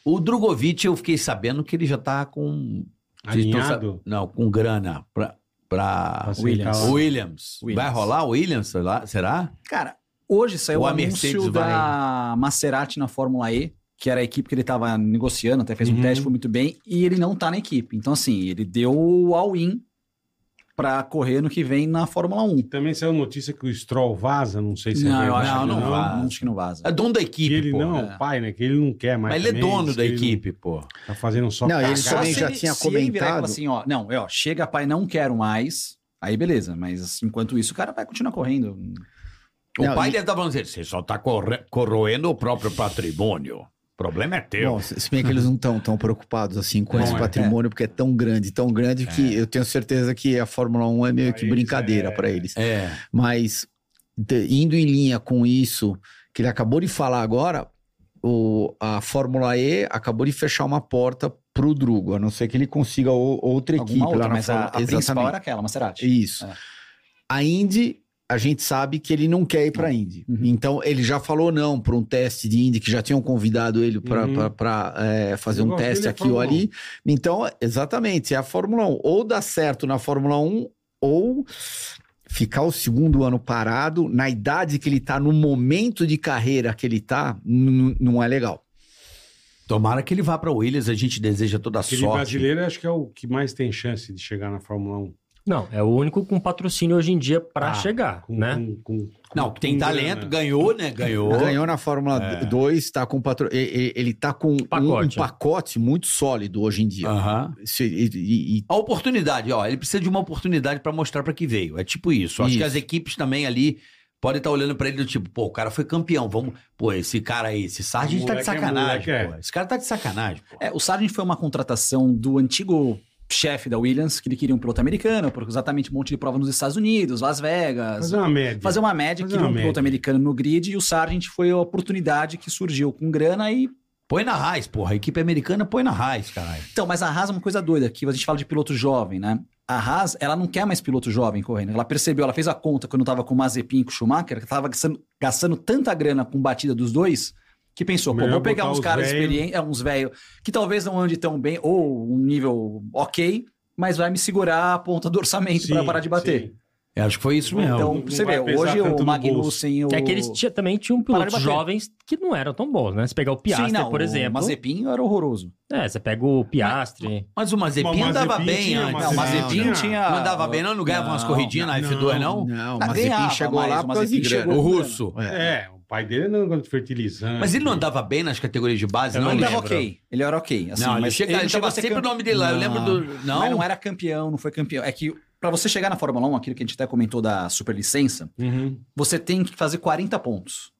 O Drogovic, eu fiquei sabendo que ele já tá com. vocês estão
Alinhado?
sab- Não, com grana pra. pra...
Assim,
Williams.
tá lá.
Williams.
Williams.
Vai rolar o Williams? sei lá, Será?
Cara, hoje saiu
Ou
o
a
anúncio
Mercedes
da Maserati na Fórmula E, que era a equipe que ele estava negociando, até fez um
Uhum.
teste, foi muito bem, e ele não tá na equipe. Então, assim, ele deu o all-in pra correr no que vem na Fórmula 1.
Também saiu notícia que o Stroll vaza, não sei se é
não, eu
verdade.
acho que não,
não, não vaza.
acho que não vaza.
É dono da equipe,
Que ele
pô.
não é
é.
o pai, né? Que ele não quer mais.
Mas ele é
também,
dono
diz
da
que ele
equipe, pô.
não Tá fazendo só.
Não, ele
cagada.
também
se
já
ele-
tinha
se ele virar e falar
comentado.
assim, ó, não, ó, chega pai, não quero mais. Aí beleza, mas enquanto isso o cara vai continuar correndo.
O
Não,
pai
e-
dele tava falando assim: você só tá corre- corroendo o próprio patrimônio. O problema é teu.
Bom, se se bem que eles não estão tão preocupados assim com
Não
esse
é.
patrimônio, porque é tão grande, tão grande que eu tenho certeza que a Fórmula 1 é meio
Pra
que
eles,
brincadeira
é.
para eles.
É.
Mas de- indo em linha com isso que ele acabou de falar agora, o- a Fórmula E acabou de fechar uma porta pro Drugo, a não ser que ele consiga o- outra equipe
Alguma outra,
lá na
mas a,
Fórmula
a principal era aquela, a Maserati.
Isso.
É.
A Indy, a gente sabe que ele não quer ir para a Indy.
Uhum.
Então, ele já falou não para um teste de Indy, que já tinham convidado ele
Uhum.
para fazer
Eu
um
gosto dele
teste
na
aqui ou
Fórmula
ali. Então, exatamente, é a Fórmula 1. Ou dá certo na Fórmula 1, ou ficar o segundo ano parado, na idade que ele está, no momento de carreira que ele está, não é legal.
Tomara que ele vá pra Williams, a gente deseja toda a
Aquele
sorte.
é brasileiro acho que é o que mais tem chance de chegar na Fórmula 1.
Não, é o único com patrocínio hoje em dia pra
Ah,
chegar,
Com-
né?
com- com-
Não, tem
Com
talento,
grana.
ganhou, né? Ganhou.
Ganhou na Fórmula 2, tá com patro... e- e- ele tá com um- um
Pacote, é.
pacote muito sólido hoje em dia.
Aham.
Se- e- e- e-
A oportunidade, ó, ele precisa de uma oportunidade pra mostrar pra que veio. É tipo isso. Acho
Isso.
que as equipes também ali podem estar olhando pra ele do tipo, pô, o cara foi campeão, vamos, pô, esse cara aí, esse Sargent tá de
Moleque é
sacanagem,
moleque, é.
pô. Esse cara tá de sacanagem, pô.
É, o Sargent foi uma contratação do antigo chefe da Williams, que ele queria um piloto americano, porque exatamente um monte de prova nos Estados Unidos, Las Vegas.
Fazer é uma média.
Fazer uma média,
Fazer
queria
uma
um piloto
média.
americano no grid, e o Sargent foi a oportunidade que surgiu com grana e
Põe na Raiz, porra. A equipe americana põe na Raiz, caralho.
Então, mas a Haas é uma coisa doida, que a gente fala de piloto jovem, né? A Haas, ela não quer mais piloto jovem correndo. Ela percebeu, ela fez a conta quando tava com o Mazepin e com o Schumacher, que tava gastando, gastando tanta grana com batida dos dois, que pensou, pô,
Melhor
vou pegar
botar
uns
os
caras
velho.
experientes, é, uns velhos, que talvez não ande tão bem, ou um nível ok, mas vai me segurar a ponta do orçamento pra
Sim,
parar de bater.
sim.
Eu acho que foi isso mesmo.
Não,
Então,
não
você
vai
vê,
pesar
hoje
tanto
o
no
Magnussen... O...
É que eles tinha- também tinham
Pararam de
pilotos
bater.
jovens que não eram tão bons, né? Se pegar o Piastre,
Sim, não,
por exemplo.
o Mazepin era horroroso.
É, você pega o Piastre.
Mas o Mazepin
Mas o
andava
Mazepin
bem
tinha,
antes.
Mas
Não, o
ele
Mazepin
tinha-
tinha...
Não andava bem, não? Não ganhava umas
Não,
corridinhas na F2, não?
Não,
Ah,
mas Mazepin
ganhava,
chegou
mas
lá
o
por causa de
Mazepin
grana.
chegou-
O russo.
É, o pai dele não gosta de fertilizante.
Mas ele não andava bem nas categorias de base,
Eu
não?
não
Ele
lembro.
tava ok. Ele era ok. assim,
não, ele,
mas
chega, ele
chegou
tava
a ser
sempre o
campe-
nome dele lá. Eu lembro do. Não,
Mas não era campeão, não foi campeão. É que pra você chegar na Fórmula 1, aquilo que a gente até comentou da superlicença,
Uhum.
você tem que fazer 40 pontos.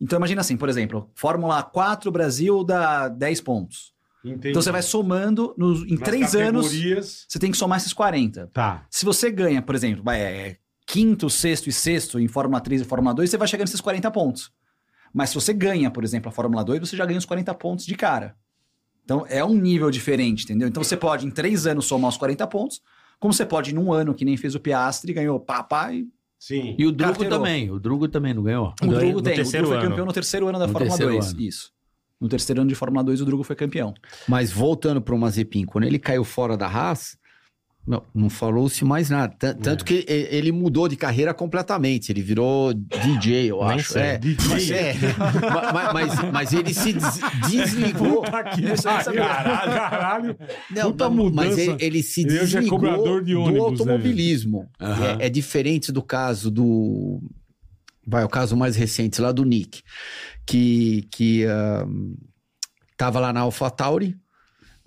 Então imagina assim, por exemplo, Fórmula 4 Brasil dá 10 pontos.
Entendi.
Então você vai somando nos- em
Nas
3 anos,
categorias-
você tem que somar esses 40.
Tá.
Se você ganha, por exemplo, vai, é, quinto, sexto e sexto em Fórmula 3 e Fórmula 2, você vai chegando nesses 40 pontos. Mas se você ganha, por exemplo, a Fórmula 2, você já ganha os 40 pontos de cara. Então é um nível diferente, entendeu? Então você pode em três anos somar os 40 pontos, como você pode em um ano, que nem fez o Piastri, ganhou papá e
Sim.
E o Drugo
Carteirou.
também. O Drugo também não ganhou.
o
Ganhou
Drugo
no
tem. O
terceiro
Drugo foi
ano.
campeão no terceiro ano da
No
Fórmula
terceiro
2.
ano.
Isso. No terceiro ano de Fórmula 2, o Drugo foi campeão.
Mas voltando pro Mazepin, quando ele caiu fora da Haas, não, não falou-se mais nada. Tan- Tanto que e- ele mudou de carreira completamente. Ele virou DJ, eu
Nem
acho.
sei.
É.
DJ.
Mas, é. Ma- ma- mas- mas ele se des- desligou.
Puta que
Isso é aí
pariu, caralho, caralho.
Não,
Puta
não, Mas
mudança.
ele, ele se
Ele hoje é
desligou
cobrador de ônibus,
do
né,
automobilismo.
Aham.
É, é diferente do caso do. Vai, o caso mais recente lá do Nick, que, que ah, tava lá na AlphaTauri,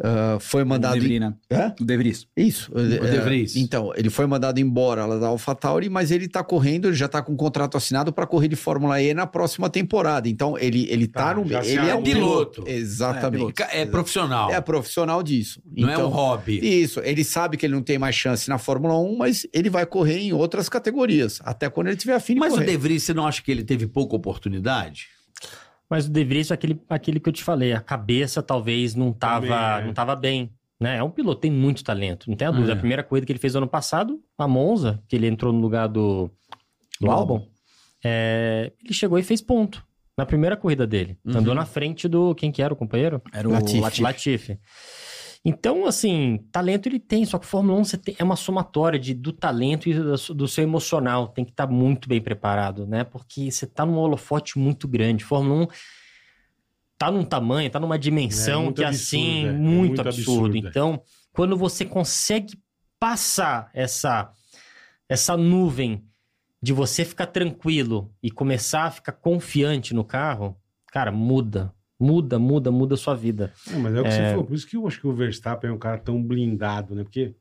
ah, foi mandado.
O De Vries, né?
Hã?
O De Vries.
Isso. é,
De Vries.
Então, ele foi mandado embora lá da AlphaTauri, mas ele tá correndo, ele já tá com um contrato assinado para correr de Fórmula E na próxima temporada. Então, ele, ele tá,
Tá,
no.
já se
Ele é um
arrumou.
piloto.
Piloto.
Exatamente. É,
É, piloto.
É, profissional.
profissional disso. Então,
não é um hobby.
Isso, ele sabe que ele não tem mais chance na Fórmula 1, mas ele vai correr em outras categorias, até quando ele tiver afim de
Mas o
correr.
De Vries, você não acha que ele teve pouca oportunidade?
Mas o De Vries é aquele, aquele que eu te falei. A cabeça talvez não tava,
Também, é.
não tava bem. Né? É um piloto, tem muito talento. Não tem a dúvida.
É.
A primeira corrida que ele fez ano passado, a Monza, que ele entrou no lugar do, do
Do
álbum, ele chegou e fez ponto. Na primeira corrida dele.
Uhum.
Andou na frente do. Quem que era o companheiro?
Era o
Latifi.
Latifi.
Latifi. Então, assim, talento ele tem, só que Fórmula 1 você tem- é uma somatória de, do talento e da su- do, seu emocional. Tem que estar muito bem preparado, né? Porque você tá num holofote muito grande. Fórmula 1 tá num tamanho, tá numa
É,
dimensão
muito
que
absurdo,
assim,
é. É
muito,
muito
absurdo.
absurdo, é.
Então, quando você consegue passar essa essa nuvem de você ficar tranquilo e começar a ficar confiante no carro, cara, muda. Muda, muda, muda a sua vida.
Não, mas é o que você falou. Por isso que eu acho que o Verstappen é um cara tão blindado, né? Porque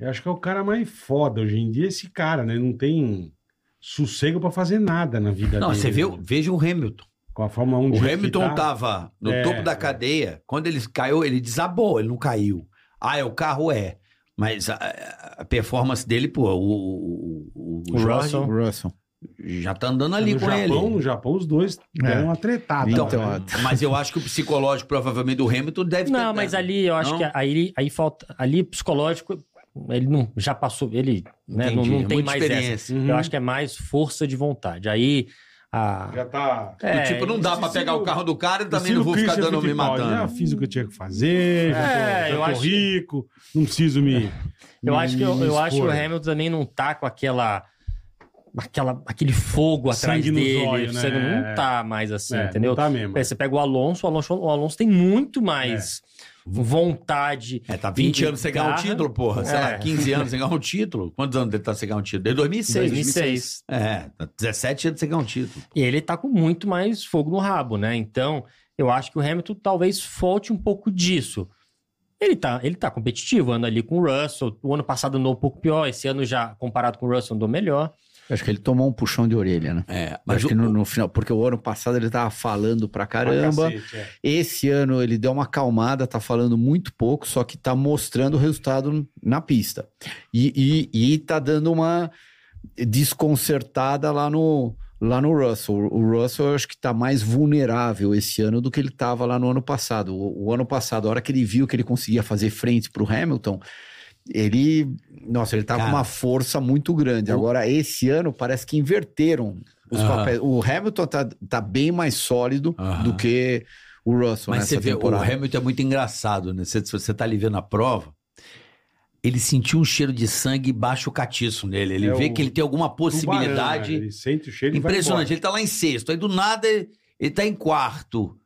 eu acho que é o cara mais foda hoje em dia, esse cara, né? Não tem sossego pra fazer nada na vida
Não,
dele.
você viu?
né?
Veja o Hamilton.
Com a Fórmula 1 do
O
jeito que
Hamilton
tá.
tava no
É.
topo da cadeia. Quando ele caiu, ele desabou, ele não caiu. Ah, é o carro? É. Mas a, a performance dele, pô, o, o, o- o
O
Jorge
Russell.
Russell.
já tá andando ali
no
com
Japão, né?
ele.
No Japão, os dois deram uma tretada.
Então,
né?
Mas eu acho que o psicológico, provavelmente, do Hamilton deve ter.
Não, mas ali eu acho
Não?
que aí, aí falta. Ali, psicológico, ele não já passou. Ele né, não,
Entendi,
não
é
tem
muita
mais essa.
experiência.
Uhum.
Eu acho que é mais força de vontade. Aí. A,
Já tá...
é,
Do tipo, não dá
esse
pra pegar
estilo-
o carro do cara e também
Estilo
não vou ficar
Christian
dando me
Fittipaldi, né? Já
matando.
fiz o que eu tinha que fazer, já
É,
tô, já
eu
tô
acho que-
rico, não preciso me...
Eu acho que eu, eu acho que o
Hamilton
Hamilton também não tá com aquela aquela, aquele fogo atrás
Sangue no
dele.
zóio, né?
sangue- Não
É.
tá mais assim,
É, não
entendeu?
Tá mesmo.
Aí Você pega o Alonso, o Alonso, o Alonso tem muito mais
É.
vontade.
É, tá 20
E-
anos sem ganhar um
garra.
título, porra. Sei lá,
É.
15 anos sem ganhar um título. Quantos anos ele tá sem ganhar um título? Desde 2006.
2006.
É, tá 17 anos sem ganhar um título.
E ele tá com muito mais fogo no rabo, né? Então, eu acho que o Hamilton talvez falte um pouco disso. Ele tá, ele tá competitivo, anda ali com o Russell. O ano passado andou um pouco pior, esse ano já, comparado com o Russell, andou melhor.
Acho que ele tomou um puxão de orelha, né?
É,
Mas
mas
acho
o,
que no, no final, porque o ano passado ele tava falando pra
Pra
caramba.
cacete, é.
Esse ano ele deu uma acalmada, tá falando muito pouco, só que tá mostrando o resultado na pista. E, e, e tá dando uma desconcertada lá no, lá no Russell. O Russell eu acho que tá mais vulnerável esse ano do que ele tava lá no ano passado. O, o ano passado, a hora que ele viu que ele conseguia fazer frente pro Hamilton, ele. Nossa, ele tava com
Cara.
uma força muito grande. Agora, esse ano parece que inverteram. Os
Aham.
papéis. O Hamilton tá, tá bem mais sólido
Aham.
do que o Russell
mas
nessa
você vê,
temporada.
o Hamilton é muito engraçado, né? Você- Se você tá ali vendo a prova, ele sentiu um cheiro de sangue e baixa o catiço nele. Ele
É
vê
o
que ele tem alguma
Tubarão, né?
possibilidade.
Ele sente o cheiro e vai
Impressionante. Ele tá lá em sexto. Aí do nada ele, ele tá em quarto.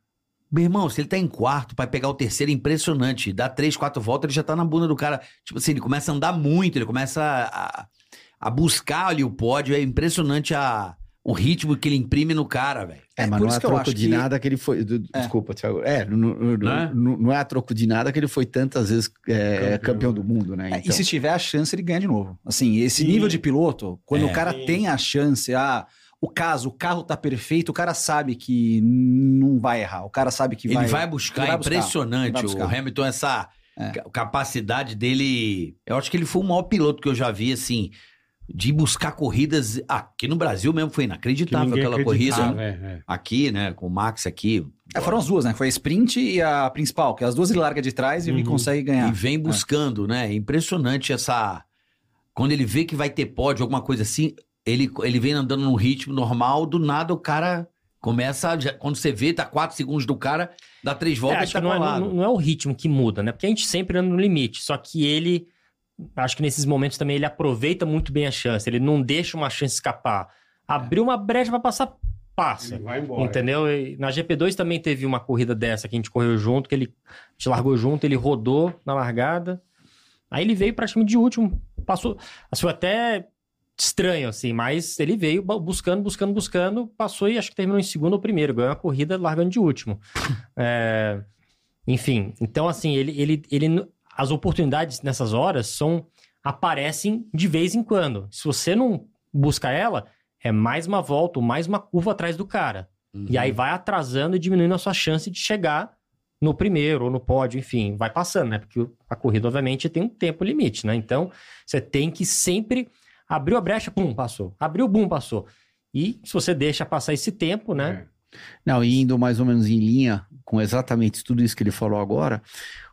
Meu irmão, se ele tá em quarto, vai pegar o terceiro, é impressionante. Dá três, quatro voltas, ele já tá na bunda do cara. Tipo assim, ele começa a andar muito, ele começa a, a- a buscar ali o pódio. É impressionante a, o ritmo que ele imprime no cara, velho.
É,
É,
mas
por
não é
isso
a
que eu
troco
acho
de
que-
nada que ele foi. do- Desculpa, Thiago. É, não, não-
Não é?
não- não é a troco de nada que ele foi tantas vezes é, campeão. do mundo, né?
Então.
É, E se tiver a chance, ele ganha de novo. Assim, esse
Sim.
nível de piloto, quando
É.
o cara
Sim.
tem a chance, ah, o caso, o carro tá perfeito, o cara sabe que não vai errar. O cara sabe que
Ele
vai.
vai, buscar, é
ele vai buscar,
impressionante.
ele vai buscar. É.
O Hamilton, essa ca- capacidade dele. Eu acho que ele foi o maior piloto que eu já vi, assim, de buscar corridas. Aqui no Brasil mesmo foi
Que
inacreditável
ninguém
aquela corrida.
acreditava, é, é.
Aqui, né, com o Max aqui.
É, foram as duas, né? Foi a sprint e a principal, que as duas ele larga de trás e ele
Uhum.
consegue
E
É,
ganhar.
vem buscando, né? É impressionante essa. Quando ele vê que vai ter pódio, alguma coisa assim, ele, ele vem andando num ritmo normal, do nada o cara começa. já- quando você vê, tá quatro segundos do cara, dá três
É,
voltas e
acho
tá
que não é,
colado.
não- não é o ritmo que muda, né? Porque a gente sempre anda no limite. Só que ele, acho que nesses momentos também, ele aproveita muito bem a chance. Ele não deixa uma chance escapar. Abriu uma brecha pra passar, passa.
Ele vai embora.
Entendeu? E na GP2 também teve uma corrida dessa que a gente correu junto, que ele te largou junto, ele rodou na largada. Aí ele veio pra time de último. Passou. Assim, foi até estranho, assim, mas ele veio bu- buscando, buscando, buscando, passou e acho que terminou em segundo ou primeiro. Ganhou a corrida largando de último. É, enfim, então assim, ele, ele, ele. As oportunidades nessas horas são. aparecem de vez em quando. Se você não busca ela, é mais uma volta, ou mais uma curva atrás do cara. E aí vai atrasando e diminuindo a sua chance de chegar no primeiro ou no pódio, enfim, vai passando, né? Porque a corrida, obviamente, tem um tempo limite, né? Então, você tem que sempre abriu a brecha, pum, passou. Abriu, bum, passou. E se você deixa passar esse tempo,
É.
né?
Não, e indo mais ou menos em linha com exatamente tudo isso que ele falou agora,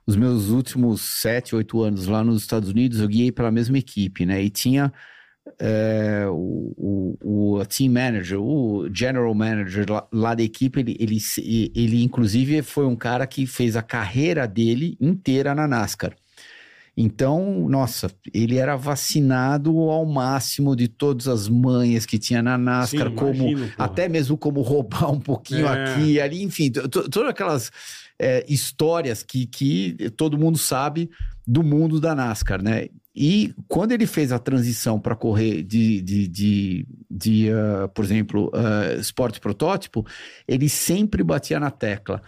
os meus últimos sete, oito anos lá nos Estados Unidos, eu guiei pela mesma equipe, né? E tinha é, o, o, o team manager, o general manager lá, lá da equipe, ele, ele, se- ele inclusive foi um cara que fez a carreira dele inteira na NASCAR. Então, nossa, ele era vacinado ao máximo de todas as manhas que tinha na NASCAR,
Sim,
como
imagino, porra.
até mesmo como roubar um pouquinho
É.
aqui e ali, enfim, to- to- todas aquelas é, histórias que, que todo mundo sabe do mundo da NASCAR, né? E quando ele fez a transição para correr de, de, de, de, ah, por exemplo, ah, esporte protótipo, ele sempre batia na tecla.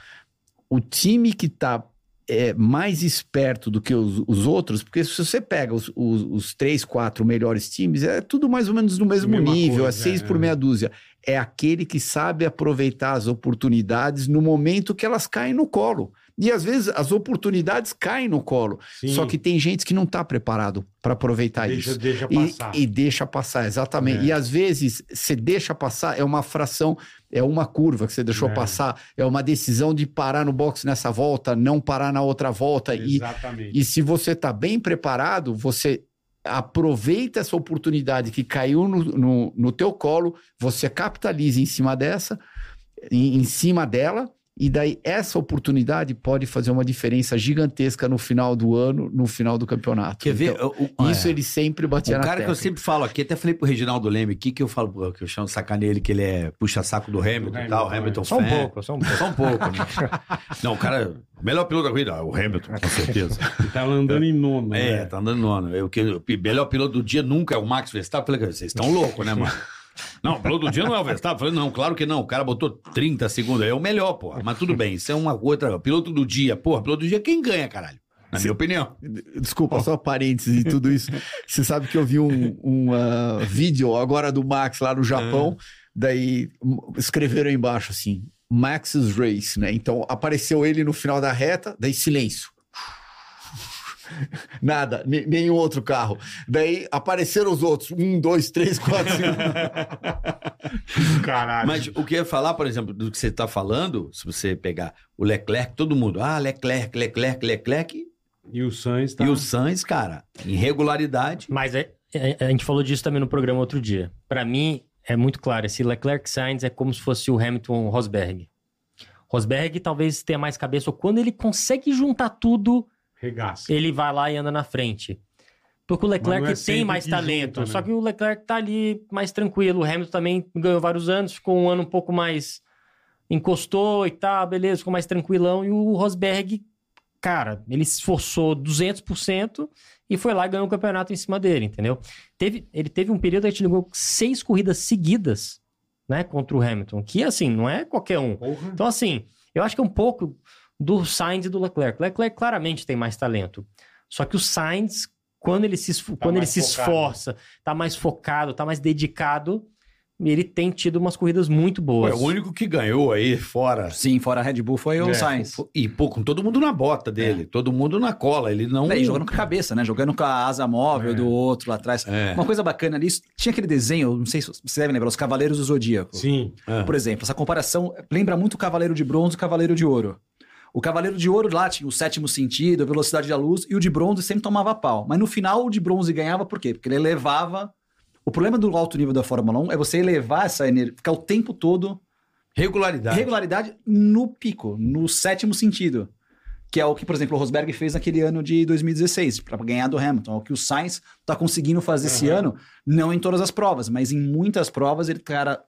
O time que está mais esperto do que os, os outros, porque se você pega os, os, os três, quatro melhores times, é tudo mais ou menos no mesmo
Mesma
nível,
coisa,
é seis
é.
por meia dúzia. É aquele que sabe aproveitar as oportunidades no momento que elas caem no colo. E às vezes as oportunidades caem no colo.
Sim,
Só que tem gente que não está preparado para aproveitar
deixa,
isso.
deixa
E-
passar.
E, deixa passar, exatamente.
É.
E às vezes, você deixa passar, é uma fração, é uma curva que você deixou
É.
passar, é uma decisão de parar no box nessa volta, não parar na outra volta. E,
Exatamente.
e se você está bem preparado, você aproveita essa oportunidade que caiu no, no, no teu colo, você capitaliza em cima dessa, em, em cima dela, E daí essa oportunidade pode fazer uma diferença gigantesca no final do ano, no final do campeonato.
Quer ver?
Então,
o, o-
isso
é.
ele sempre
Um
batia
cara
na
que eu
tecla.
sempre falo aqui, até falei pro Reginaldo Leme aqui, que eu falo, pô, que eu chamo de sacaneio ele, que ele é puxa-saco do Hamilton e tal,
Hamilton,
Hamilton
Só um
fan.
pouco, só um pouco.
Só um pouco, né? Não, o cara, o melhor piloto da corrida, é o Hamilton, com certeza.
Ele tá andando em nono.
É,
né?
tá andando nono. Eu, que, o melhor piloto do dia nunca é o Max Verstappen. Falei, cara, vocês estão loucos, né, mano? Não, o piloto do dia não é o Verstappen. Falei, não, claro que não. O cara botou 30 segundos. É o melhor, porra. Mas tudo bem, isso é uma outra. Piloto do dia, porra, piloto do dia, quem ganha, caralho? Na minha opinião.
Desculpa, só um parênteses e tudo isso. Você sabe que eu vi um, um, ah, vídeo agora do Max lá no Japão,
É.
daí m- escreveram aí embaixo assim, Max's Race, né? Então apareceu ele no final da reta, daí silêncio. Nada, ne- nenhum outro carro. Daí apareceram os outros, um, dois, três, quatro, cinco.
Caralho.
Mas o que eu ia falar, por exemplo, do que você tá falando, se você pegar o Leclerc, todo mundo, ah, Leclerc, Leclerc, Leclerc,
E o Sainz tá...
e o Sainz, cara, irregularidade.
Mas é- é- a gente falou disso também no programa outro dia. Pra mim, é muito claro, esse Leclerc Sainz é como se fosse o Hamilton Rosberg. Rosberg talvez tenha mais cabeça, ou quando ele consegue juntar tudo,
Regaça.
ele vai lá e anda na frente. Porque o
Mas
Leclerc
não é sempre
tem mais
que
talento.
junta, né?
Só que o Leclerc tá ali mais tranquilo. O Hamilton também ganhou vários anos, ficou um ano um pouco mais. encostou e tá, beleza, ficou mais tranquilão. E o Rosberg, cara, ele se esforçou 200% e foi lá e ganhou o campeonato em cima dele, entendeu? Teve, ele teve um período que a gente ligou seis corridas seguidas, né, contra o Hamilton, que assim, não é qualquer um.
Porra.
Então, assim, eu acho que é um pouco do Sainz e do Leclerc. Leclerc claramente tem mais talento. Só que o Sainz, quando ele se, esfo- quando ele
Tá mais
se
focado.
esforça, tá mais focado, tá mais dedicado, ele tem tido umas corridas muito boas.
Foi É o único que ganhou aí fora.
Sim, fora a Red Bull foi o
É,
Sainz.
E, pô, com todo mundo na bota dele, todo mundo na cola. Ele não.
É, e jogando com a cabeça, né? Jogando com a asa móvel
É.
do outro lá atrás.
É.
Uma coisa bacana ali, isso- tinha aquele desenho, não sei se vocês devem lembrar, os Cavaleiros do Zodíaco.
Sim.
É.
Por exemplo, essa comparação lembra muito o Cavaleiro de Bronze e o Cavaleiro de Ouro. O Cavaleiro de Ouro lá tinha o sétimo sentido, a velocidade da luz, e o de bronze sempre tomava pau. Mas no final o de bronze ganhava por quê? Porque ele elevava. O problema do alto nível da Fórmula 1 é você elevar essa energia, ficar o tempo todo
Regularidade.
Regularidade no pico, no sétimo sentido. Que é o que, por exemplo, o Rosberg fez naquele ano de 2016, para ganhar do Hamilton. É o que o Sainz está conseguindo fazer esse ano, não em todas as provas, mas em muitas provas ele, cara,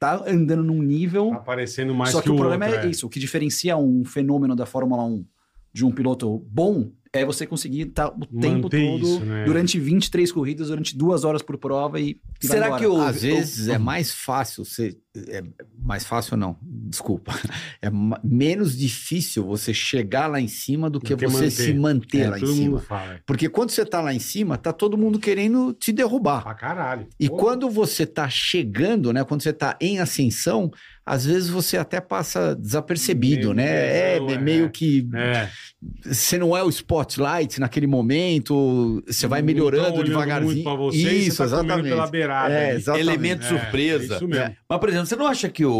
tá andando num nível.
Tá aparecendo mais
só que, o problema
outro,
é isso. O que diferencia um fenômeno da Fórmula 1 de um piloto bom é você conseguir estar o tempo
Manter
todo,
isso, né?
durante 23 corridas, durante duas horas por prova e. e vai
Será
embora.
que eu,
Às
às vezes é mais fácil você é mais fácil não, desculpa. É ma- menos difícil você chegar lá em cima do que,
Do que
você
manter.
se manter
É,
lá em
todo mundo
cima.
fala. é.
Porque quando você tá lá em cima, tá todo mundo querendo te derrubar.
Pra caralho.
E
Porra.
quando você tá chegando, né, quando você tá em ascensão, às vezes você até passa
Meio
desapercebido, né?
tesão,
é,
é.
meio que
É.
você não é o spotlight naquele momento, você vai
Não tão
melhorando
tá olhando
devagarzinho.
Muito pra você, e
Isso,
você tá comendo
exatamente.
pela beirada.
É,
ali.
exatamente.
Elemento
É,
surpresa.
é isso mesmo.
Mas, por exemplo, você não acha que o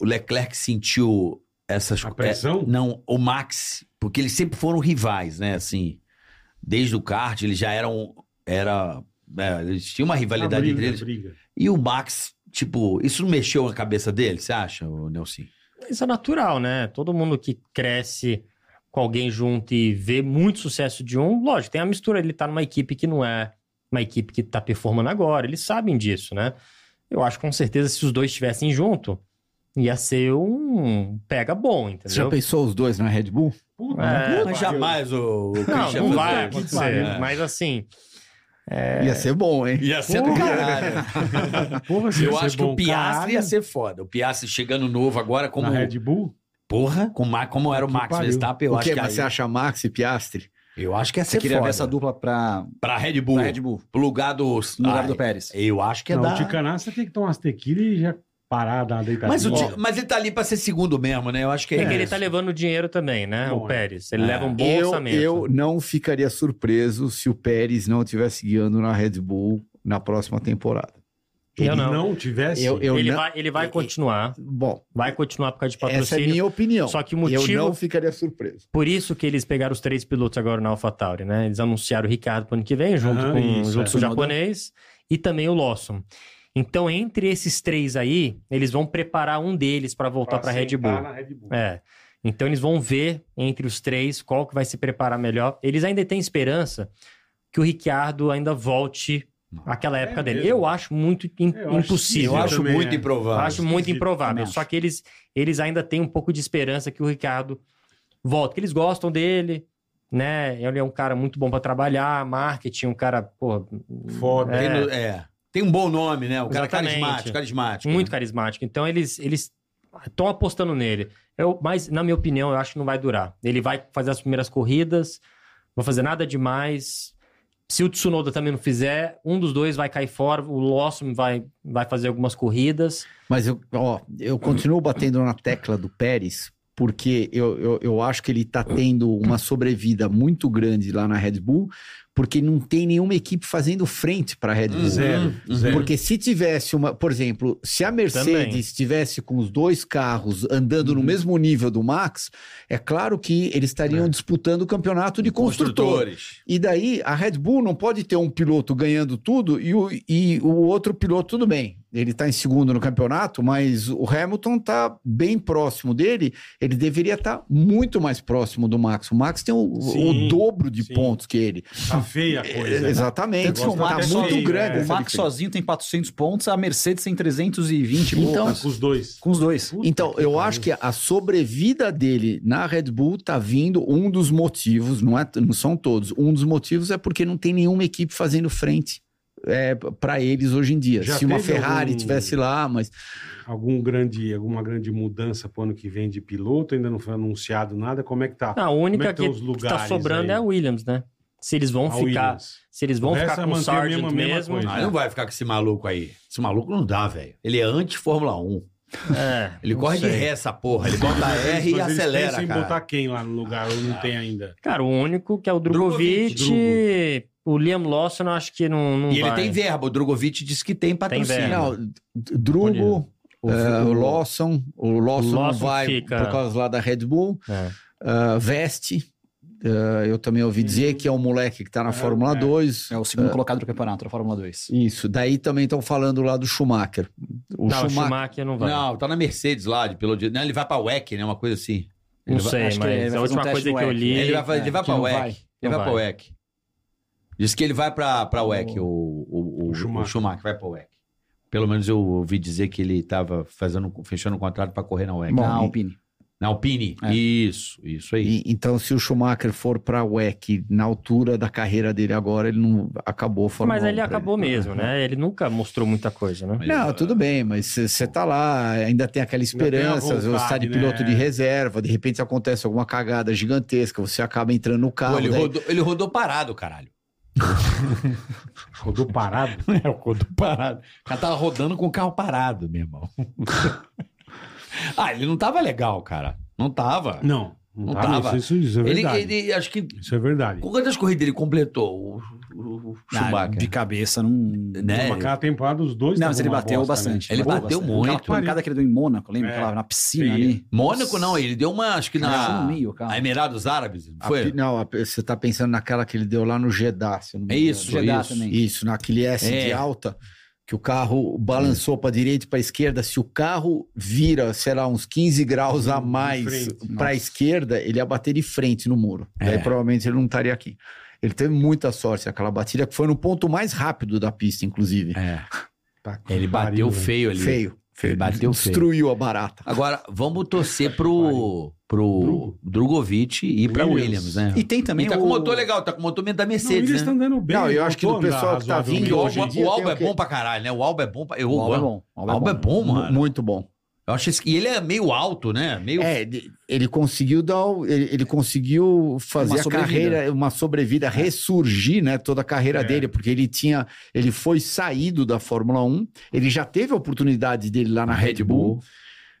o Leclerc sentiu essas
A pressão?
é, não, o Max, porque eles sempre foram rivais, né? Assim, desde o kart, eles já eram. Era, é, eles tinham uma rivalidade
A briga,
entre eles.
a briga.
E o Max, tipo, isso não mexeu na cabeça dele, você acha, ô, Nelson?
Isso é natural, né? Todo mundo que cresce com alguém junto e vê muito sucesso de um, lógico, tem a mistura. Ele tá numa equipe que não é uma equipe que tá performando agora. Eles sabem disso, né? Eu acho que, com certeza se os dois estivessem junto, ia ser um pega bom,
Você já
entendeu?
pensou os dois na Red Bull?
Puta,
É,
que
Mas
pariu.
jamais o, o
Não,
Christian
não
Van
vai
Dijk.
acontecer.
né?
né?
É.
Mas assim, É.
Ia ser bom, hein?
Ia ser do caralho.
Porra, se
Eu
ia ser
acho que
bom,
o Piastri
caralho,
ia ser foda. O Piastri chegando novo agora, como.
Na Red Bull?
Porra, com, Ma- como era o
Que
Max
pariu.
Verstappen, eu
o
acho
que
que. aí-
você acha Max e Piastri?
Eu acho que ia
Você
ser
queria
foda.
ver essa dupla para
Pra Red Bull.
Red Bull,
Pro lugar do.
no lugar
Ah,
do Pérez.
Eu acho que é
não,
da.
o Ticaná, você tem que tomar umas tequila e já parar da deitadinha.
Mas, o
Ó,
Ti- mas ele tá ali pra ser segundo mesmo, né? Eu acho que é.
é que ele
isso.
tá levando dinheiro também, né?
Bom,
o
é.
Pérez. Ele
É.
leva um bom
eu,
orçamento.
eu não ficaria surpreso se o Pérez não estivesse guiando na Red Bull na próxima temporada.
Eu
ele
não.
não tivesse...
Eu, eu
ele,
não-
vai, ele vai
eu-
continuar.
Bom,
Vai continuar por causa de
essa é
patrocínio.
minha opinião.
Só que o motivo.
Eu não ficaria surpreso.
Por isso que eles pegaram os três pilotos agora na AlphaTauri, né? Eles anunciaram o Ricardo para o ano que vem, junto
Aham,
com
isso,
junto
é.
com o japonês e também o Lawson. Então, entre esses três aí, eles vão preparar um deles para voltar para Red Bull.
sentar na Red Bull.
É. Então eles vão ver entre os três qual que vai se preparar melhor. Eles ainda têm esperança que o Ricciardo ainda volte àquela época dele.
É mesmo.
Eu acho muito im-
Eu acho
É, impossível.
Eu
Eu acho
também,
muito
é.
Eu
improvável.
acho muito
Esquisito,
improvável.
também
Só
acho.
que eles, eles ainda têm um pouco de esperança que o Ricardo volte, que eles gostam dele, né? Ele é um cara muito bom para trabalhar, marketing, um cara, porra,
Foda.
Tem no- É. Tem um bom nome, né? O cara
Exatamente.
carismático, carismático.
muito carismático. Então eles eles estão apostando nele. Eu, mas na minha opinião, eu acho que não vai durar. Ele vai fazer as primeiras corridas, não vai fazer nada demais. Se o Tsunoda também não fizer, um dos dois vai cair fora, o Lawson vai, vai fazer algumas corridas.
Mas eu, ó, eu continuo batendo na tecla do Pérez, porque eu, eu, eu acho que ele tá tendo uma sobrevida muito grande lá na Red Bull, porque não tem nenhuma equipe fazendo frente para a Red
Uhum.
Bull.
Zero. Zero.
Porque se tivesse uma, por exemplo, se a
Também.
Mercedes tivesse com os dois carros andando
Uhum.
no mesmo nível do Max, é claro que eles estariam
É.
disputando o campeonato de construtor.
Construtores.
E daí a Red Bull não pode ter um piloto ganhando tudo e o, e o outro piloto, tudo bem. Ele está em segundo no campeonato, mas o Hamilton está bem próximo dele. Ele deveria estar muito mais próximo do Max. O Max tem o, o
Sim,
dobro de
sim.
pontos que ele.
Tá
É,
feia a coisa. né?
Exatamente.
Tanto que o
Tá
Max
muito
sozinho,
grande.
O
é.
essa
Max
diferença.
sozinho tem 400 pontos, a Mercedes tem 320
Então-
pontos.
Tá com os dois.
Com os dois.
Então, eu acho que a sobrevida dele na Red Bull tá vindo um dos motivos, não, é, não são todos, um dos motivos é porque não tem nenhuma equipe fazendo frente é, para eles hoje em dia.
Já
Se uma
teve
Ferrari
algum-
estivesse lá, mas
Algum grande, alguma grande mudança pro ano que vem de piloto, ainda não foi anunciado nada. Como é que tá?
A única
é que
que,
estão os
que tá
lugares
sobrando
aí?
é a Williams, né? Se eles vão
A
ficar,
Williams.
se eles
O
vão
resto
ficar
é
com o
manter a mesma-
Sargent mesmo,
mesma coisa.
Ah, ele não vai ficar com esse maluco aí. Esse maluco não dá, velho. Ele é anti-Fórmula 1.
é,
Ele
não
corre de
sei.
ré essa porra. Ele bota R e
Mas eles
acelera,
pensam em
cara.
botar quem lá no lugar, ou não tem ainda.
Cara, o único que é o
Drogovic,
Drogovic, o Liam Lawson, eu acho que não, não
E ele
vai.
tem verba. O Drogovic disse que tem patrocínio.
verba.
não, Drugo,
O-
eh, o Lawson, o Lawson, não
Lawson
vai
fica.
por causa lá da Red Bull,
É.
eh, Veste, eh, eu também ouvi dizer que é um moleque que tá na
É,
Fórmula
é.
2.
É o segundo colocado do campeonato da Fórmula 2.
Isso, daí também estão falando lá do Schumacher. O
não, o Schumacher não vai.
Não, tá na Mercedes lá, de piloto. de- Não, ele vai pra WEC, né? Uma coisa assim.
Não
Ele vai-
sei,
acho que ele vai
mas
fazer
a
um
última
teste
coisa
no
que eu
Eck.
li.
Ele vai, ele vai
que
pra
não
WEC.
Então
Então
é.
vai.
Ele vai
Não
pra
vai.
WEC. Diz que ele vai pra, pra WEC, o, o, o,
O
o Schumacher.
Schumacher.
vai pra WEC. Pelo menos eu ouvi dizer que ele tava fazendo, fechando um contrato pra correr na WEC.
Bom,
na,
na
Alpine.
Alpine.
na Alpine.
É.
Isso, isso aí.
E- então, se o Schumacher for para a WEC na altura da carreira dele agora, ele não acabou a Fórmula
Mas
1
ele
pra
acabou mesmo, né? Ele nunca mostrou muita coisa, né?
Mas,
Não,
ah,
tudo bem, mas você tá lá, ainda tem
tem
aquela
a
esperança, você está
vontade,
de piloto
né?
de reserva, de repente acontece alguma cagada gigantesca, você acaba entrando no
Pô,
carro.
ele,
daí-
rodou, ele rodou parado, caralho.
Rodou parado.
É, rodou parado. O cara tava rodando com o carro parado, meu irmão. ah, ele não tava legal, cara. Não tava.
Não, não,
Não
tava.
tava.
Isso, isso é
ele,
verdade.
ele, acho que
Isso é verdade.
Com quantas corridas ele completou o, o, o
Ah, de
Schumacher?
cabeça, não.
né?
Mas aquela temporada, os dois
Não,
tavam
mas ele
uma
bateu
bosta,
bastante.
né?
Ele
bateu
bateu
bastante.
muito.
Aquela pancada que ele deu em Mônaco, lembra?
É.
Aquela na piscina
Feia.
ali.
Mônaco não, ele deu uma, acho que
Passou
na
no meio, cara.
a Emirados Árabes, não
A
foi?
pi- não, a- você tá pensando naquela que ele deu lá no Jeddah, se eu não me
É
engano.
isso,
Jeddah
isso.
também.
Isso, naquele S
É.
de alta, que o carro balançou para direita e para esquerda. Se o carro vira, sei lá, uns 15 graus a
De
mais
frente.
para a esquerda, ele ia bater de frente no muro.
É.
Daí provavelmente ele não estaria aqui. Ele teve muita sorte aquela batida, que foi no ponto mais rápido da pista, inclusive.
É.
Tá que
Ele bateu
pariu, velho.
feio ali.
Feio.
Ele bateu feio.
Destruiu a barata.
Agora, vamos torcer pro, pro Drogovic e ir pra
Williams.
Williams, né?
E tem também
E tá
o...
com motor legal, tá com motor da
Não, eles
Mercedes,
estão
né?
andando bem.
Não, eu
voltou
acho que do
a andar
pessoal que tá
razoavelmente
vindo
O
hoje em
Alba,
dia
o
tem
Alba
o
é
quê?
bom pra caralho, né? O Alba é bom pra... Eu,
O Alba é
amo.
bom. o Alba é
Alba é bom,
Mu-
mano.
Muito bom.
Eu acho esse... E ele é meio alto, né? Meio...
É, ele- ele conseguiu dar, o- ele, ele conseguiu fazer
Uma
a
sobrevida.
carreira, uma sobrevida, ressurgir, né, toda a carreira
É.
dele, porque ele tinha, ele foi saído da Fórmula 1, ele já teve a oportunidade dele lá na Red Bull,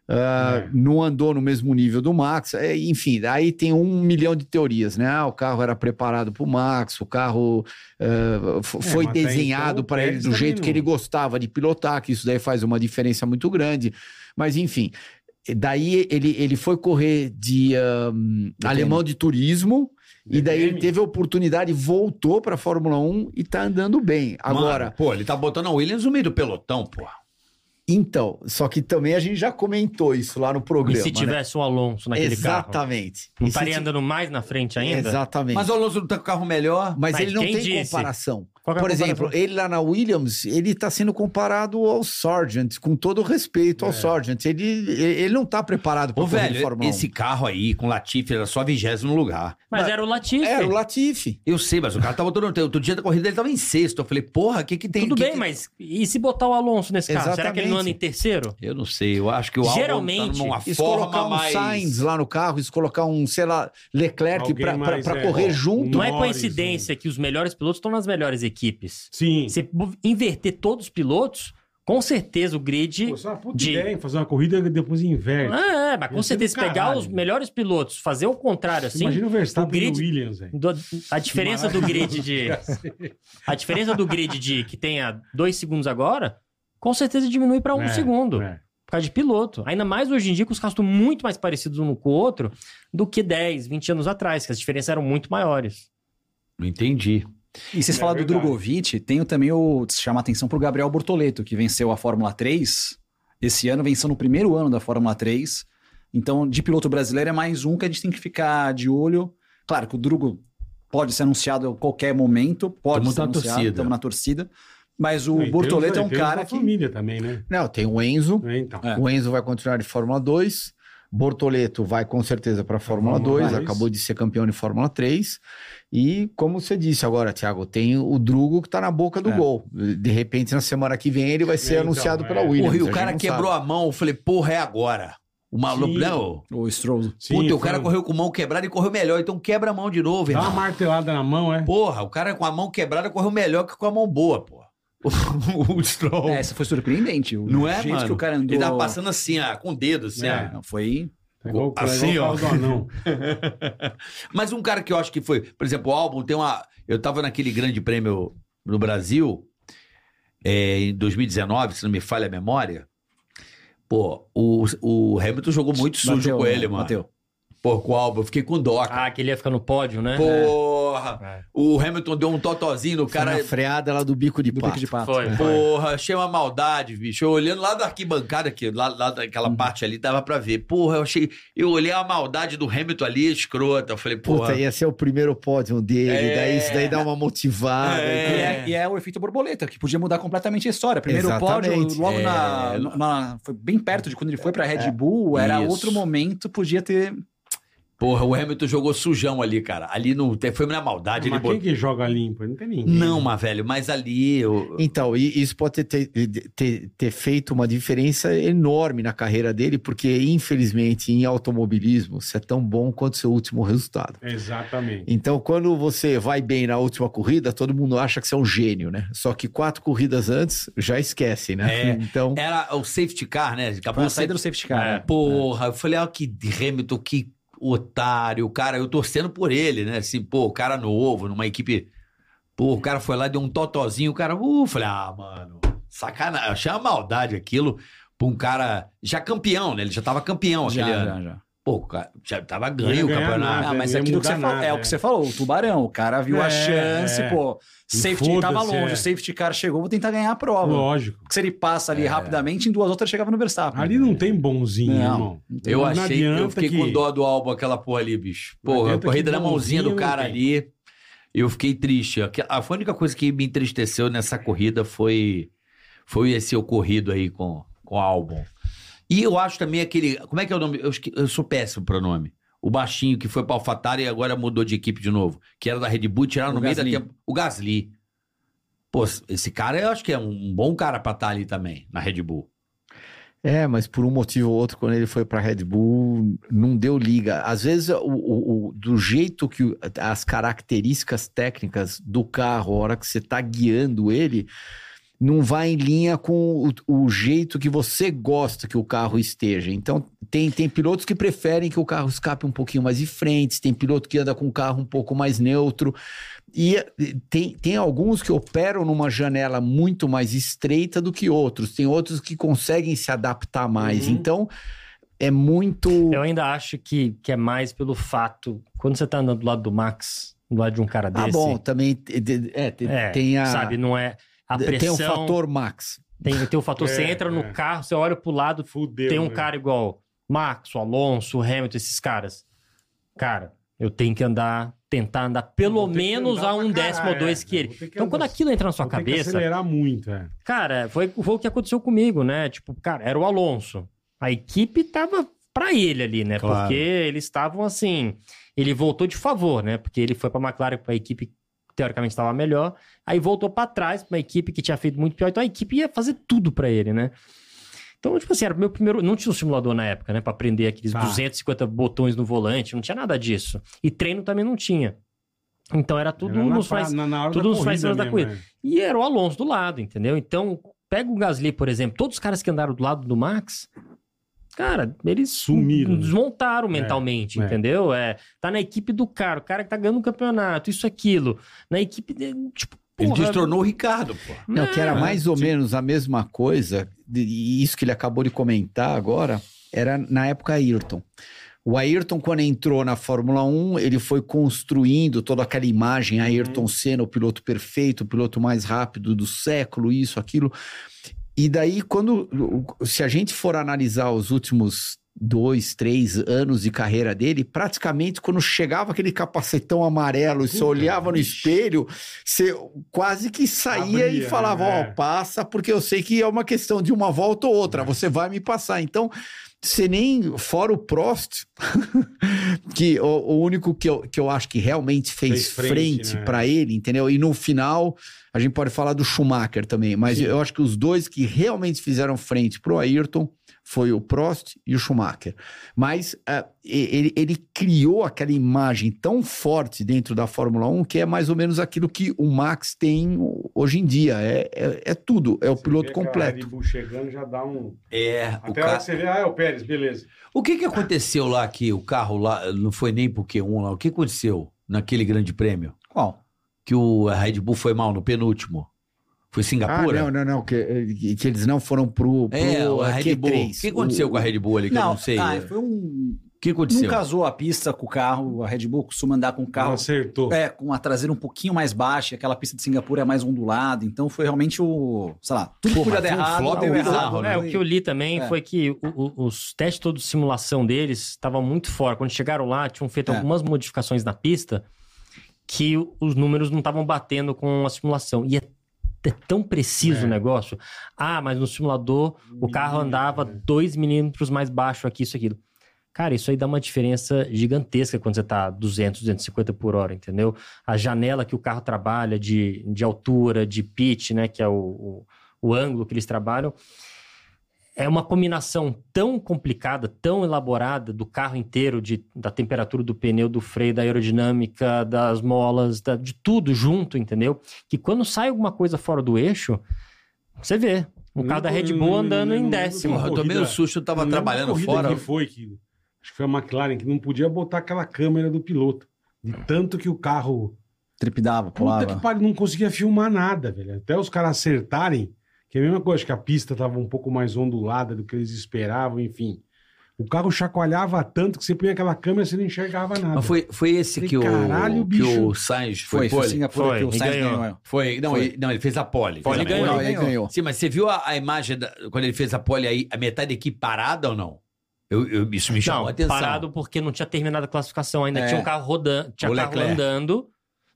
ah,
É.
não andou no mesmo nível do Max, é, enfim, aí tem um milhão de teorias, né, ah, o carro era preparado para o Max, o carro ah, f-
É,
foi
mas até então
desenhado
o
para ele
Pérez
do
também
jeito que
não-
ele gostava de pilotar, que isso daí faz uma diferença muito grande, mas enfim... Daí ele, ele foi correr de ahn, alemão de ah, turismo E daí ele
DTM?
teve a oportunidade, voltou pra Fórmula 1 e tá andando bem. Agora,
Mano, pô, ele tá botando a Williams no meio do pelotão, pô.
então, só que também a gente já comentou isso lá no
E
programa.
se
né?
tivesse o Alonso naquele carro?
Exatamente.
Não
E se
estaria
ti-
andando mais na frente ainda?
Exatamente.
Mas o Alonso não tá com o carro melhor.
Mas,
Mas
ele não
quem
tem
disse?
comparação.
Qual que é a
Por exemplo,
comparação?
ele lá na Williams, ele está sendo comparado ao Sargent, com todo o respeito ao Sargent. Ele, ele não está preparado para
Ô,
correr
velho,
Fórmula 1.
esse carro aí com Latifi era só vigésimo lugar.
Mas era o Latifi.
Era um. É, o Latifi.
Eu sei, mas o cara tava todo. Outro dia da corrida ele tava em sexto. Eu falei, porra, o que que tem
Tudo
que
bem,
que-
mas e se botar o Alonso nesse carro? Será que ele não anda
Exatamente.
em terceiro?
Eu não sei, eu acho que o álbum
Geralmente,
tá numa
E se
forma
colocar um
mais...
Sainz lá no carro, e se colocar um, sei lá, Leclerc
Alguém mais,
para
é.
correr
Ó,
junto.
Não é
Norris, né?
coincidência que os melhores pilotos estão nas melhores equipes.
Sim.
Se bo- inverter todos os pilotos, com certeza o grid.
Pô, isso é uma puta
de-
ideia, hein? fazer uma corrida e depois inverte.
Ah, é, mas com
Ia ser do
certeza se pegar
caralho.
os melhores pilotos, fazer o contrário assim.
Imagina o Verstappen
o grid-
e o Williams, velho.
do- a diferença do grid de. A diferença do grid de que tenha dois segundos agora, com certeza diminui para um
É,
segundo.
é.
Por causa de piloto. Ainda mais hoje em dia, que os carros estão muito mais parecidos um com o outro do que 10, 20 anos atrás, que as diferenças eram muito maiores.
Não entendi.
E vocês
É
falaram do
verdade.
Drogovic, tenho também o chamar atenção pro Gabriel Bortoleto, que venceu a Fórmula 3 esse ano, venceu no primeiro ano da Fórmula 3. Então, de piloto brasileiro é mais um que a gente tem que ficar de olho. Claro que o Drugo pode ser anunciado a qualquer momento, pode
Tamo
ser
na
anunciado,
torcida.
estamos na torcida. Mas
Não,
o
e tem
Bortoleto
os-
é um
tem os
cara
da
que
família também, né?
Não, tem o Enzo.
É, Então.
É.
O Enzo vai continuar de Fórmula 2. Bortoleto vai com certeza para a Fórmula
Fórmula
2,
dois.
acabou de ser campeão de Fórmula 3. E como você disse agora, Thiago, tem o Drugo que tá na boca do
É.
gol. De repente, na semana que vem, ele vai ser
Então,
anunciado
é.
pela
Porra,
Williams.
e
a
o
gente
cara
não
quebrou
sabe.
a mão. Eu falei, porra, é agora. O maluco,
Sim.
não.
o Stroll
Sim,
Puta, o
foi
cara
um-
correu com mão quebrada e correu melhor. Então quebra a mão de novo,
Dá
irmão.
uma martelada na mão, é?
Porra, o cara com a mão quebrada correu melhor que com a mão boa, pô. O, o Stroll.
É, essa foi surpreendente. O
Oh. não é,
jeito
mano?
que o cara andou.
Ele tava passando assim, ah, com o dedo, assim.
É.
ah.
Não, foi.
É igual- é
Assim,
igual o
ó.
carro do anão.
Mas um cara que eu acho que foi, por exemplo, o álbum tem uma. Eu tava naquele grande prêmio no Brasil, é, em 2019, se não me falha a memória. Pô, o, o Hamilton jogou muito sujo
bateu,
com
né?
ele, mano.
Bateu.
Pô, com o álbum, eu fiquei com dó, cara.
Ah, que ele ia ficar no pódio, né?
Porra!
É.
O Hamilton deu um totozinho no
Foi
cara.
na freada lá do bico de
Do
pato.
pique de pato.
Foi.
Porra, achei uma maldade, bicho. Eu olhando lá da arquibancada, aqui, lá, lá daquela parte ali, dava pra ver. Porra, eu achei. Eu olhei a maldade do Hamilton ali, escrota. Eu falei,
Puta,
porra.
ia ser o primeiro pódio dele.
É.
Daí isso daí dá uma motivada.
É.
E é, e é o efeito borboleta, que podia mudar completamente a história. Primeiro
Exatamente.
pódio, logo
É.
na, na- Foi bem perto de quando ele foi pra Red Bull, era
Isso.
outro momento, podia ter.
Porra, o Hamilton jogou sujão ali, cara. Ali não te- foi na maldade.
Mas
ele
quem
botou...
que joga limpo? Não tem ninguém.
Tá
né?
Não, mas velho, mas ali eu...
Então, e isso pode ter, ter- ter- ter feito uma diferença enorme na carreira dele, porque infelizmente em automobilismo você é tão bom quanto seu último resultado.
Exatamente.
Então, quando você vai bem na última corrida, todo mundo acha que você é um gênio, né? Só que quatro corridas antes já esquece,
É.
né? Então,
era o safety car, né? Acabou
Foi a
o
saída do
safety
safety car.
car.
né?
É. Porra, eu falei, ó, que Hamilton, que otário, cara. Eu torcendo por ele, né? Assim, pô, o cara novo, numa equipe. Pô, o cara foi lá, deu um totozinho, o cara. Uh, falei, ah, mano, sacanagem. Achei uma maldade aquilo pra um cara já campeão, né? Ele já tava campeão
Já,
aquele ano. Ah,
já, já.
Pô, o cara já tava
Não ia
ganho o
ganhar
campeonato.
nada.
Ah, mas
não
é
ia
aquilo que
mudar
você falou,
nada,
é o
é.
que você falou, o tubarão. O cara viu a
É,
chance,
é.
pô. Safety
foda-se,
tava longe,
é.
o safety car chegou, vou tentar ganhar a prova.
Lógico.
Porque se ele passa
É.
ali rapidamente, em duas outras chegava no Verstappen.
Ali não tem bonzinho,
Não.
irmão.
Eu
Não
achei, eu
adianta
fiquei
que-
com dó do álbum aquela porra ali, bicho.
Não
Porra, a
adianta
corrida
que um
na mãozinha do
bonzinho
cara
não tem.
ali, eu fiquei triste. Aquela- A foi a única coisa que me entristeceu nessa corrida foi foi esse ocorrido aí com com o álbum. E eu acho também aquele, como é que é o nome? Eu, esque- eu sou péssimo pro nome. O baixinho que foi pra AlphaTauri e agora mudou de equipe de novo, que era da Red Bull, tiraram
O
no meio
Gasly.
da tempo o Gasly. Pô, esse cara eu acho que é um bom cara pra estar ali também na Red Bull.
é, mas por um motivo ou outro, quando ele foi pra Red Bull, não deu liga. Às vezes, o, o- o- do jeito que o- as características técnicas do carro, a hora que você tá guiando ele, não vai em linha com o, o jeito que você gosta que o carro esteja. Então, tem, tem pilotos que preferem que o carro escape um pouquinho mais de frente, tem piloto que anda com o carro um pouco mais neutro. E eh, tem, tem alguns que operam numa janela muito mais estreita do que outros, tem outros que conseguem se adaptar mais.
Uhum.
Então. é muito.
Eu ainda acho que, que é mais pelo fato. Quando você tá andando do lado do Max, do lado de um cara
Ah,
desse.
bom, também te- te- é, te-
é,
tem a.
Sabe, não é. A pressão.
Tem o fator Max.
Tem, tem o fator.
É,
você entra no
é.
carro, você olha pro lado,
Fudeu.
tem um
né?
cara igual Max, o Alonso, o Hamilton, esses caras. Cara, eu tenho que andar, tentar andar pelo
Vou ter que
menos
andar
a
pra
um décimo ou
caralho,
dois que
é.
ele.
Vou ter que
então,
andar-
quando aquilo entra na sua
Vou ter que
cabeça,
acelerar muito, é.
cara, foi, foi o que aconteceu comigo, né? Tipo, cara, era o Alonso. A equipe tava pra ele ali, né?
Claro.
Porque eles estavam assim. Ele voltou de favor, né? Porque ele foi pra McLaren, pra equipe que teoricamente estava melhor. Aí voltou pra trás, pra uma equipe que tinha feito muito pior. Então a equipe ia fazer tudo pra ele, né? Então, tipo assim, era o meu primeiro. Não tinha um simulador na época, né? Pra aprender aqueles
Tá.
250 botões no volante, não tinha nada disso. E treino também não tinha. Então era tudo
Era na
nos
pra-
faz.
na, na hora
tudo
da
nos faz
corrida
da
mesmo,
corrida.
é.
E era o Alonso do lado, entendeu? Então, pega o Gasly, por exemplo, todos os caras que andaram do lado do Max, cara, eles
Sumiram, né?
desmontaram mentalmente,
é.
entendeu? É, tá na equipe do cara, o cara que tá ganhando o campeonato, isso, aquilo. Na equipe, de- tipo,
Ele
porra,
destornou o Ricardo, pô.
Não, que era
né?
mais ou menos a mesma coisa, de- e isso que ele acabou de comentar agora, era na época Ayrton. O Ayrton, quando entrou na Fórmula 1, ele foi construindo toda aquela
Uhum.
imagem, Ayrton Senna, o piloto perfeito, o piloto mais rápido do século, isso, aquilo. E daí, quando. Se a gente for analisar os últimos dois, três anos de carreira dele, praticamente quando chegava aquele capacetão amarelo e você
Puta,
olhava no
bicho.
espelho, você quase que saía e
Abria,
falava: Ó,
né? É.
passa, porque eu sei que é uma questão de uma volta ou outra, você vai me passar. Então, você nem. Fora o Prost, que o, o único que eu, que eu acho que realmente
Fez
fez,
frente,
frente, pra
né?
para ele, entendeu? E no final, a gente pode falar do Schumacher também, mas eu acho que os dois que realmente fizeram frente pro Ayrton foi o Prost e o Schumacher. Mas ah, e- ele, ele criou aquela imagem tão forte dentro da Fórmula 1 que é mais ou menos aquilo que o Max tem hoje em dia. É, é, é tudo, é o
Você
piloto
vê aquela
completo.
Red Bull chegando já dá um.
É, o
Até a hora
cara.
que você vê, ah, é o Pérez, beleza.
O que que aconteceu lá que o carro lá não foi nem pro Q1 lá? O que aconteceu naquele grande prêmio?
Qual?
Que o a Red Bull foi mal no penúltimo. Foi
Ah,
Singapura?
não, não, não, que, que eles não foram pro, pro
É, o
eh,
a Red Bull. O
Q3.
que aconteceu com a Red Bull ali É que eu não sei?
ah,
O
foi um.
que aconteceu?
Não casou a pista com o carro. A Red Bull costuma andar com o
Não
carro
acertou.
é, com a traseira um pouquinho mais baixa. e Aquela pista de Singapura é mais ondulada. Então foi realmente o. Sei lá, tudo
Pô,
podia
mas
dar
foi um
errado.
flop
deu
bizarro,
errado,
né?
É, o que eu li também
É.
foi que o- o- os testes todos de simulação deles estavam muito fora. Quando chegaram lá, tinham feito
É.
algumas modificações na pista que o- os números não estavam batendo com a simulação. E é, é tão preciso
É.
o negócio. Ah, mas no simulador o carro andava 2 milímetros mais baixo aqui, isso, aquilo. Cara, isso aí dá uma diferença gigantesca quando você tá 200, 250 por hora, entendeu? A janela que o carro trabalha de, de altura, de pitch, né? Que é o, o, o ângulo que eles trabalham. É uma combinação tão complicada, tão elaborada do carro inteiro, de, da temperatura do pneu, do freio, da aerodinâmica, das molas, da- de tudo junto, entendeu? Que quando sai alguma coisa fora do eixo, você vê. Um carro da Red Bull andando em décimo.
Porra, eu tomei um
corrida-
susto, eu tava
Não lembro
trabalhando
que corrida
fora.
Que foi que acho que foi a McLaren que não podia botar aquela câmera do piloto. De
É.
tanto que o carro.
Tripidava,
Puta
pulava.
que pariu, não conseguia filmar nada, velho. Até os caras acertarem, que é a mesma coisa, acho que a pista tava um pouco mais ondulada do que eles esperavam, enfim. O carro chacoalhava tanto que você punha aquela câmera e você não enxergava nada.
Mas foi, foi esse
Falei,
que o,
caralho,
que o
bicho.
Sainz
Foi,
foi,
foi
pole?
Singapura
Foi,
que o
e
Sainz
ganhou.
ganhou. é.
Foi, não,
Foi.
Ele, não, ele fez a pole.
Pole
Fez a
ganhou.
Não, aí ganhou.
Sim, mas você viu a, a imagem da- quando ele fez a pole aí, a metade da equipe parada ou não? Eu, eu- isso me chamou
não,
a atenção.
parado porque não tinha terminado a classificação ainda.
É.
Tinha um carro rodando, tinha
O
carro
Leclerc.
andando.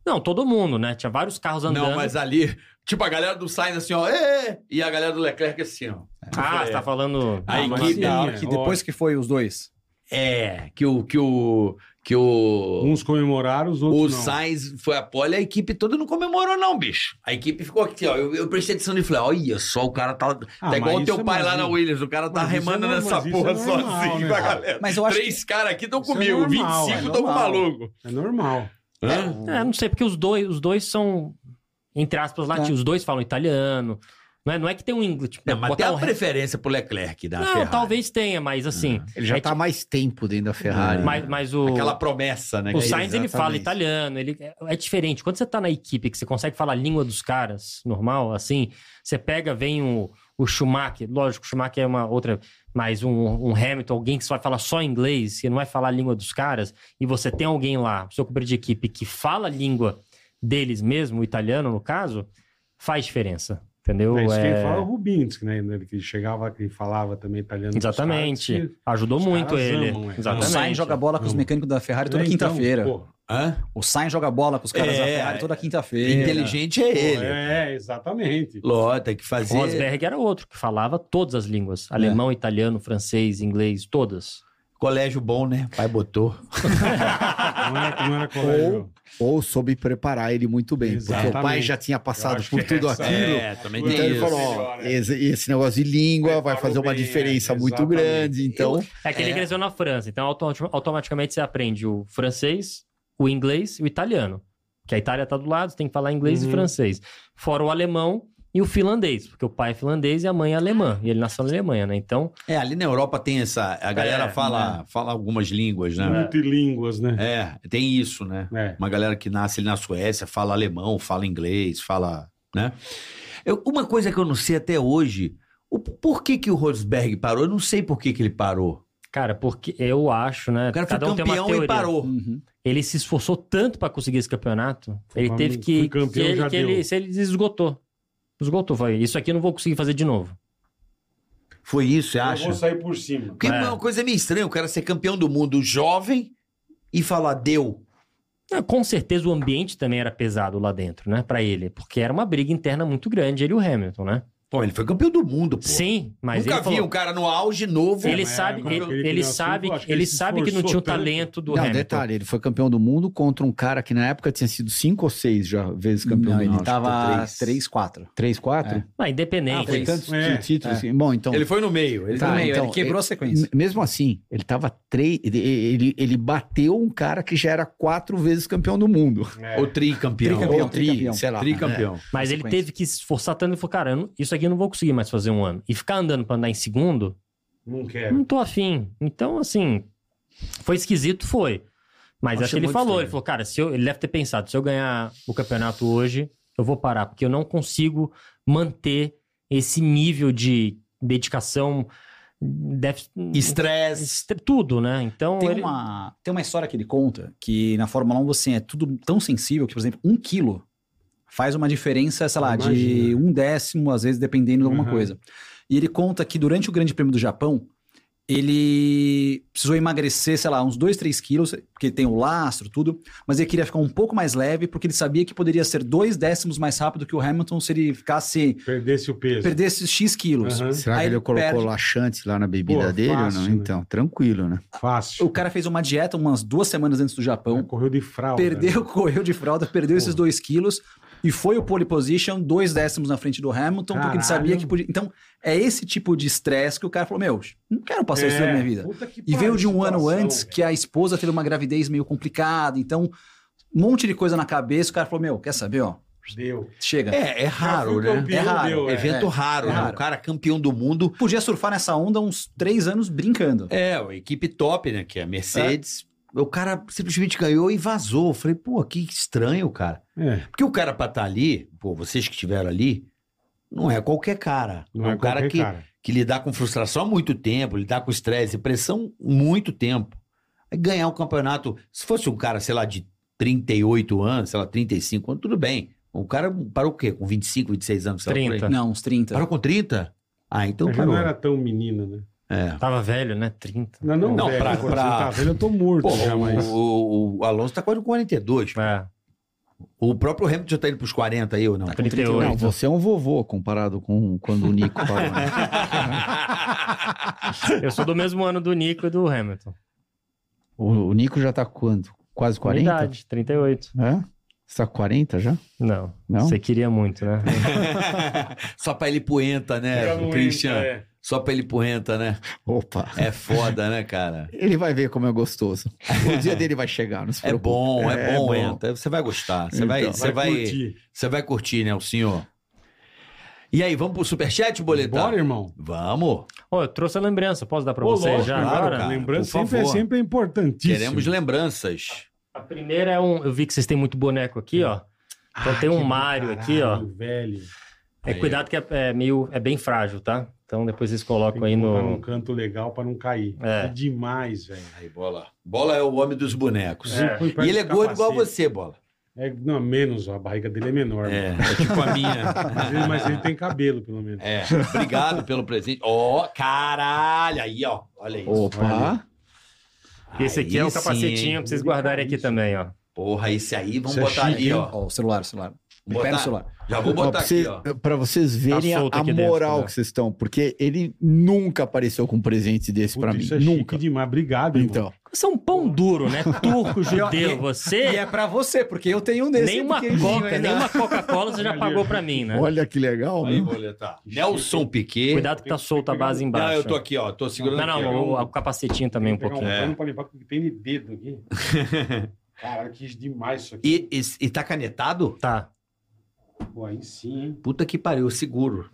Não, todo mundo, né? Tinha vários carros andando.
Não, mas ali, tipo, a galera do Sainz assim, ó, "Ê!" e a galera do Leclerc assim, ó.
Ah, você tá falando...
A
Ah, mas
equipe.
assim,
Na hora é, que depois que foi os dois.
É, que o. Que o, que o,
Uns comemoraram, os
o
outros. Um não.
Sainz foi a pole, a equipe toda não comemorou, não, bicho. A equipe ficou aqui, ó. Eu, eu prestei atenção e falei, olha só, o cara tá.
Ah,
tá
mas
igual o
isso
teu
é
pai lá na
maluco.
Williams, o cara tá
Mas isso
remando
é normal,
nessa
mas isso
porra
é normal,
sozinho
né?
com a galera.
Mas eu acho
Três caras aqui estão
Isso é
comigo,
normal,
25
é
estão com
normal.
maluco.
É normal.
Hã?
É, não sei, porque os dois, os dois são, entre aspas, latinos. Os dois falam italiano. Não é, não é que tem um inglês. Tipo,
Não, mas tem
botar
a
um...
preferência pro Leclerc da
Não,
Ferrari.
talvez tenha, mas assim...
Ele já
é tipo-
está há mais tempo dentro da Ferrari. né?
Mas, mas o...
É. Aquela promessa, né? que-
O Sainz, ele
Exatamente.
fala italiano, ele é- é diferente. Quando você tá na equipe que você consegue falar a língua dos caras, normal, assim, você pega, vem o, o Schumacher. Lógico, o Schumacher é uma outra, mas um, um Hamilton, alguém que só vai falar só inglês, que não vai falar a língua dos caras, e você tem alguém lá, seu companheiro de equipe, que fala a língua deles mesmo, o italiano no caso, faz diferença. Entendeu?
É isso que
É,
ele fala o Rubinho, diz que, né, ele que chegava e falava também italiano. pros
Exatamente.
caras, que-
Ajudou
os
muito
caras
ele.
amam, é.
O
Exatamente.
Sainz joga bola com os mecânicos da Ferrari toda
É, então,
quinta-feira.
pô,
Hã?
O Sainz joga bola com os caras da
É,
Ferrari toda quinta-feira.
Inteligente é
pô,
ele.
É, exatamente.
Ló, tem que fazer.
Rosberg era outro que falava todas as línguas:
É.
alemão, italiano, francês, inglês, todas.
Colégio bom, né? Pai botou.
Não era, não era colégio.
Ou soube preparar ele muito bem, porque o pai
Exatamente.
já tinha
Eu
passado
acho
por
que
tudo
essa-
aquilo.
É, também
Então
tem
ele
isso.
falou: ó, esse, esse negócio de língua vai fazer uma
Preparou bem,
diferença
é,
muito
exatamente.
grande. Então,
É que ele
É.
cresceu na França, então automati- automaticamente você aprende o francês, o inglês e o italiano. Que a Itália tá do lado, você tem que falar inglês
Uhum.
e francês. Fora o alemão e o finlandês, porque o pai é finlandês e a mãe é alemã. E ele nasceu na Alemanha, né? Então,
É, ali na Europa tem essa. A galera
É,
fala, fala algumas línguas, né?
Multilínguas, né?
É, tem isso, né?
É.
Uma galera que nasce ali na Suécia fala alemão, fala inglês, fala. né? Eu- uma coisa que eu não sei até hoje, o, por que, que o Rosberg parou? Eu não sei por que, que ele parou.
cara, porque eu acho, né?
O cara foi
cada um tem uma
campeão
teoria.
e parou.
Uhum.
Ele se esforçou tanto pra conseguir esse campeonato, ele
Mas
teve
não
que.
fui campeão,
que ele-
já
que
deu.
ele, se ele esgotou. Esgotou, foi. Isso aqui eu não vou conseguir fazer de novo.
Foi isso, você
Eu
acha?
vou sair por cima.
Porque
É.
é uma coisa meio estranha, o cara ser campeão do mundo jovem e falar deu.
É, Com certeza o ambiente também era pesado lá dentro, né? Pra ele, porque era uma briga interna muito grande ele e o Hamilton, né?
Pô, ele foi campeão do mundo, pô.
Sim, mas
Nunca
ele
vi
falou,
um cara no auge novo. É.
ele
mas
sabe,
agora
ele,
aquele
ele
Piastri,
sabe,
eu acho que
ele
ele se
sabe que não
esforçou
tinha o
tanto.
talento do
não,
Hamilton.
detalhe, ele foi campeão do mundo contra um cara que na época tinha sido cinco ou seis já vezes campeão
Não,
do
ele
mundo.
tava
três.
3, 4.
Três, quatro?
Ah, independente.
Ah, foi
Foi
três.
tantos
É.
títulos. assim. Bom, então.
Ele foi no meio. Ele
Tá,
foi no meio.
então,
ele quebrou a sequência.
M- Mesmo assim, ele tava três. Ele, ele, ele bateu um cara que já era quatro vezes campeão do mundo.
É.
Ou tricampeão.
Tricampeão,
Ou tri,
tricampeão.
sei lá.
Tricampeão.
mas ele
sequência.
teve que se esforçar tanto e falou, cara, eu não- isso aqui eu não vou conseguir mais fazer um ano. E ficar andando pra andar em segundo,
Não quero.
não tô afim. Então, assim, foi esquisito, foi. Mas
Achei
acho que ele
muito
falou,
estranho.
ele falou, cara, se eu- ele deve ter pensado, se eu ganhar o campeonato hoje, eu vou parar, porque eu não consigo manter esse nível de dedicação, deve,
Estresse.
est- tudo, né? Então,
Tem,
ele-
uma, tem uma história que ele conta que na Fórmula 1 você é tudo tão sensível que, por exemplo, um quilo faz uma diferença, sei lá, de
Imagina.
um décimo, às vezes, dependendo de alguma
Uhum.
coisa. E ele conta que durante o Grande Prêmio do Japão, ele precisou emagrecer, sei lá, uns 2, 3 quilos, porque tem o lastro, tudo, mas ele queria ficar um pouco mais leve, porque ele sabia que poderia ser dois décimos mais rápido que o Hamilton se ele ficasse,
Perdesse o peso.
perdesse X quilos.
Aham.
Será
Aí
que ele,
ele
colocou
perde.
laxante lá na bebida
Pô,
dele
fácil,
ou
né?
não? Então, tranquilo, né?
Fácil.
O cara fez uma dieta umas duas semanas antes do Japão,
Correu de fralda.
Perdeu, correu de fralda, perdeu esses
Porra.
dois quilos e foi o pole position, dois décimos na frente do Hamilton, porque ele
Caralho.
sabia que podia. Então, é esse tipo de estresse que o cara falou: Meu, não quero passar isso
É,
na minha vida.
puta que
E veio
pariu,
de um ano
situação,
antes
velho.
que a esposa teve uma gravidez meio complicada, então, um monte de coisa na cabeça. O cara falou: Meu, quer saber, ó,
Deu.
chega.
É, é
Já fui
raro, né?
campeão,
É raro.
deu, é.
Evento raro,
É
né?
raro.
O cara campeão do mundo.
Podia surfar nessa onda uns três anos brincando.
É, a equipe top, né? Que é a Mercedes. O cara simplesmente ganhou e vazou. Eu falei, pô, que estranho, cara.
É.
Porque o cara pra estar ali, pô, vocês que estiveram ali, não é qualquer cara.
Não
é um cara
qualquer
que, que lidar com frustração há muito tempo, lidar com estresse e pressão há muito tempo. Aí ganhar um campeonato, se fosse um cara, sei lá, de 38 anos, sei lá, 35 anos, tudo bem. O cara parou o quê? Com 25, 26 anos? sei lá, por aí.
É.
30.
Não, uns 30.
Parou com 30? Ah, então
Ele
parou.
não era tão menino, né?
É.
tava velho, né? 30.
Não, não,
Não,
velho.
pra-
quando
pra-
você tá velho, eu tô morto
Pô,
já, mas...
o, o- o Alonso tá quase com 42.
É,
O próprio Hamilton já tá indo pros 40 aí ou
Tá
não?
38.
Não, você é um vovô comparado com quando o Nico parou. né?
Eu sou do mesmo ano do Nico e do Hamilton.
o, o Nico já tá quanto? Quase 40?
Minha idade, 38.
Hã? Você tá com 40 já?
Não,
Não?
Você queria muito, né?
Só pra ele poenta, né,
Era um
Christian?
enta, é.
Só pra ele poenta, né?
Opa!
É foda, né, cara?
Ele vai ver como é gostoso. O dia dele vai chegar, não se
É
preocupe.
bom, é,
É
bom,
bom.
Enta. Você vai gostar. Você
Então,
vai,
vai
você vai,
curtir.
você vai curtir, né, o senhor? E aí, vamos pro superchat, boletar?
Bora, irmão.
Vamos.
Ô, eu trouxe a lembrança, posso dar pra
Ô,
vocês
lógico,
já
claro,
agora?
cara.
Lembrando,
por
sempre é,
favor.
sempre é importantíssimo.
Queremos lembranças.
A primeira
Ah,
é um. Eu vi que vocês têm muito boneco aqui, ó. Então tem um Mario aqui, ó.
Velho.
É
Aí,
cuidado que é, é meio. É bem frágil, tá? Então depois vocês colocam aí
colocar num
no.
canto legal pra não cair.
É.
É demais, velho.
Aí, bola. Bola é o homem dos bonecos.
É.
Põe perto
E ele é
do
gordo igual
capacete.
você, bola.
É, não, menos, ó, a barriga dele é menor.
É,
mano.
é tipo a minha.
Mas, ele, mas ele tem cabelo, pelo menos.
É, obrigado pelo presente. Ó, caralho, aí, ó. Olha isso.
Opa!
Esse aqui
Aí
é um
sim,
capacetinho
hein?
pra vocês guardarem aqui também, ó.
Porra, esse aí, vamos
Isso é
botar
chique,
ali,
hein?
ó.
Ó, o celular, o celular.
Botar-
Pega o celular.
Já vou
Ó,
botar
pra,
aqui,
vocês-
ó.
pra vocês verem a-
Tá solto
a
aqui dentro,
moral
né?
que vocês estão, porque ele nunca apareceu com um presente desse pra
Puta,
mim.
isso é
nunca.
chique demais. Obrigado, irmão.
Então,
Você é um pão duro, né? Turco, judeu,
E
você.
é pra você, porque eu tenho um desse.
Nem uma
pequenininho
coca,
ainda.
né?
nem uma Coca-Cola você já pagou pra mim, né?
olha que legal,
Aí,
né?
boletar. Nelson Piquet.
Cuidado que tá solta a base embaixo. né?
Não, um- Ah, eu tô aqui, ó. Tô segurando
Não,
aqui, ó.
não, o, o capacetinho também um
Pegar um
É.
pouquinho.
pano pra limpar, porque tem dedo aqui. Caralho, que demais isso aqui.
E, e, e tá canetado?
Tá.
Pô, aí sim, hein?
Puta que pariu, seguro.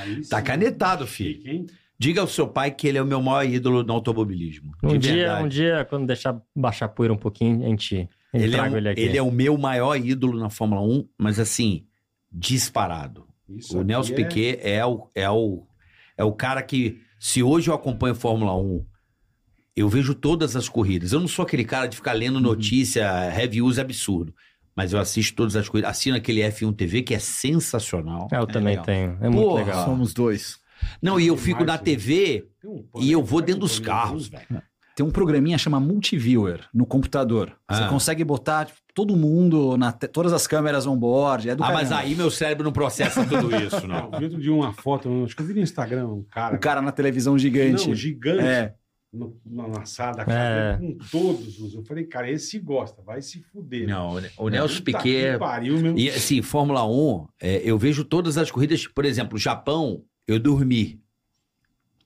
Aí sim.
Tá canetado, filho.
Chique, hein?
Diga ao seu pai que ele é o meu maior ídolo no automobilismo.
Um
de
dia,
verdade.
um dia, quando deixar baixar a poeira um pouquinho, a gente eu
Ele é,
trago
um-
ele aqui.
ele é o meu maior ídolo na Fórmula 1, mas assim, disparado.
Isso
o
aqui
Nelson
é-
Piquet é o, é, o, é o cara que, se hoje eu acompanho Fórmula 1, eu vejo todas as corridas. Eu não sou aquele cara de ficar lendo notícia, reviews absurdo, mas eu assisto todas as corridas. Assino aquele F1 TV que é sensacional.
É, eu também
legal.
tenho. É muito
Porra.
legal.
Somos dois.
Não, e eu fico
Demais,
na
né?
TV
Tem um pano
e eu
aqui,
vou
tá
dentro
com
dos
pano
carros,
aqui.
velho.
Tem um programinha chama Multiviewer no computador.
Ah.
Você consegue botar tipo, todo mundo, na te- todas as câmeras on-board. É do
Ah, mas
caramba.
aí meu cérebro não processa tudo isso,
Não,
não.
eu vi outro dia uma foto, acho que eu vi no Instagram, um cara.
O cara na televisão gigante.
Não, gigante.
É.
no- na laçada, cara,
É.
com todos os. Eu falei, cara, esse gosta, vai se fuder. É,
Não, o Ne- o Nelson
Puta que
Piquet é
Pariu, meu.
E assim, Fórmula 1, é, eu vejo todas as corridas, por exemplo, Japão, eu dormi.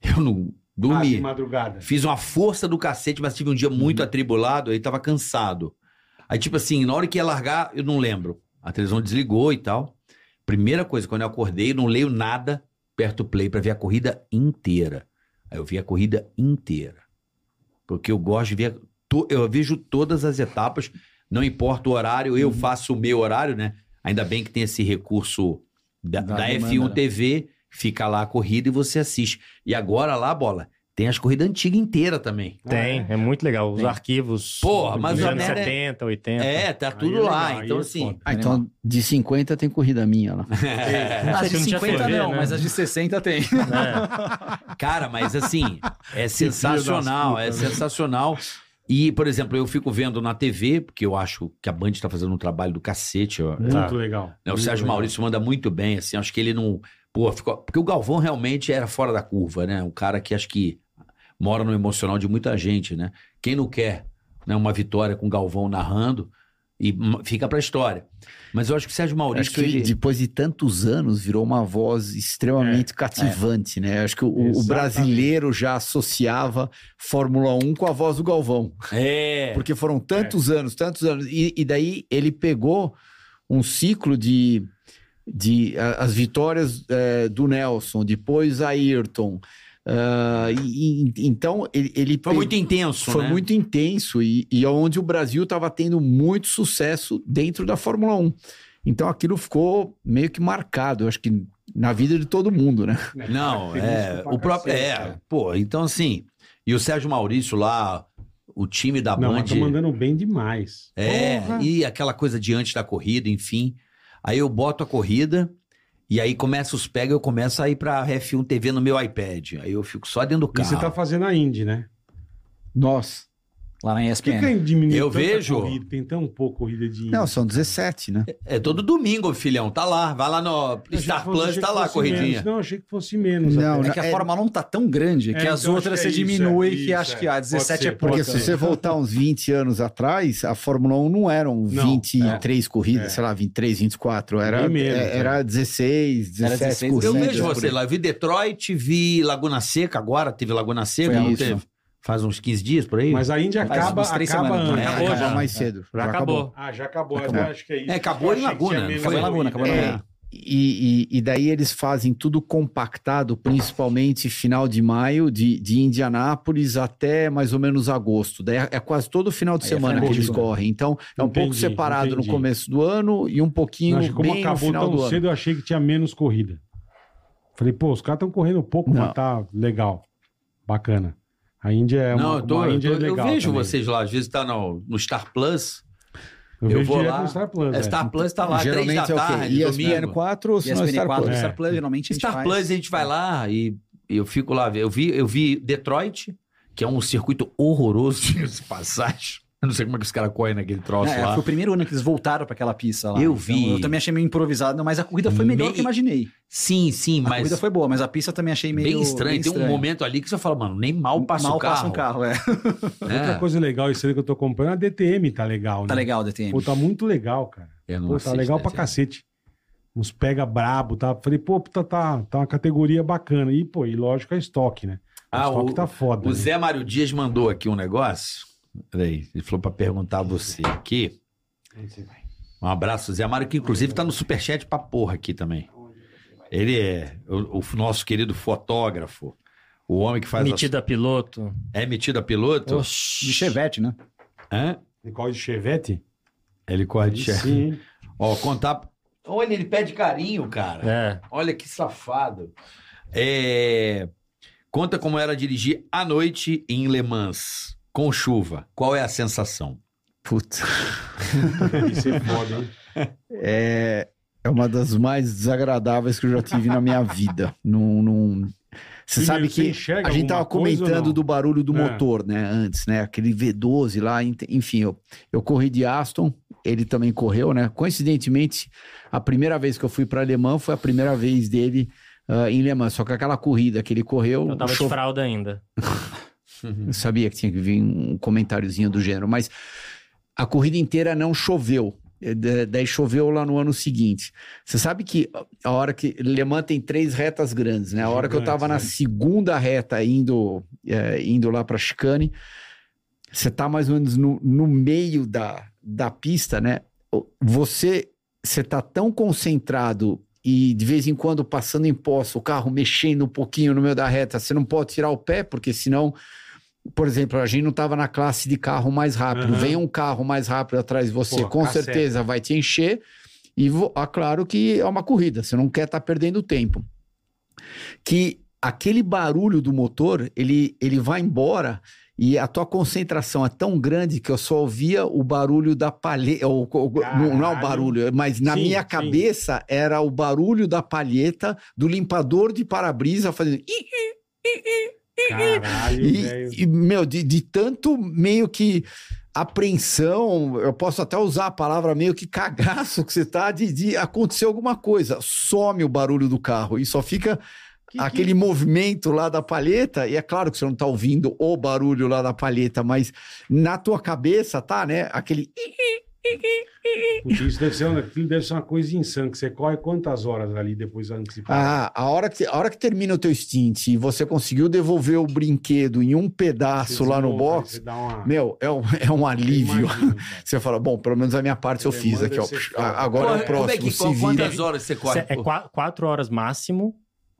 Eu não
Ah, de
dormi.
madrugada.
Fiz uma força do cacete, mas tive um dia muito atribulado, aí tava cansado. Aí, tipo assim, na hora que ia largar, eu não lembro. A televisão desligou e tal. Primeira coisa, quando eu acordei, eu não leio nada perto do play pra ver a corrida inteira. Aí eu vi a corrida inteira. Porque eu gosto de ver. to- Eu vejo todas as etapas, não importa o horário,
Uhum.
eu faço o meu horário, né? Ainda bem que tem esse recurso da,
Da
da
demanda,
F1
né?
TV, fica lá a corrida e você assiste. E agora lá, bola, tem as corridas antigas inteiras também.
Tem, é muito legal. Os arquivos
Porra, mas
dos
a
anos né?
merda é-
70, 80.
É, tá
Aí
tudo
é
lá.
legal,
então,
aí é
assim.
foda.
Ah, então, de 50 tem corrida minha lá.
Ah,
Acho que
de
não tinha
50
TV,
não,
né?
mas as de 60 tem.
né?
Cara, mas assim, é sensacional, é
né?
sensacional. E, por exemplo, eu fico vendo na TV, porque eu acho que a Band tá fazendo um trabalho do cacete. Ó.
Muito
Tá.
legal.
Né, O
Muito
Sérgio
legal.
Maurício manda muito bem, assim, acho que ele não. Pô, ficou... Porque o Galvão realmente era fora da curva, né? Um cara que acho que mora no emocional de muita gente, né? Quem não quer né, uma vitória com o Galvão narrando e hum, fica pra história. Mas eu acho que o Sérgio
Acho
Maurício.
que
ele-
depois de tantos anos virou uma voz extremamente cativante, né? Acho que o- o,
Exatamente.
brasileiro já associava Fórmula 1 com a voz do Galvão.
É.
Porque foram tantos anos, tantos anos. E, e daí ele pegou um ciclo de, de a- as vitórias eh, do Nelson, depois Ayrton. ah, e- e- então ele, ele
Foi
pe-
muito intenso,
foi
né?
muito intenso e, e onde o Brasil estava tendo muito sucesso dentro da Fórmula 1. Então aquilo ficou meio que marcado, eu acho que na vida de todo mundo, né?
É,
Não, é.
característico pra
O próprio.
cacete,
É,
cara.
pô, então assim. E o Sérgio Maurício lá, o time da
Não,
Band.
mas tá mandando bem demais.
É, e aquela coisa diante da corrida, enfim. Aí eu boto a corrida e aí começa os pega, eu começo a ir pra F1 TV no meu iPad. Aí eu fico só dentro do
E
carro.
você tá fazendo a Indy, né?
Nós.
Lá na
Por que,
ESPN.
que a Indy diminui
É. Eu
tanta
vejo.
corrida? Tem tão pouco corrida de Indy.
Não, são 17, né?
É todo domingo, filhão. Tá lá, vai lá no
Eu achei
Star
que fosse-
Plus,
achei
tá
que
lá a
fosse menos.
corridinha.
Não, achei que fosse menos.
Não,
até.
É que a
É-
Fórmula 1 tá tão grande que
É,
as
então
outras
acho que
você
é isso,
diminui
é
que
isso,
acho
é.
que ah,
Pode
17 é
ser, pode
Porque
pouco.
se você voltar uns 20 anos atrás, a Fórmula 1 não um eram
Não,
23 corridas,
é.
sei lá, 23, 24, era,
Bem menos,
é- era 16, 17
16,
Eu
corridas.
Sim,
vejo
por
você
aí.
lá. Eu vi Detroit, vi Laguna Seca agora. Teve Laguna Seca,
Foi
não
isso.
teve? Faz uns 15 dias por aí.
Mas a Indy
Faz
acaba,
umas três
acaba
semanas,
antes.
né?
Acabou
já.
mais cedo.
Já
Já
acabou.
Ah, já acabou.
Acabou.
Eu acho que é isso.
É,
Eu
acabou em
achei que
Laguna,
tinha
não
menos
foi?
Acabou em Laguna, acabou em
corrida.
Laguna.
É.
E, e- e daí eles fazem tudo compactado, principalmente final de maio, de, de Indianápolis até mais ou menos agosto. Daí é, é quase todo final de
Aí é
semana que eles
frenético, né?
correm. Então é um pouco
Entendi,
separado
entendi.
no começo do ano e um pouquinho
Acho que como
bem no
acabou
final
tão
do ano.
cedo, eu achei que tinha menos corrida. Falei, pô, os caras estão correndo pouco,
Não.
mas tá legal. Bacana. A Índia é uma,
não, eu, tô-
uma
eu
Índia
tô-
é
eu
legal
vejo
também.
vocês lá, às vezes tá no, no Star Plus.
Eu,
eu
vejo
vou
direto
lá.
no Star Plus. é.
Star Plus tá lá, três
é
da tarde,
ESPN
domingo.
4 ou se não é
ESPN
Star
4,
Plus?
É.
Star Plus, geralmente a gente
Star
faz. É.
Plus a gente vai lá e e eu fico lá. Eu vi, eu vi Detroit, que é um circuito horroroso de passagem. Eu não sei como é que os caras correm naquele troço
É,
lá.
foi o primeiro ano que eles voltaram pra aquela pista lá.
Eu
Então,
vi.
eu também achei meio improvisado, mas a corrida foi melhor do que eu
Meio-
imaginei.
Sim, sim,
A
mas
corrida foi boa, mas a pista eu também achei meio.
bem estranho.
bem
Tem um momento ali que você fala, mano, nem mal passa
Mal
o carro.
passa um carro, é.
É,
Outra coisa legal, isso aí que eu tô comprando, a DTM tá legal, né?
Tá legal, DTM.
Pô, tá muito legal, cara.
eu não
Pô, tá
assisto,
legal
né,
pra
gente?
cacete. Uns pega brabo, tá? Falei, pô, puta, tá, tá uma categoria bacana. E, pô, e lógico, é estoque, né? O
Ah,
estoque
o-
tá foda.
O
né?
Zé Mário Dias mandou aqui um negócio. Peraí, ele falou pra perguntar a você aqui. Um abraço, Zé Mário, que inclusive tá no superchat pra porra aqui também. Ele é o, o nosso querido fotógrafo, o homem que faz. as-
Metida piloto.
É metido a piloto?
De Chevette, né?
Hã?
Ele corre de Chevette?
Ele corre de
Aí
chefe.
Sim. hein?
Ó, contar. Olha, ele pede carinho, cara.
É.
Olha que safado. É, Conta como era dirigir à noite em Le Mans, com chuva. Qual é a sensação?
Puta.
Isso é foda, hein?
É, é uma das mais desagradáveis que eu já tive na minha vida. Num, num- Você
Primeiro,
sabe
você
que
enxerga
a gente
alguma
tava
coisa ou não?
comentando do barulho do
É.
motor, né? Antes, né? Aquele V12 lá, ent- enfim, eu, eu corri de Aston, ele também correu, né? Coincidentemente, a primeira vez que eu fui para Alemã foi a primeira vez dele ah, em Le Mans. Só que aquela corrida que ele correu,
Eu tava
o
de fralda ainda.
eu Uhum. sabia que tinha que vir um comentáriozinho do gênero, mas a corrida inteira não choveu. Eh, da- Daí choveu lá no ano seguinte. Você sabe que a hora que Le Mans tem três retas grandes, né? A hora que eu tava na
Gigantes,
segunda reta indo, eh, indo lá para Chicane, você tá mais ou menos no, no meio da, da pista, né? O- Você você tá tão concentrado e de vez em quando passando em poça, o carro mexendo um pouquinho no meio da reta, você não pode tirar o pé, porque senão, por exemplo, a gente não estava na classe de carro mais rápido.
Aham.
Vem um carro mais rápido atrás de você,
Pô,
com
cacete.
certeza vai te encher. E vo- ah, claro que é uma corrida, você não quer estar perdendo tempo. Que aquele barulho do motor, ele, ele vai embora e a tua concentração é tão grande que eu só ouvia o barulho da palheta. Ou, ou- não, não é o
Caralho.
barulho, mas na
Sim,
minha
sim.
cabeça era o barulho da palheta do limpador de para-brisa fazendo. "Ih,
Caralho, velho.
E, e, meu, de, de tanto meio que apreensão, eu posso até usar a palavra meio que cagaço que você tá de, de acontecer alguma coisa. Some o barulho do carro e só fica aquele movimento lá da palheta. E é claro que você não tá ouvindo o barulho lá da palheta, mas na tua cabeça tá, né? Aquele.
Puta, isso deve ser, uma, aquilo deve ser uma coisa insana, que você corre quantas horas ali depois antecipada?
Ah, a hora que, a hora que termina o teu stint e você conseguiu devolver o brinquedo em um pedaço lá no box, meu, é um, é um alívio. Você fala, bom, pelo menos a minha parte eu
Ele
fiz
manda
aqui, ó.
esse
Puxa,
foda.
Agora
Corre-
é
como é
o próximo,
que,
se
quantas
vira.
horas você corre?
Cê- É qua- quatro horas máximo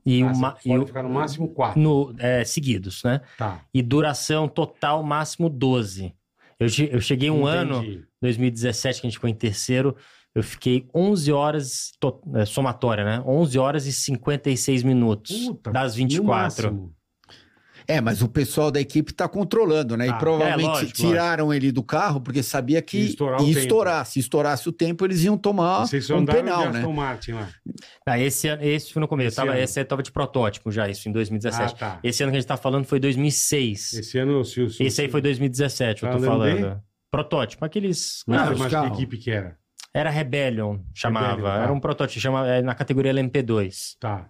e uma. e
Ah,
um-
pode
o-
ficar no máximo quatro.
no, é, seguidos, né?
Tá.
E duração total máximo 12. Eu, che- eu cheguei um ano,
Entendi.
2017, que a gente ficou em terceiro, eu fiquei 11 horas, to- é, somatória, né? 11 horas e 56 minutos
Puta,
das
No
24.
máximo.
É, mas o pessoal da equipe tá controlando, né?
Tá.
E provavelmente
É, lógico,
tiraram ele do carro porque sabia que
Ia
ia
estourar
estourar.
o
Se estourasse o tempo, eles iam tomar
Vocês só
um
andaram de
penal, né?
Aston Martin lá.
Ah, esse, ano- esse foi no começo,
Esse
tava,
ano.
esse eu tava de protótipo já, isso em
Ah,
2017.
tá.
Esse ano que a gente tá falando foi 2006. Esse,
Esse ano, se o... se o-
aí foi 2017, eu
Tá
tô
lembrei?
falando. Protótipo, aqueles...
Não,
Ah, os
mas que
carros.
equipe que era?
Era Rebellion, chamava.
Rebellion, tá.
Era um protótipo, chama, é, na categoria LMP2.
Tá.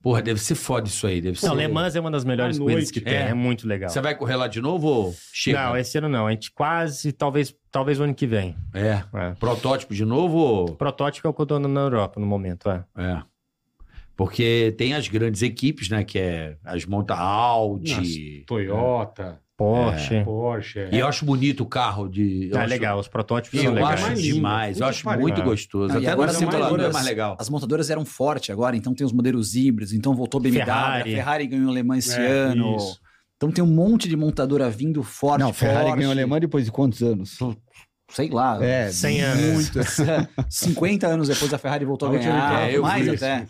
Porra, deve ser foda isso aí. Deve ser.
Não, Le Mans é uma das melhores
À
corridas
noite.
que tem,
É.
é, muito legal.
Você vai correr lá de novo ou chega?
Não, é- esse ano não, a gente quase, talvez, talvez o ano que vem.
É.
É.
Protótipo de novo ou.
Protótipo é o que eu tô na Europa no momento, é.
É. Porque tem as grandes equipes, né? Que é as monta
Nossa,
Audi.
Toyota.
Porsche.
Porsche. é.
E eu acho bonito o carro de. eu
Ah,
acho-
legal, os protótipos são
Eu
legais.
acho
Mais lindo,
demais, eu
puta
acho
que pariu,
muito
cara.
gostoso.
Não, e
Até agora
agora
no
as
simulador é
montadoras-
mais legal.
As montadoras eram forte agora, então tem os modelos híbridos, então voltou BMW,
Ferrari.
a Ferrari ganhou o Le Mans esse
É,
ano.
isso.
Então tem um monte de montadora vindo forte.
Não, Ferrari
forte,
ganhou alemã depois de quantos anos?
Sei lá.
É,
100 anos.
Muito.
50 anos depois a Ferrari voltou a
A última
ganhar.
vitória.
É, eu
mais
vi
até.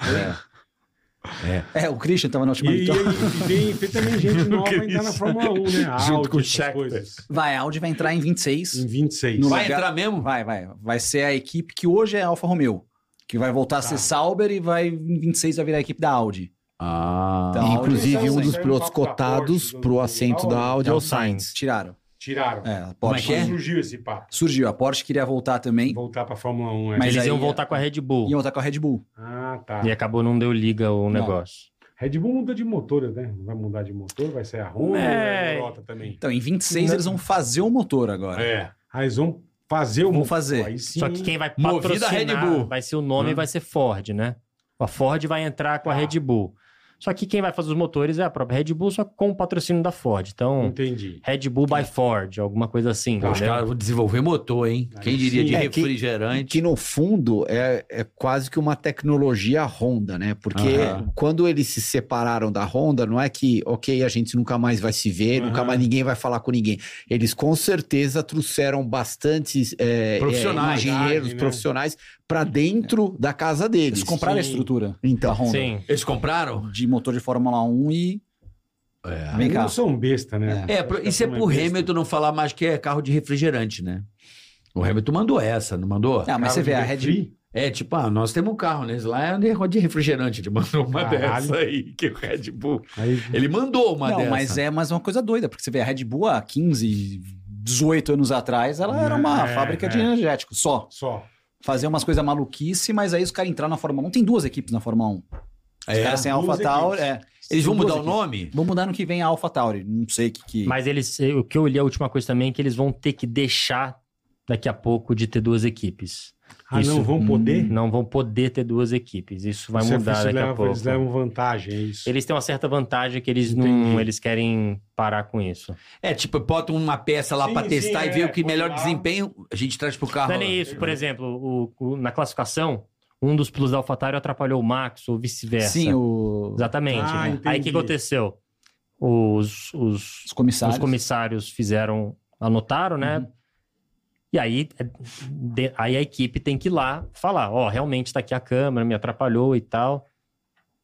É. o Christian tava na
E,
última
e,
vitória.
e tem, tem também gente nova
que
entrar na
isso.
Fórmula 1, né? A
Junto
Audi,
com o
essas
Scheckter.
coisas.
Vai, a Audi vai entrar em 26.
Em 26.
No
Vai
lugar-
entrar mesmo?
Vai, vai. Vai ser a equipe que hoje é a Alfa Romeo. Que vai voltar a ser Sauber e vai em 26 vai virar a equipe da Audi.
Ah.
Então,
Inclusive, um
Audi-
dos pilotos
Saiu um papo da
cotados
Porsche, do-
pro assento
do-
da Audi
É
é
o
o Sainz.
Tiraram.
Tiraram.
É, a
Como é
Porsche.
que é?
Surgiu esse papo.
Surgiu. A Porsche queria voltar também.
Voltar pra Fórmula 1, é.
Mas
Eles
aí-
iam voltar com a Red Bull.
Iam voltar com a Red Bull.
Ah, tá.
E é- acabou não deu liga o negócio.
Red Bull muda de motor, né? Não vai mudar de motor, vai ser a Honda
É.
e a Europa também.
Então, em 26
Não.
eles vão fazer o motor agora.
É. Aí eles vão fazer o
Vão
motor.
fazer.
Aí sim.
Só que quem vai
Movida
patrocinar
Red Bull.
vai ser o nome e vai ser Ford, né? A Ford vai entrar com a
Hum. Ah.
Red Bull. Só que quem vai fazer os motores é a própria Red Bull, só com o patrocínio da Ford. Então,
Entendi. É. Então,
Red Bull by Ford, alguma coisa assim,
Os
entendeu?
caras vão desenvolver motor, hein?
Aí
Quem diria
sim.
de
É, que-
refrigerante?
Que no fundo é, é quase que uma tecnologia Honda, né? Porque
Aham.
quando eles se separaram da Honda, não é que, ok, a gente nunca mais vai se ver, nunca
Aham.
mais ninguém vai falar com ninguém. Eles com certeza trouxeram bastantes é,
Profissionais.
é, engenheiros,
Verdade, né?
profissionais para dentro da casa deles.
Eles compraram
Sim.
a estrutura da
Então,
né?
Honda. né?
Sim.
Eles compraram?
De motor de Fórmula 1 e.
É.
Vem
Eles
cá.
não são besta, né?
É, pro- isso é
Acho que a
pro
turma besta.
Hamilton não falar mais que é carro de refrigerante, né? O Hamilton mandou essa, não mandou?
Ah, mas
Carro
você vê,
de
a Red Bull.
refri?
É, tipo, ah, nós temos um carro, né? Lá é um negócio de refrigerante. Ele mandou uma
Caralho.
dessa aí, que o Red Bull.
Aí
Ele mandou uma
Não,
dessa.
mas é mais uma coisa doida, porque você vê a Red Bull há 15, 18 anos atrás, ela era uma
É,
fábrica de
é.
energético só.
só.
Fazer umas coisas maluquice, mas aí os caras entraram na Fórmula 1. Tem duas equipes na Fórmula 1. Os
É.
caras têm a
Duas
Alpha Tauri. É.
Eles vão
Tem duas
mudar o
equipes.
nome?
Vão mudar no que vem a Alpha Tauri. Não sei o que. que...
Mas eles, eh, o que eu li a última coisa também é que eles vão ter que deixar daqui a pouco de ter duas equipes.
Ah,
Isso.
não vão poder?
Não vão poder ter duas equipes. Isso vai
Isso é-
mudar
isso
daqui
leva-
a pouco.
Eles levam vantagem, é isso.
Eles têm uma certa vantagem que eles não,
Entendi.
eles querem parar com isso.
É, tipo, bota uma peça lá
Sim,
pra testar
sim,
e ver
é.
o que
Põe
melhor
lá.
desempenho a gente traz pro carro.
Não é nem isso. Por exemplo, o- o- na classificação, um dos pilotos da AlphaTauri atrapalhou o Max ou
é
vice-versa.
Sim, o-
Exatamente.
Ah,
Aí o que
entendi.
aconteceu? Os, os,
os comissários.
os comissários fizeram, anotaram, né? E aí, é, de- aí a equipe tem que ir lá falar, ó, realmente tá aqui a câmera, me atrapalhou e tal.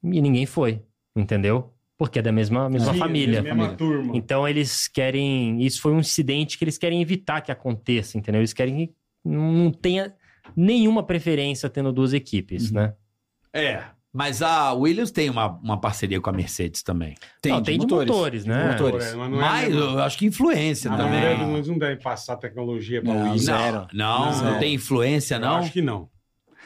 E ninguém foi, entendeu? Porque é da mesma, mesma
Sim,
família.
Mesma turma.
Então eles querem. Isso foi um incidente que eles querem evitar que aconteça, entendeu? Eles querem que não tenha nenhuma preferência tendo duas equipes,
Uhum.
né?
É. Mas a Williams tem uma, uma parceria com a Mercedes também.
Tem,
Não,
de
tem de
motores.
motores, né?
De motores.
Agora, não é
Mas
mesmo.
eu acho que influência
Ah,
também.
não deve- Eles não devem passar tecnologia pra
Não,
Williams.
é. Zero.
Não, não,
Zero.
tem influência,
Eu
não.
Acho que não.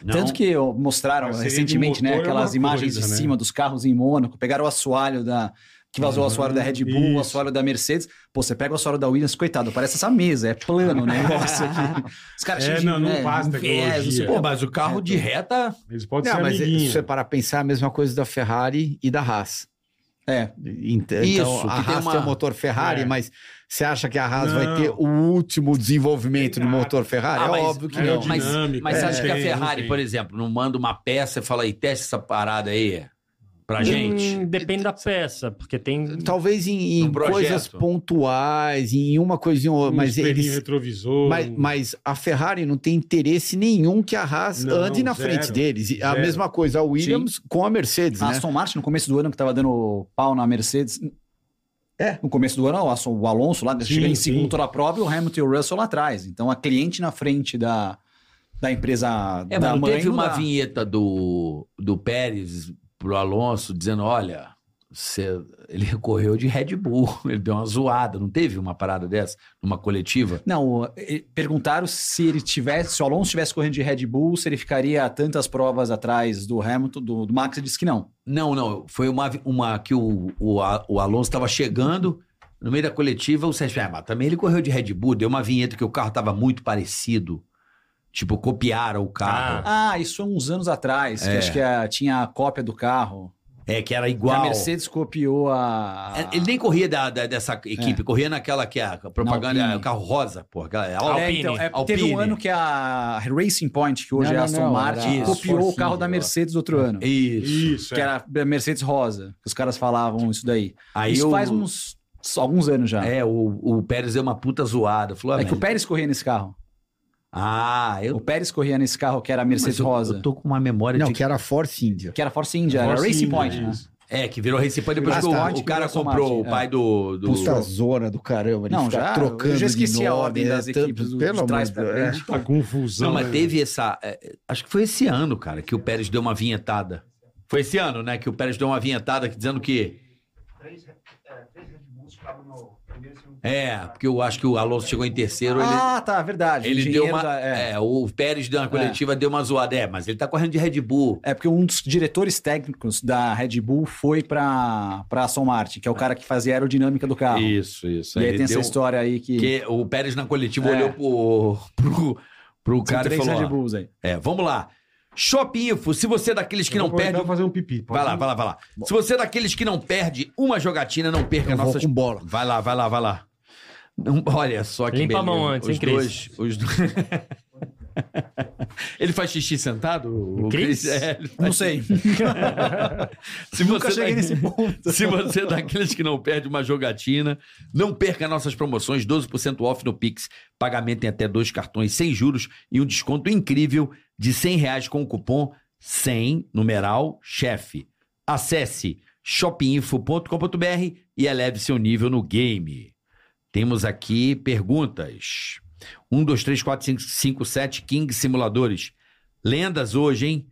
Não.
Tanto que ó, mostraram
Parceria de
recentemente, né,
motor é
aquelas
uma
imagens
coisa,
de
né?
cima dos carros em Mônaco, pegaram o assoalho da que vazou o assoalho da Red Bull,
isso.
o assoalho da Mercedes. Pô, você pega o assoalho da Williams, coitado, parece essa mesa, é plano o negócio aqui. Os caras
É,
cheios
não, não
né,
passa
um viés, não sei
tecnologia.
o
Pô,
quê.
mas o carro de reta.
Eles podem
não,
ser
mas
amiguinhos.
isso é para pensar a mesma coisa da Ferrari e da Haas.
É,
Ent- Então,
Isso,
a
que tem
Haas tem,
uma-
o motor Ferrari,
É.
mas você acha que a Haas
Não.
vai ter o último desenvolvimento do
Tem nada.
motor Ferrari?
Ah,
é
mas-
óbvio que
é
não.
o é,
Mas,
Dinâmica,
mas você
não
acha que a
tem, não
Ferrari,
tem.
por exemplo, não manda uma peça e fala aí, testa essa parada aí pra gente?
Hum, depende da peça, porque tem.
Talvez em, em
Um projeto.
coisas pontuais, em uma coisinha ou
Um
outra, mas
espelhinho
eles.
retrovisor.
Mas,
um-
mas a Ferrari não tem interesse nenhum que a Haas
Não,
ande na
zero,
frente deles. E A
zero.
mesma coisa, a Williams com a Mercedes,
a
né?
Aston Martin no começo do ano que tava dando pau na Mercedes.
É.
No começo do ano, o Aston- o Alonso lá né,
Sim,
chega em
sim.
segundo toda a prova e o Hamilton e o Russell lá atrás. Então a cliente na frente da da empresa
É,
da
mas não
mãe
teve
não
uma
dá.
vinheta do, do Pérez pro Alonso dizendo: olha, você- ele recorreu de Red Bull, ele deu uma zoada, não teve uma parada dessa numa coletiva?
Não, o- e- perguntaram se ele tivesse, se o Alonso estivesse correndo de Red Bull, se ele ficaria tantas provas atrás do Hamilton, do, do Max, ele disse que não.
Não, não, foi uma, uma que o, o, A- o Alonso estava chegando. No meio da coletiva, o Sérgio ah, mas também ele correu de Red Bull, deu uma vinheta que o carro estava muito parecido. Tipo, copiaram o carro.
Ah.
Ah, isso é uns anos atrás, que
É.
acho que ah, tinha a cópia do carro.
É, que era
Que
igual.
a Mercedes copiou a.
É, Ele nem corria da- da- dessa equipe, corria naquela que é a propaganda,
Alpine.
é o carro rosa, pô. aquela- é a
É,
Alpine.
então, é,
Alpine.
teve um ano que a Racing Point, que hoje
Não,
é a
não,
Aston
não,
Martin,
era a
copiou
Force
o carro
India,
da
eu
Mercedes
É.
outro ano.
Isso.
Isso,
Que era a Mercedes Rosa, que os caras falavam isso daí.
Aí
isso
o-
faz uns alguns anos já. É,
É, o, o Pérez deu uma puta zoada. Falou, ah,
que o
velho,
Pérez corria nesse carro.
Ah, eu.
O Pérez corria nesse carro que era a Mercedes
mas eu-
Rosa,
Eu tô com uma memória
Não,
de.
que era Force India.
que era a Force India, era a
Force
Racing
é. India,
Point. né?
isso.
É, que virou Racing Point depois que
Virou Aston
o,
Martin,
o cara
Ah, tá. virou Aston
comprou, o
Martin, é.
pai do. do...
Puta zona do caramba. Ele
Não,
fica
já-
trocando
eu já esqueci
de nome,
a ordem
é,
das
tanto-
equipes, do-
pelo
de trás
amor
pra
de Deus, é.
frente.
A confusão.
Não, mas
né?
teve essa. é, é, Acho que foi esse ano, cara, que o Pérez deu uma vinhetada. Foi esse ano, né? Que o Pérez deu uma vinhetada que- dizendo que. É, porque eu acho que o Alonso chegou em terceiro. ele-
Ah, tá, verdade. o
Ele deu
engenheiro
uma.
da- é.
é. o Pérez deu uma coletiva, deu uma zoada. É, mas ele tá correndo de Red Bull.
É porque um dos diretores técnicos da Red Bull foi pra pra Aston Martin, que é o cara que fazia a aerodinâmica do carro.
Isso, isso.
e aí
Ele
tem essa
deu- é
história aí que,
Que o Pérez na coletiva
É.
olhou pro, pro, pro
são
cara e
três
falou:
Red
ó,
Bulls aí.
É, vamos lá. Shopping Info, se você é daqueles que
Eu
não
vou aproveitar
perde.
e fazer um pipi. pode
Vai lá,
ir?
vai lá, vai lá. Se você é daqueles que não perde uma jogatina, não perca
Eu vou
nossas.
com bola.
Vai lá, vai lá, vai lá. Não- olha só que
Limpa a
beleza.
mão antes,
os
hein, Cris?
dois, os dois. Ele faz xixi sentado? O
Cris?
É, ele faz-
Não sei.
Se
Nunca
você
cheguei
dá-
nesse ponto.
Se você é daqueles que não perde uma jogatina, não perca nossas promoções, 12% off no Pix, pagamento em até dois cartões sem juros e um desconto incrível de 100 reais com o cupom 100, numeral, chefe. Acesse shopinfo.com.br e eleve seu nível no game. Temos aqui perguntas. 1, 2, 3, 4, 5, 5, 7, King Simuladores. Lendas hoje, hein?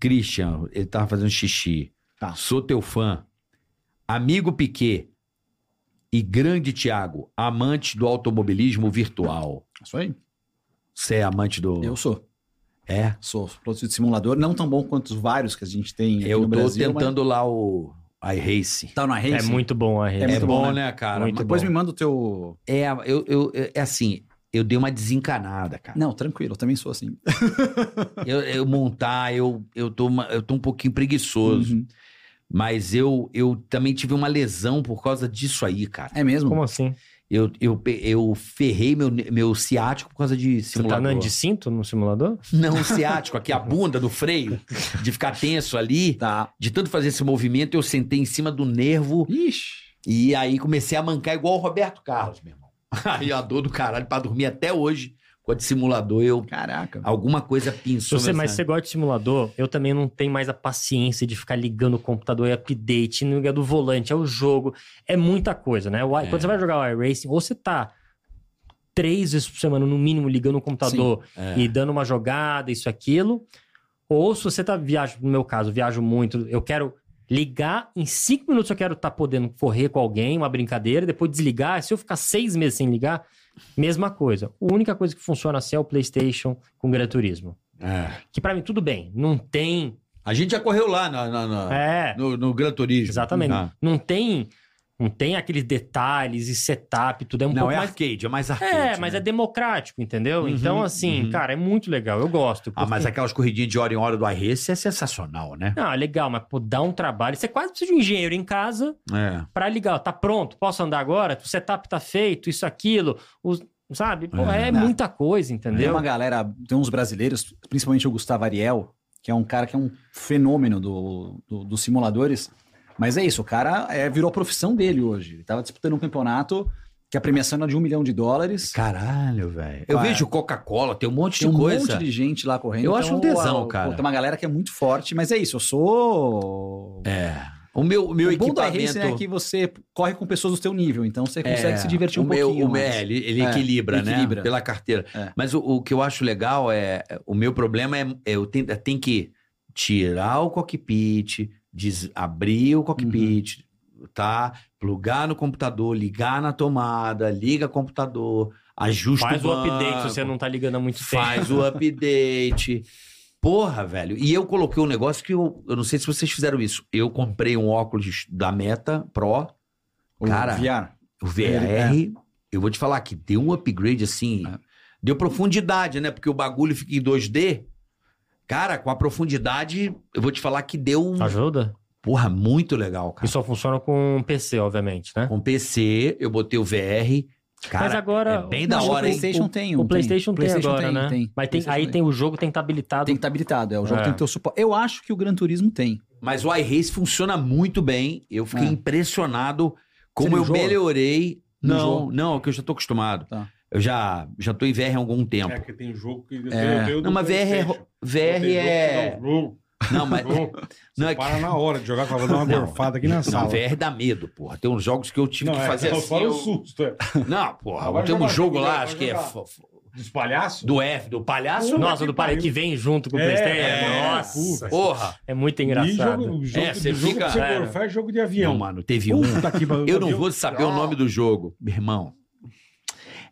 Christian, ele tava fazendo xixi.
Tá.
Sou teu fã. Amigo Piquet e grande Thiago, amante do automobilismo virtual.
Isso aí.
Você é amante do.
Eu sou.
É.
Sou piloto de simulador, não tão bom quanto os vários que a gente tem aqui
Eu
no
tô
Brasil. mas
tentando lá o iRace.
Tá na Racing.
É muito bom a rede.
É
É,
muito
bom,
bom,
né, cara?
Muito
Depois
bom.
me manda o teu...
É, eu, eu, é assim, eu dei uma desencanada, cara.
Não, tranquilo, eu também sou assim.
Eu, eu montar, eu, eu, tô, uma- eu tô um pouquinho preguiçoso.
Uhum.
Mas eu, eu também tive uma lesão por causa disso aí, cara.
É mesmo?
Como assim?
Eu, eu, pe- eu ferrei meu, ne- meu ciático por causa de
Você tá
simulador.
andando de cinto no simulador?
Não, o ciático, aqui a bunda do freio, de ficar tenso ali.
Tá.
De tanto fazer esse movimento, eu sentei em cima do nervo
Ixi.
e aí comecei a mancar igual o Roberto Carlos, meu irmão. Aí a dor do caralho pra dormir até hoje. Com a de simulador, eu.
Caraca.
Alguma coisa
Se
pinçou.
você,
meu
mas você
sangue.
gosta de simulador, eu também não tenho mais a paciência de ficar ligando o computador e update, não é do volante, é o jogo, é muita coisa, né? O i-
É.
Quando você vai jogar o iRacing, ou você tá três vezes por semana, no mínimo, ligando o computador
É.
e dando uma jogada, isso, aquilo, ou se você tá viajando, no meu caso, eu viajo muito, eu quero ligar, em cinco minutos eu quero estar podendo correr com alguém, uma brincadeira, depois desligar, se eu ficar seis meses sem ligar, mesma coisa. A única coisa que funciona assim é o PlayStation com Gran Turismo.
É.
Que pra mim tudo bem. Não tem.
A gente já correu lá na, na- na-
É.
no, no Gran Turismo.
Exatamente.
Ah.
Não tem. Não tem aqueles detalhes e setup, tudo é um
Não,
pouco
é
mais.
arcade, é mais arcade.
É, mas é democrático, entendeu?
Uhum,
então, assim,
uhum.
cara, é muito legal. Eu gosto.
Ah, mas aquelas corridinhas de hora em hora do iRace é sensacional, né?
Não, é legal, mas pô, dá um trabalho. Você quase precisa de um engenheiro em casa
É.
pra ligar. ó, Tá pronto, posso andar agora? O setup tá feito, isso, aquilo. os- sabe? Pô, é,
É.
muita coisa,
Tem
entendeu?
é
uma galera, tem uns brasileiros, principalmente o Gustavo Ariel, que é um cara que é um fenômeno do, do- dos simuladores. Mas é isso, o cara é, virou a profissão dele hoje. Ele tava disputando um campeonato que a premiação era de um milhão de dólares.
Caralho, velho. Eu
Ah, é.
vejo Coca-Cola, tem um monte
Tem um
de coisa.
monte de gente lá correndo.
Eu acho um tesão,
ah,
cara.
Tem uma galera que é muito forte, mas é isso, eu sou...
É. O meu, o meu
o bom do
equipamento.
iRacing é que você corre com pessoas do seu nível, então você consegue
É,
se divertir um
o meu-
pouquinho
o meu-
mais.
é, ele, ele
É,
equilibra, né?
equilibra.
Pela carteira.
É.
Mas o, o que eu acho legal é. O meu problema é. é eu tenho, tem que tirar o cockpit, des- abrir o cockpit,
Uhum.
tá? Plugar no computador, ligar na tomada, liga computador, ajusta
Faz o
o banco,
update se você não tá ligando há muito tempo.
Faz o update. Porra, velho. E eu coloquei um negócio que eu, eu não sei se vocês fizeram isso. Eu comprei um óculos da Meta Pro,
O
Cara,
VR.
o VR. Eu vou te falar que deu um upgrade assim.
É.
Deu profundidade, né? Porque o bagulho fica em 2D. Cara, com a profundidade, eu vou te falar que deu. um-
Ajuda?
Porra, muito legal,
E
cara.
só funciona com PC, obviamente, né?
Com PC, eu botei o VR. Cara,
Mas agora-
é bem da
Não,
hora,
o
hein?
PlayStation tem um.
o PlayStation tem,
PlayStation
agora, né? Mas tem,
PlayStation
aí tem o jogo tem que estar habilitado.
Tem que estar habilitado, é. O jogo
É.
tem que ter o suporte. Eu acho que o Gran Turismo tem.
Mas o iRace funciona muito bem. Eu fiquei
É.
impressionado
Você
como
não
eu
enjoa?
melhorei.
Não
Não, não,
enjoa?
é que eu já tô acostumado.
Tá.
Eu já, já tô em VR há algum tempo.
É, que tem jogo que...
É.
não, mas VR é. ro- VR
um
é. Não, mas. Não,
Não,
é que.
Para na hora de jogar, pra dar uma
Não.
gorfada aqui na
Não,
sala.
VR dá medo, porra. Tem uns jogos que eu tive que
é,
fazer
não,
assim.
Fora
eu-
o susto, é.
Não, porra,
Vai
tem um
jogar,
jogo
vai
lá,
jogar,
acho
vai
que é.
jogar.
f- f-
Dos palhaços?
Do F, do palhaço.
Nossa, do pai que vem junto com o PlayStation.
é,
Nossa,
puta.
Porra.
é muito
E
engraçado.
jogo, jogo,
É, você
jogo
fica-
que você
é.
gorfar é jogo de
Não,
avião.
mano, teve um.
Puta que pariu,
Eu não
avião.
vou saber o nome do jogo, meu irmão.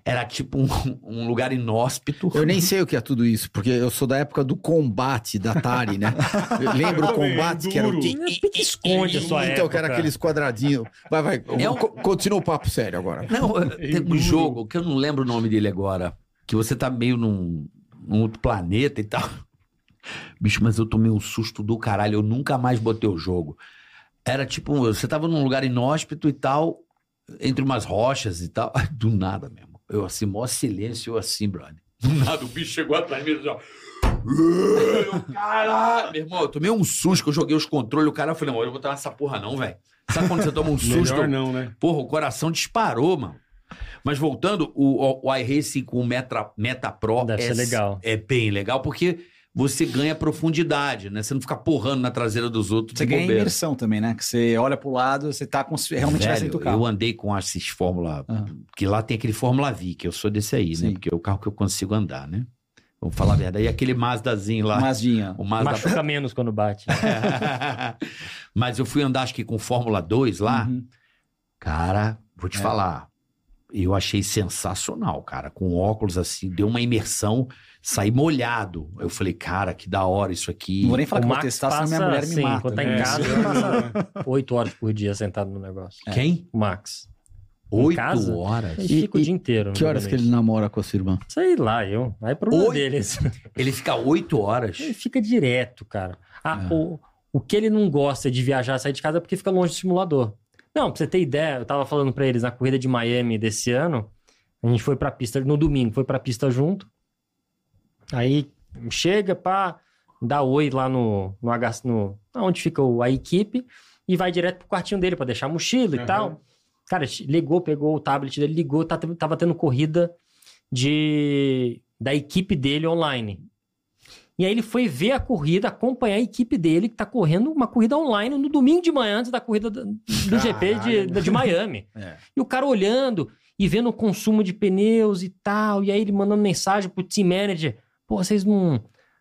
Era tipo um, um lugar inóspito.
Eu nem sei o que é tudo isso, porque eu sou da época do combate da Atari, né? Eu lembro
Eu
o
também,
combate
duro.
que era o que
Esconde a sua
Então, que era
época.
aqueles quadradinhos. Vai, vai.
É um-
co- Continua o papo sério agora.
Não, eh, tem um
duro.
jogo que eu não lembro o nome dele agora. Que você tá meio num, num outro planeta e tal. Bicho, mas eu tomei um susto do caralho. Eu nunca mais botei o jogo. Era tipo, um- você tava num lugar inóspito e tal, entre umas rochas e tal. Do nada mesmo. Eu assim, maior silêncio, eu assim, brother. Do nada, o bicho chegou atrás de mim e disse, ó. Eu, Caralho, meu irmão, eu tomei um susto que eu joguei os controles. O cara, eu falei, não, eu não vou estar nessa porra, não, velho. Sabe quando você toma um susto?
Melhor não, né?
Porra, o coração disparou, mano. Mas voltando, o, o, o iRacing com o Meta, Meta Pro
Deve
é,
ser legal.
é bem legal, porque você ganha profundidade, né? Você não fica porrando na traseira dos outros
Você
de
ganha
bobeira.
imersão também, né? Que você olha pro lado, você tá com... realmente vai
Velho,
sendo carro.
eu andei com esses Fórmula...
Ah.
Que lá tem aquele Fórmula V, que eu sou desse aí, né?
Sim.
Porque é o carro que eu consigo andar, né? Vamos falar a verdade. E aquele Mazdazinho lá.
Mazinha.
O Mazda...
Machuca menos quando bate.
Mas eu fui andar, acho que com Fórmula 2 lá.
Uhum.
Cara, vou te
É.
falar. Eu achei sensacional, cara. Com óculos assim, deu uma imersão, saí molhado. Eu falei, cara, que da hora isso aqui.
Não vou nem falar
O
que eu vou
Max
testar, senão minha
passa,
mulher me
sim,
mata.
quando tá em
né?
casa.
melhor não, né?
Oito horas por dia sentado no negócio.
é.
Quem?
O Max.
Oito
casa?
horas.
Ele
E-
fica o
e
dia inteiro.
Que horas que ele
obviamente.
namora com a sua irmã?
Sei lá, eu. Aí é problema
Oito?
dele. esse.
Ele fica oito horas.
Ele fica direto, cara. Ah,
Ah.
O, o que ele não gosta de viajar, sair de casa, é porque fica longe do simulador. Não, pra você ter ideia, eu tava falando pra eles na corrida de Miami desse ano, a gente foi pra pista no domingo, foi pra pista junto. Aí chega pra dar oi lá no, no, H, no onde fica o- a equipe e vai direto pro quartinho dele pra deixar a mochila e
Aham.
tal. Cara, ligou, pegou o tablet dele, ligou, tá- tava tendo corrida de da equipe dele online. E aí ele foi ver a corrida, acompanhar a equipe dele, que tá correndo uma corrida online no domingo de manhã, antes da corrida do, do GP de, de Miami.
É.
E o cara olhando e vendo o consumo de pneus e tal. E aí ele mandando mensagem pro team manager. Pô, vocês não...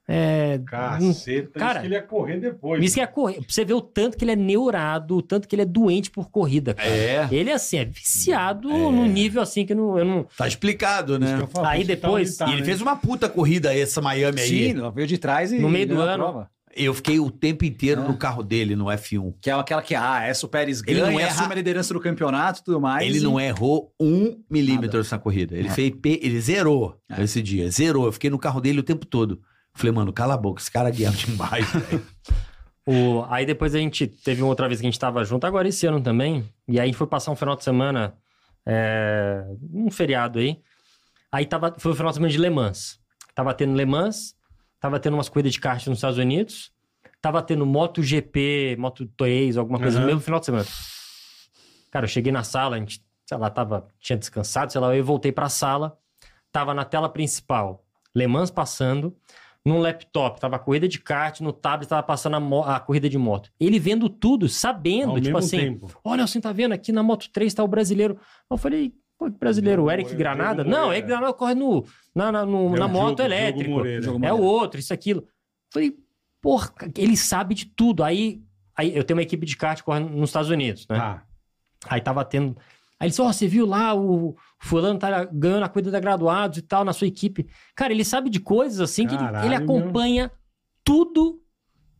É, não
Caceta,
Cara,
isso que ele ia correr depois.
isso que é correr. Pra você ver o tanto que ele é neurado, o tanto que ele é doente por corrida, cara.
É,
Ele, assim, é viciado num nível assim que não, eu não.
tá explicado,
Isso que
né?
eu falo,
Aí
você
depois,
tá
E
onde tá,
ele
né?
fez uma puta corrida essa Miami
Sim,
aí.
ela veio de trás e
No meio do
ganhou a
ano.
prova.
Eu fiquei o tempo inteiro
É.
no carro dele, no F1.
Que é aquela que, ah, essa o Pérez
Ele
ganha,
não
e
erra.
assume a liderança do campeonato e tudo mais.
ele não é, errou um milímetro nessa corrida. Ele
Nada.
fez P, ele zerou
É.
esse dia. Zerou. Eu fiquei no carro dele o tempo todo. Falei, mano, cala a boca, esse cara guia demais, velho.
O- Aí depois a gente teve uma outra vez que a gente tava junto, agora esse ano também. E aí a gente foi passar um final de semana, é, um feriado aí. Aí tava, foi o final de semana de Le Mans. Tava tendo Le Mans, tava tendo umas corridas de kart nos Estados Unidos, tava tendo MotoGP, Moto 3, alguma coisa
Aham.
no mesmo final de semana. Cara, eu cheguei na sala, a gente, sei lá, tava, tinha descansado, sei lá, eu voltei pra sala, tava na tela principal, Le Mans passando, num laptop, tava a corrida de kart, no tablet tava passando a, mo- a corrida de moto. Ele vendo tudo, sabendo,
Ao
tipo
mesmo
assim,
tempo.
olha, assim, tá vendo aqui na Moto 3 tá o brasileiro. Eu falei, pô, que brasileiro, o Eric
Moreira,
Granada?
Diogo
Não, o
é Moreira.
Eric Granada corre no, na, na, no-
É
na
o
moto
Diogo- Diogo
elétrica.
Moreira.
Diogo
É o
Moreira.
outro, isso, aquilo. Eu Falei, porra, ele sabe de tudo. Aí, aí eu tenho uma equipe de kart que corre nos Estados Unidos, né?
Tá.
Aí tava tendo. Aí ele disse: Ó, você viu lá o fulano tá ganhando a corrida da graduados e tal na sua equipe. Cara, ele sabe de coisas assim que ele-
Caralho,
ele acompanha tudo.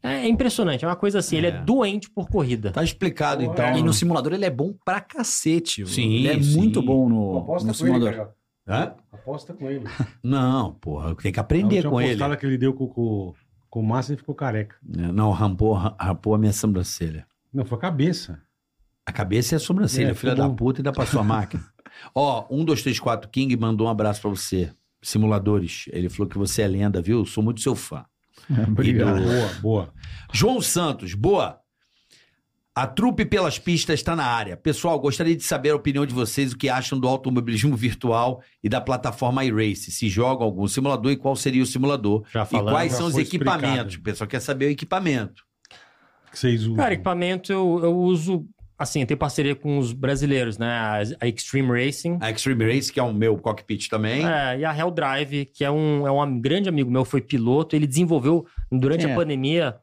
É, é impressionante, é uma coisa assim, ele é
É.
doente por corrida.
Tá explicado,
Porra,
então.
E no simulador ele é bom pra cacete. viu?
Sim,
Ele é
sim.
muito bom no,
Aposta
no
com ele, né?
simulador.
cara.
Hã?
Aposta com ele.
Não, porra, tem que
A
aprender
última
com ele.
apostada
Né,
que ele deu com, com, com o Massa, ele ficou careca.
Não, rampou, rampou a minha sobrancelha.
Não, foi a cabeça.
A cabeça é a sobrancelha,
É,
filha
tá
da
bom.
puta, e dá pra sua máquina. Ó, um, dois, três, quatro, King mandou um abraço pra você. Simuladores, ele falou que você é lenda, viu? Sou muito seu fã.
Obrigado.
E do-
Boa, boa.
João Santos, boa. A trupe pelas pistas está na área. Pessoal, gostaria de saber a opinião de vocês, o que acham do automobilismo virtual e da plataforma iRace. Se joga algum simulador e qual seria o simulador?
Já
e quais
já
são os
foi explicado
equipamentos? O pessoal quer saber o equipamento.
Que vocês usam.
Cara, equipamento eu, eu uso, assim, eu tenho parceria com os brasileiros, né? A, a Extreme Racing.
A Extreme Race, que é o meu cockpit também.
É, e a Hell Drive, que é um, é um am- grande amigo meu, foi piloto. Ele desenvolveu durante
Quem é?
a pandemia.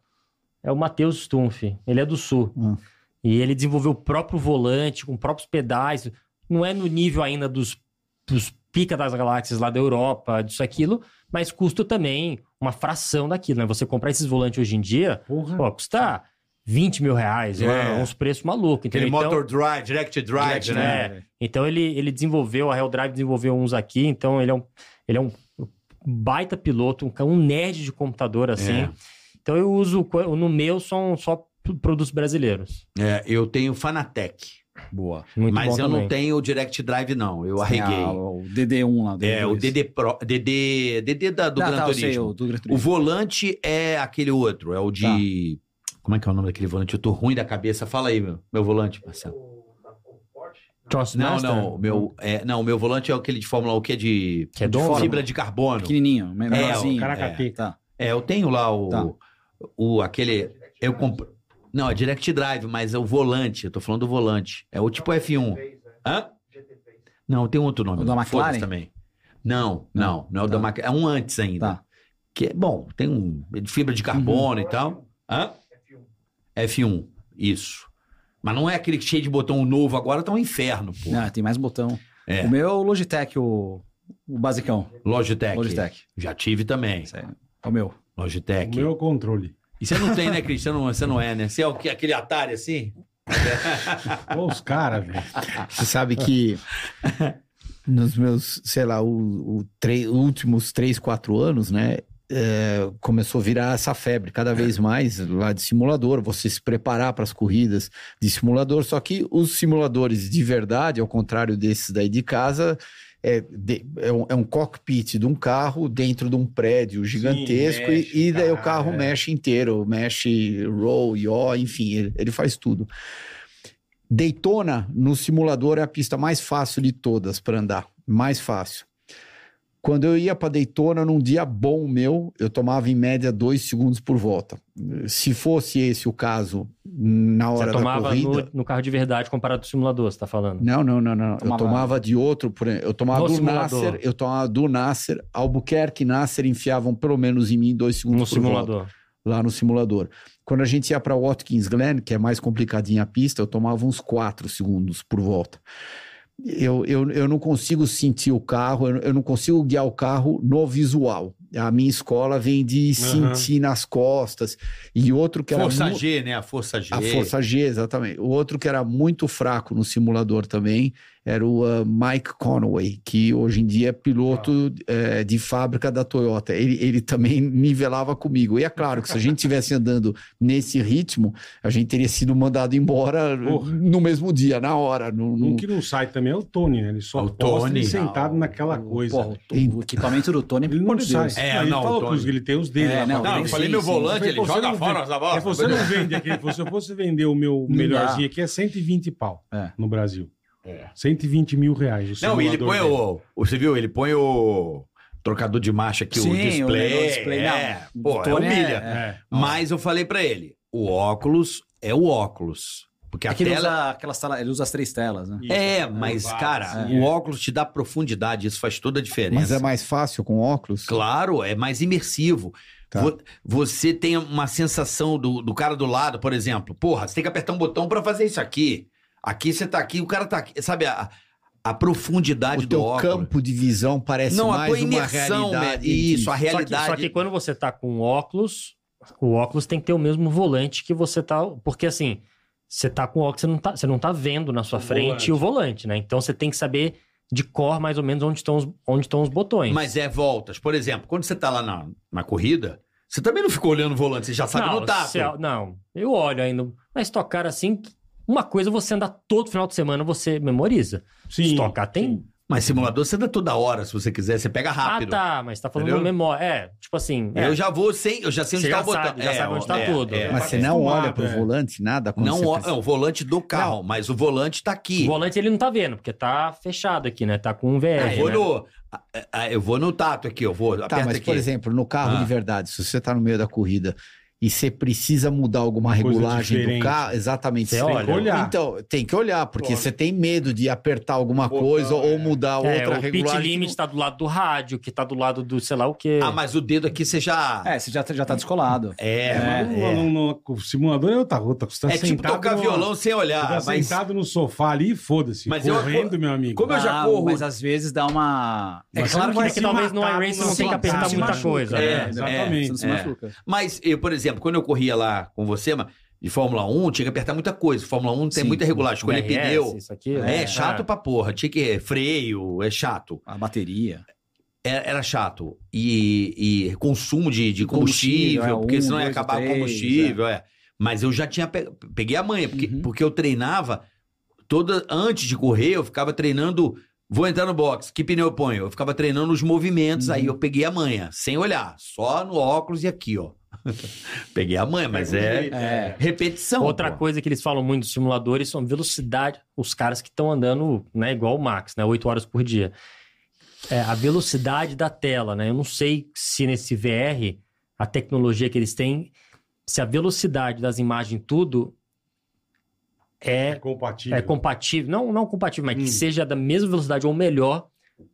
É o Matheus Stumpf, ele é do sul.
Hum.
Ah.
E ele desenvolveu o próprio volante, com próprios pedais. Não é no nível ainda dos, dos pica das galáxias lá da Europa, disso aquilo, mas custa também uma fração daquilo, né? Você comprar esses volantes hoje em dia,
Porra.
pô, custa 20 mil reais,
É.
né? uns preços malucos.
Aquele
entendeu? Então-
motor drive, direct drive,
Direct
é
né?
drive. então ele, ele desenvolveu, a Real Drive desenvolveu uns aqui, então ele é um, ele é um baita piloto, um, ca- um nerd de computador, assim.
É.
Então eu uso, co- no meu, são só p- produtos brasileiros.
É, eu tenho Fanatec. Boa.
Muito
Mas
bom
eu não
também.
tenho o Direct Drive, não. Eu
Tem a-
arreguei.
ah, o DD1 lá.
É, o
DD2.
DD Pro, DD, DD da, do
Ah,
Gran
tá, eu sei,
Turismo.
o do Gran Turismo.
O volante é aquele outro, é o de.
Tá.
Como é que é o nome daquele volante? Eu tô ruim da cabeça. Fala aí, meu, meu volante, Marcelo. Não,
Trustmaster?
não, o meu, é, não, o meu volante é aquele de Fórmula 1 que é de,
Que é
de
dono?
fibra de carbono.
Pequenininho,
É,
menorzinho.
Caracateca.
Tá.
É, eu tenho lá o.
Tá.
o aquele. Eu compro. Não, é Direct Drive, mas é o volante. Eu tô falando do volante. É o tipo F1. Hã? Não, tem outro nome.
O da
não.
McLaren?
Foda-se também. Não, não, não, é o
Tá.
da McLaren. É um antes ainda.
Tá.
Que é bom, tem um. é de fibra de carbono e tal. Hã? F1. Isso. Mas não é aquele cheio de botão novo agora, tá um inferno, pô.
Ah, tem mais botão.
É.
O meu é o Logitech, o, o basicão.
Logitech.
Logitech.
Já tive também.
Esse é é o meu.
O
Logitech.
meu é o controle.
E você não tem, né, Cris? Você não, você não é, né? Você é o que, aquele Atari assim?
Olha os caras, velho.
Você sabe que nos meus, sei lá, o, o tre- últimos três, quatro anos, né? é, começou a virar essa febre
É.
cada vez mais lá de simulador, você se preparar para as corridas de simulador. Só que os simuladores de verdade, ao contrário desses daí de casa, é, de- é um, é um cockpit de um carro dentro de um prédio gigantesco e-
mexe,
e, daí o
cara,
carro
é.
mexe inteiro, mexe roll, yaw, enfim, ele- ele faz tudo. Daytona no simulador é a pista mais fácil de todas para andar, mais fácil. Quando eu ia para Daytona num dia bom meu, eu tomava em média dois segundos por volta. Se fosse esse o caso na hora
Você
da
tomava
corrida,
no, no carro de verdade comparado ao simulador, você tá falando.
não, não, não, não.
Tomava-
Eu tomava de outro, por exemplo, eu tomava
No
do
simulador.
Nasser, eu tomava do Nasser, Albuquerque e Nasser enfiavam pelo menos em mim dois segundos
No
por volta,
simulador.
lá no simulador. Quando a gente ia para Watkins Glen, que é mais complicadinha a pista, eu tomava uns quatro segundos por volta. Eu, eu, eu não consigo sentir o carro, eu, eu não consigo guiar o carro no visual. A minha escola vem de
Aham.
sentir nas costas. E outro que era
Força
mu-
G, né? A Força G.
a Força G, exatamente. O outro que era muito fraco no simulador também era o ah, Mike Conway, que hoje em dia é piloto
Ah.
eh, de fábrica da Toyota. Ele, ele também nivelava comigo. E é claro que se a gente estivesse andando nesse ritmo, a gente teria sido mandado embora
Porra.
no mesmo dia, na hora. No, no-
Um que não sai também é o Tony, né? Ele só
O
posta ele
Tony.
sentado naquela
Ah, O-
coisa.
Porra, o, o equipamento do Tony,
Ele
pelo
não
de
sai.
Deus.
É,
ele
não,
falou
o
que os- ele tem os dele.
É,
lá
não,
pra
Não, eu
Sim,
frente.
falei
sim,
meu
sim.
volante,
Foi,
ele
pô, você
joga
não
fora
vê.
essa bola.
É, você não vende aqui. Ele falou, se eu fosse vender o meu
dá.
melhorzinho aqui, é 120 pau
É.
no Brasil.
É.
120 mil reais. o
Não, e ele
simulador
põe
dele.
o, o- Você viu? Ele põe o trocador de marcha aqui, o
Sim, o
display.
o display,
É,
não.
pô, é
Tony é- é.
humilha.
É.
Mas eu falei pra ele: o óculos é o óculos. Porque a
É que ele
tela.
usa, aquelas tela- ele usa as três telas, né?
É, mas, cara,
sim,
o
é.
óculos te dá profundidade, isso faz toda a diferença.
Mas é mais fácil com óculos?
Claro, é mais imersivo.
Tá.
Vo- Você tem uma sensação do, do cara do lado, por exemplo. Porra, você tem que apertar um botão pra fazer isso aqui. Aqui você tá aqui, o cara tá aqui. Sabe, a, a profundidade
O
do
teu
óculos. é
campo de visão parece
Não, a
mais
tua
uma
imersão, né?
realidade.
Isso, a
Só que,
realidade.
só que quando você tá com óculos, o óculos tem que ter o mesmo volante que você tá. Porque assim, você tá com óculos, você não tá, você não tá vendo na sua frente o volante, né? Então você tem que saber de cor mais ou menos onde estão os, onde estão os botões.
Mas é voltas. Por exemplo, quando você tá lá na, na corrida, Você também não ficou olhando o volante, você já sabe
não,
notar.
se-
pô.
não, eu olho ainda. Mas tocar assim, uma coisa você andar todo final de semana, você memoriza.
Sim.
se tocar tem.
Mas simulador você anda toda hora, se você quiser, você pega
Ah,
rápido.
tá, mas tá falando
Entendeu?
memória. É, tipo assim. é,
Eu já vou sem, eu já sei onde
Você
tá
já
o botão.
sabe, já
É,
sabe onde tá
é,
tudo.
é.
Mas
tá
você não
acostumado,
olha pro
é.
volante, nada quando
Não,
você tá-
ó,
precisa.
é, o volante do carro, mas o volante tá aqui.
O volante ele não tá vendo, porque tá fechado aqui, né? Tá com um VR.
Ah, eu, vou
né?
no, ah, ah, eu vou no tato aqui, eu vou.
Tá,
aperta
mas
aqui.
por exemplo, no carro
Ah.
de verdade, se você tá no meio da corrida e você precisa mudar alguma
Coisa
regulagem
diferente.
do carro, exatamente.
Você
tem
olha.
que olhar. Então, tem que olhar, porque
Lógico.
você tem medo de apertar alguma
Botão, é.
coisa ou mudar
É,
outra
o pit
regulagem.
limit tá do lado do rádio, que tá do lado do sei lá o quê.
Ah, mas o dedo aqui você já.
É, você já, já tá descolado.
É,
É,
é,
mas no- no- no- o simulador é outra rota. Você tá
é tipo
sentado
tocar
numa-
violão sem
Você
olhar.
tá
mas
sentado no sofá ali, foda-se.
Mas eu-
Correndo, meu amigo.
como eu já
Ah,
corro.
Mas às vezes dá uma.
É
Mas você
claro
não
que,
vai
é que
se
talvez no
matar,
iRace
não
não tem
se
que apertar
machuca,
muita
né?
coisa.
É,
né?
exatamente.
Você não se
é.
machuca.
Mas eu, por exemplo, quando eu corria lá com você, mano, de Fórmula 1, tinha que apertar muita coisa. Fórmula 1 tem
Sim.
muita regulagem, escolher
DRS,
pneu.
Isso aqui,
É,
né?
chato
Ah,
pra porra. Tinha que freio, é chato.
A bateria.
Era, era chato. E, e consumo de, de
Combustível,
combustível,
é,
porque
um,
senão ia
dois,
acabar
três,
o combustível, é. Mas eu já tinha pe- peguei a manha, porque,
Uhum.
porque eu treinava toda antes de correr, eu ficava treinando Vou entrar no box, que pneu eu ponho? Eu ficava treinando os movimentos, aí eu peguei a manha, sem olhar, só no óculos e aqui, ó. peguei a manha, mas é
É.
repetição.
Outra
pô.
coisa que eles falam muito dos simuladores são velocidade. Os caras que estão andando, né, igual o Max, né, 8 horas por dia. É, a velocidade da tela, né? Eu não sei se nesse VR, a tecnologia que eles têm, se a velocidade das imagens tudo
É
é,
compatível.
é compatível. Não, não compatível, mas
Hum.
que seja da mesma velocidade ou melhor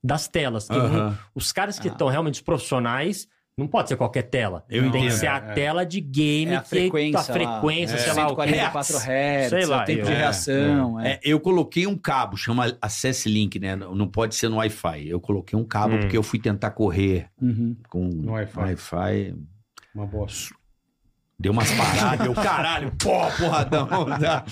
das telas. Que não-
Aham.
Os caras que
Ah.
estão realmente os profissionais, não pode ser qualquer tela.
Eu
Tem que
entendo. É.
ser a
É, é.
tela de game,
É a
que-
frequência.
a frequência,
lá,
sei lá, o que.
144 hertz,
Sei
sei
lá,
lá, o tempo
eu-
de
é,
reação. é.
É, eu coloquei um cabo, chama Access Link, né? Não não pode ser no Wi-Fi. Eu coloquei um cabo
Hum.
porque eu fui tentar correr
Uhum.
com
No Wi-Fi.
Wi-Fi.
Uma boa.
Deu umas paradas, eu, caralho, pó, porradão. tá?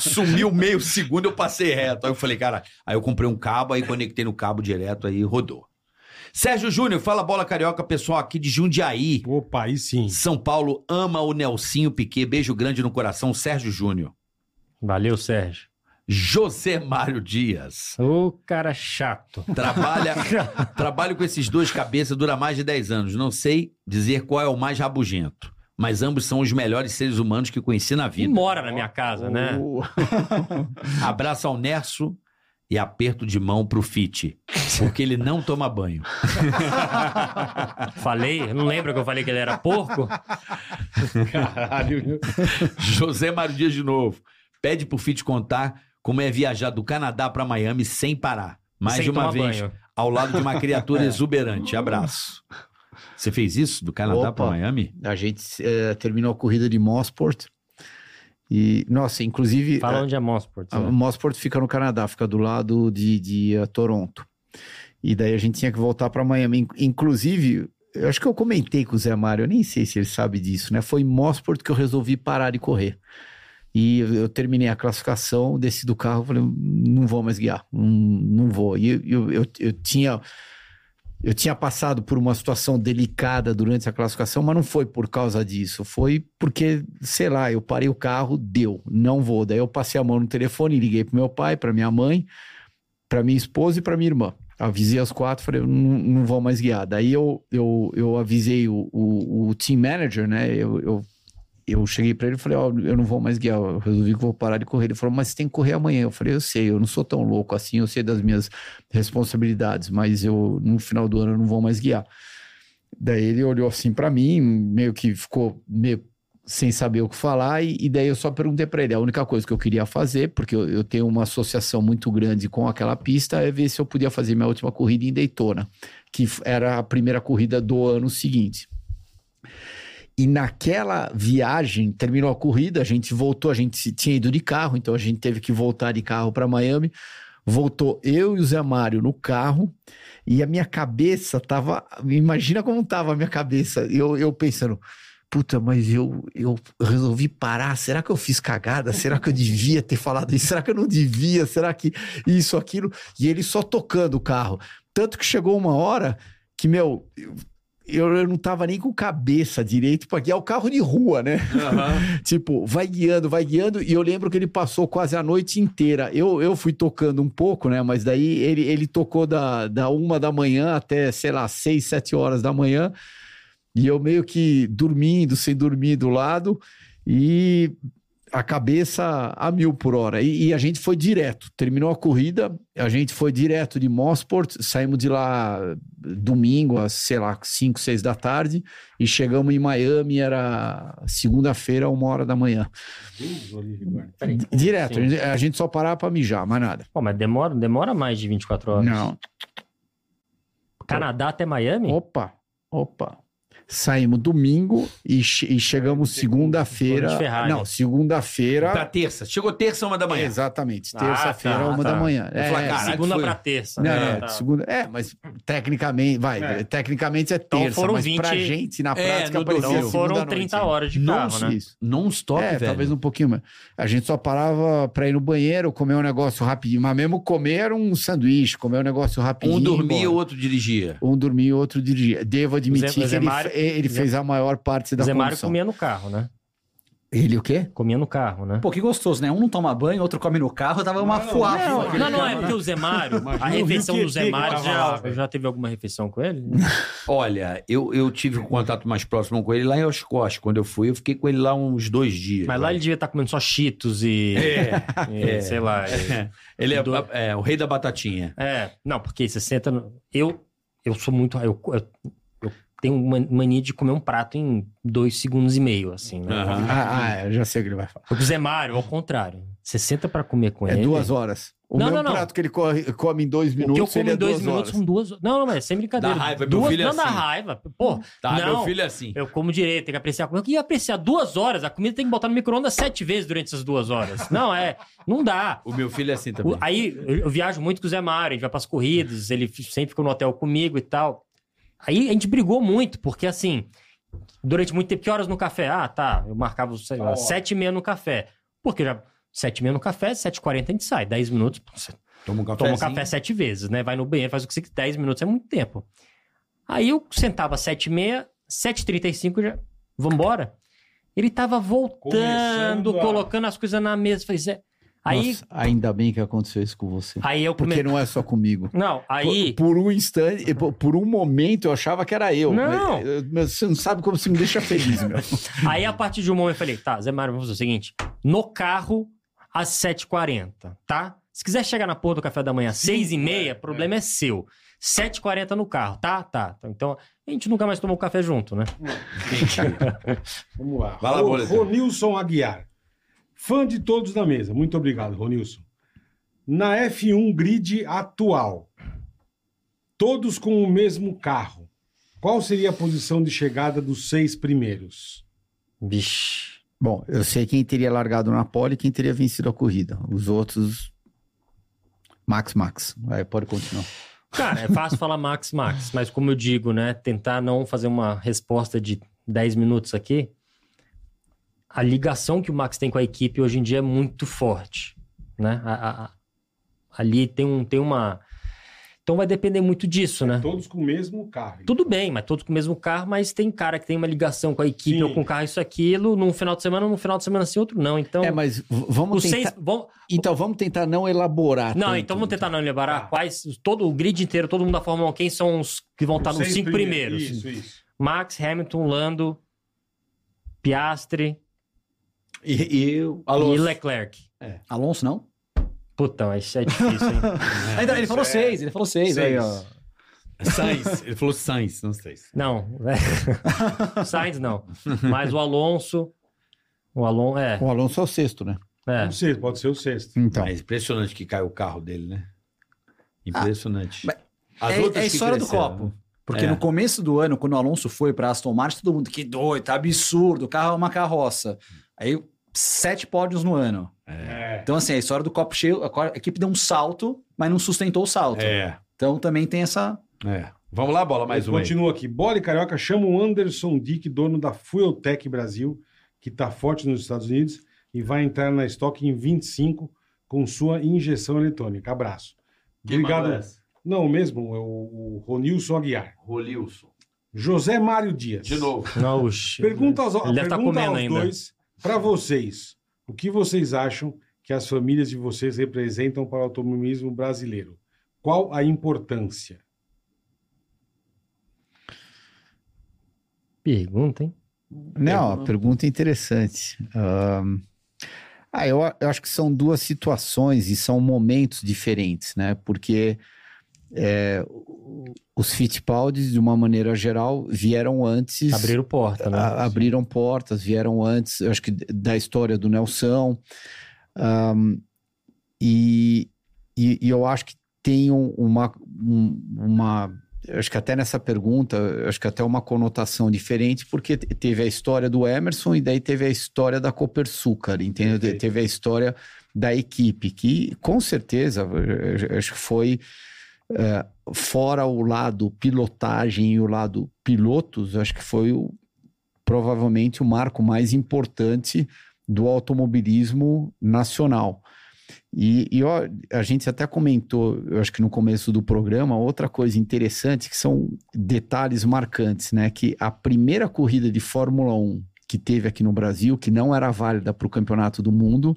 Sumiu meio segundo, eu passei reto. Aí eu falei, cara, aí eu comprei um cabo, aí conectei no cabo direto, aí rodou. Sérgio Júnior, fala bola carioca, pessoal aqui de Jundiaí.
Opa, aí sim.
São Paulo ama o Nelsinho Piquet. Beijo grande no coração, Sérgio Júnior.
Valeu, Sérgio.
José Mário Dias.
Ô, cara chato.
Trabalha, trabalho com esses dois cabeça, dura mais de 10 anos. Não sei dizer qual é o mais rabugento, mas ambos são os melhores seres humanos que conheci na
E
vida.
mora na minha casa, né?
O-
Abraço ao Nerso e aperto de mão pro Fit, porque ele não toma banho.
Falei, eu não lembro que eu falei que ele era porco?
Caralho.
José Mário Dias de novo. Pede pro Fit contar como é viajar do Canadá pra Miami sem parar. Mais
Sem
de uma
tomar
vez,
banho.
ao lado de uma criatura exuberante. Abraço. Você fez isso do Canadá pra
Opa.
Miami?
A gente eh, terminou a corrida de Mossport. E, nossa, inclusive.
Fala onde é Mosport.
A
Ah,
Mossport fica no Canadá, fica do lado de, de, eh, Toronto. E daí a gente tinha que voltar para Miami. In- Inclusive, eu acho que eu comentei com o Zé Mário, eu nem sei se ele sabe disso, né? Foi em Mossport que eu resolvi parar de correr. E eu eu terminei a classificação, desci do carro, falei, "Hum, não vou mais guiar, não, não vou. E eu, eu, eu, eu tinha. Eu tinha passado por uma situação delicada durante a classificação, mas não foi por causa disso. Foi porque, sei lá, eu parei o carro, deu, não vou. Daí eu passei a mão no telefone, liguei pro meu pai, pra minha mãe, pra minha esposa e pra minha irmã. Avisei as quatro, falei, "Eu não, não vou mais guiar. Daí eu, eu, eu avisei o, o, o team manager, né? Eu, eu, eu cheguei pra ele e falei, ó, eu não vou mais guiar, eu resolvi que vou parar de correr. Ele falou, mas você tem que correr amanhã. Eu falei, eu sei, eu não sou tão louco assim, eu sei das minhas responsabilidades, mas eu no final do ano eu não vou mais guiar. Daí ele olhou assim pra mim, meio que ficou meio sem saber o que falar, e, e daí eu só perguntei pra ele, a única coisa que eu queria fazer, porque eu, eu tenho uma associação muito grande com aquela pista, é ver se eu podia fazer minha última corrida em Daytona, que f- era a primeira corrida do ano seguinte. E naquela viagem, terminou a corrida, a gente voltou, a gente se- tinha ido de carro, então a gente teve que voltar de carro pra Miami. Voltou eu e o Zé Mário no carro, e a minha cabeça tava. Imagina como tava a minha cabeça. Eu, eu pensando, puta, mas eu, eu resolvi parar. Será que eu fiz cagada? Será que eu devia ter falado isso? Será que eu não devia? Será que isso, aquilo? E ele só tocando o carro. Tanto que chegou uma hora que, meu. eu- eu, eu não tava nem com cabeça direito pra guiar o carro de rua, né? Tipo, vai guiando, vai guiando. E eu lembro que ele passou quase a noite inteira. Eu, eu fui tocando um pouco, né? Mas daí ele, ele tocou da, da uma da manhã até, sei lá, seis, sete horas da manhã. E eu meio que dormindo, sem dormir do lado. E a cabeça a mil por hora. E, e a gente foi direto. Terminou a corrida, a gente foi direto de Mossport. Saímos de lá domingo, às, sei lá, cinco, seis da tarde. E chegamos em Miami, era segunda-feira, uma hora da manhã.
Deus, Olívio Guarda.
Direto, a
Sim.
gente, a gente só parava pra mijar, mais nada.
Pô, mas demora, demora mais de 24 horas.
Não.
Canadá até Miami?
Opa, opa. Saímos domingo e, che- e chegamos
Foram de
segunda-feira.
Ferrari.
Não, segunda-feira.
Pra terça. Chegou terça, uma da manhã.
Exatamente,
Ah,
terça-feira,
tá,
uma
tá.
da manhã. É,
falei, cara,
Segunda
foi.
pra terça.
Não,
né?
é,
Tá.
segunda. É, mas tecnicamente, vai,
É.
tecnicamente é
Então
terça,
foram
mas pra
20
gente, na
É,
prática,
no
parecia
Então
domingo.
segunda
foram
noite.
30 horas de
Não
carro, né?
Isso.
Non-stop,
é,
velho.
talvez um pouquinho mais. A gente só parava pra ir no banheiro, comer um negócio rapidinho, mas mesmo comer era um sanduíche, comer um negócio rapidinho.
Um
e ir
dormia,
embora.
o outro dirigia.
Um dormia e outro dirigia. Devo admitir
Zé-
que
Zé
ele,
Mário-
fe- ele
Zé-
fez a maior parte da
Zé Mário
condução.
comia no carro, né?
Ele o quê?
Comia no carro, né?
Pô, que gostoso, né? Um não toma banho, outro come no carro, tava uma
Não,
fuafa.
não,
aquele
Não, não, é
carro.
porque o Zé Mário,
Imagina
a
o
refeição
Rio
do Zé
Tietê que
Mário,
tava lá,
já,
velho.
já teve alguma refeição com ele?
Olha, eu, eu tive um contato mais próximo com ele lá em Oshkosh. Quando eu fui, eu fiquei com ele lá uns dois dias.
Mas lá ele devia estar comendo só cheetos
É,
e, e,
é.
sei lá. e-
ele é, é o rei da batatinha.
é, não, porque você senta... no- Eu, eu sou muito... Eu, eu, eu tenho uma mania de comer um prato em dois segundos e meio, assim, né?
Aham.
Ah, ah, eu já sei o que ele vai falar.
O do Zé Mário, ao contrário. Você senta pra comer com
É
ele...
duas horas. O
Não,
meu
não, não.
prato que ele corre- come em dois
O que eu
minutos,
como
ele é
em dois
duas
minutos
horas.
são duas. Não, não, mas é sem brincadeira.
Dá raiva, meu
duas,
filho é
não dá
assim.
raiva. Pô,
Tá,
não.
meu filho é assim.
Eu como direito, tem que apreciar. Eu ia apreciar duas horas, a comida tem que botar no micro-ondas sete vezes durante essas duas horas. Não, é. Não dá.
O meu filho é assim também.
O- aí eu, eu viajo muito com o Zé Mário, a gente vai pras corridas, ele f- sempre fica no hotel comigo e tal. Aí a gente brigou muito, porque assim, durante muito tempo, que horas no café? Ah, tá, eu marcava, sei lá, sete e meia no café. Porque já, sete e meia no café, sete e quarenta a gente sai, dez minutos, você
Toma um
Toma um café sete vezes, né? Vai no banheiro, faz o que você quiser. Dez minutos é muito tempo. Aí eu sentava às sete e meia, sete e trinta e cinco já, vambora. Ele tava voltando,
Começando a-
colocando as coisas na mesa. Falei, Zé. Aí,
Nossa, ainda bem que aconteceu isso com você.
aí eu
Porque
comecei.
não é só comigo.
Não, aí.
Por, por um instante, por, por um momento eu achava que era eu.
Não.
Mas, eh, mas você não sabe como você me deixa feliz, meu.
Aí a partir de um momento eu falei, tá, Zé Mário, vamos fazer o seguinte: no carro às 7h40, tá? Se quiser chegar na porra do café da manhã às 6h30, o problema é, seu. 7h40 no carro, tá? Tá. Então, a gente nunca mais tomou café junto, né?
Vamos lá.
Vai lá,
Ro-
Boleta.
Ronilson Aguiar. Fã de todos da mesa. Muito obrigado, Ronilson. Na F1 Grid atual, todos com o mesmo carro, qual seria a posição de chegada dos seis primeiros?
Vixe.
Bom, eu sei quem teria largado na pole e quem teria vencido a corrida. Os outros. Max, Max. Aí pode continuar.
Cara, é fácil falar Max Max, mas como eu digo, né? Tentar não fazer uma resposta de 10 minutos aqui. A ligação que o Max tem com a equipe hoje em dia é muito forte, né? A- a- a- ali tem, um, tem uma. Então vai depender muito disso, né?
Todos com o mesmo carro.
Tudo bem, mas todos com o mesmo carro, mas tem cara que tem uma ligação com a equipe
Sim.
ou com o carro, isso, aquilo, num final de semana, num final de semana assim, outro não. Então,
é, mas v- vamos
os
tentar. Ah, tá,
seis. Vamos,
Então vamos tentar não elaborar.
Não,
tanto.
então vamos tentar não elaborar
Tá.
quais. Todo o grid inteiro, todo mundo da Fórmula 1, quem são os que vão estar tá nos
seis
cinco primeiros?
Isso, isso.
Max, Hamilton, Lando, Piastri
E, e eu.
e é- Leclerc.
Alonso, não?
Puta, mas é difícil, hein?
Ainda- ele falou
isso é-
seis, ele falou seis.
Seis.
Aí, ó.
Sainz. Ele falou Sainz, não sei.
não, Sainz não. Mas o Alonso. O Alonso, é,
O Alonso é o sexto, né?
é. Hum.
Não sei, pode ser o Um sexto.
Então.
Mas impressionante que caiu o carro dele, né? Impressionante.
mas
As
é-
outras
é a
que
história do
cresceram,
copo.
né?
Porque
É.
no começo do ano, quando o Alonso foi pra Aston Martin, todo mundo, que doido, tá absurdo, o carro é uma carroça. Aí, sete pódios no ano.
É.
Então, assim, a história do copo cheio, a co- a equipe deu um salto, mas não sustentou o salto.
É,
Então, também tem essa...
é. Vamos lá, bola, mais um aí.
Continua aqui. Bola e Carioca chama o Anderson Dick, dono da Fueltech Brasil, que está forte nos Estados Unidos e vai entrar na estoque em 25 com sua injeção eletrônica. Abraço.
Quem mandou
Obrigado.
essa?
Não, mesmo, é o, o Ronilson Aguiar.
Rolilson.
José Mário Dias.
De novo.
Não, oxe.
Pergunta aos,
Ele deve
pergunta
tá comendo
aos
ainda.
dois, para vocês, o que vocês acham que as famílias de vocês representam para o automobilismo brasileiro? Qual a importância?
Pergunta, hein?
Não, a pergunta é interessante. Ahn, ah, eu, a- eu acho que são duas situações e são momentos diferentes, né? Porque é, o- os Fittipaldis, de uma maneira geral, vieram antes.
Abriram porta, né?
a- abriram portas, vieram antes, eu acho que d- da história do Nelson. Ahm, e, e, e eu acho que tem um- uma, um- uma. eu Acho que até nessa pergunta, eu acho que até uma conotação diferente, porque te- teve a história do Emerson e daí teve a história da Copersucar, entendeu?
Perfeito.
Teve a história da equipe, que com certeza, eu- eu acho que foi eh, fora o lado pilotagem e o lado pilotos, eu acho que foi o, provavelmente o marco mais importante do automobilismo nacional. E, e, ó, a gente até comentou, eu acho que no começo do programa, outra coisa interessante que são detalhes marcantes, né? Que a primeira corrida de Fórmula 1 que teve aqui no Brasil, que não era válida para o Campeonato do Mundo,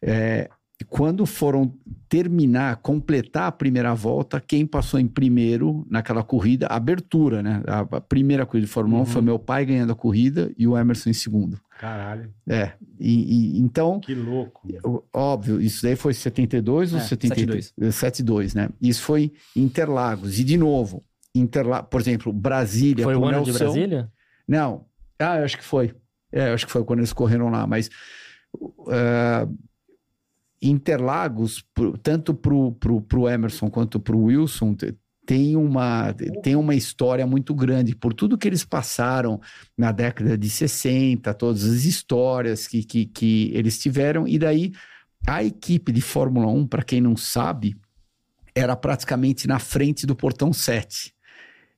é, quando foram terminar, completar a primeira volta, quem passou em primeiro naquela corrida, a abertura, né? A, a primeira corrida de Fórmula 1 foi meu pai ganhando a corrida e o Emerson em segundo.
Caralho,
É, e- e então
que louco. meu.
Ó- Óbvio, isso daí foi 72 ou
É,
72? 72, né? Isso foi Interlagos. E de novo, Interla... por exemplo, Brasília.
Foi o
é pro
ano de
Nelson-
Brasília?
Não. Ah, eu acho que foi. É, eu acho que foi quando eles correram lá, mas. eh, Interlagos, pro- tanto pro, pro, pro Emerson quanto pro Wilson, te- tem uma, tem uma história muito grande por tudo que eles passaram na década de 60, todas as histórias que, que, que eles tiveram. E daí, a equipe de Fórmula 1, para quem não sabe, era praticamente na frente do portão 7.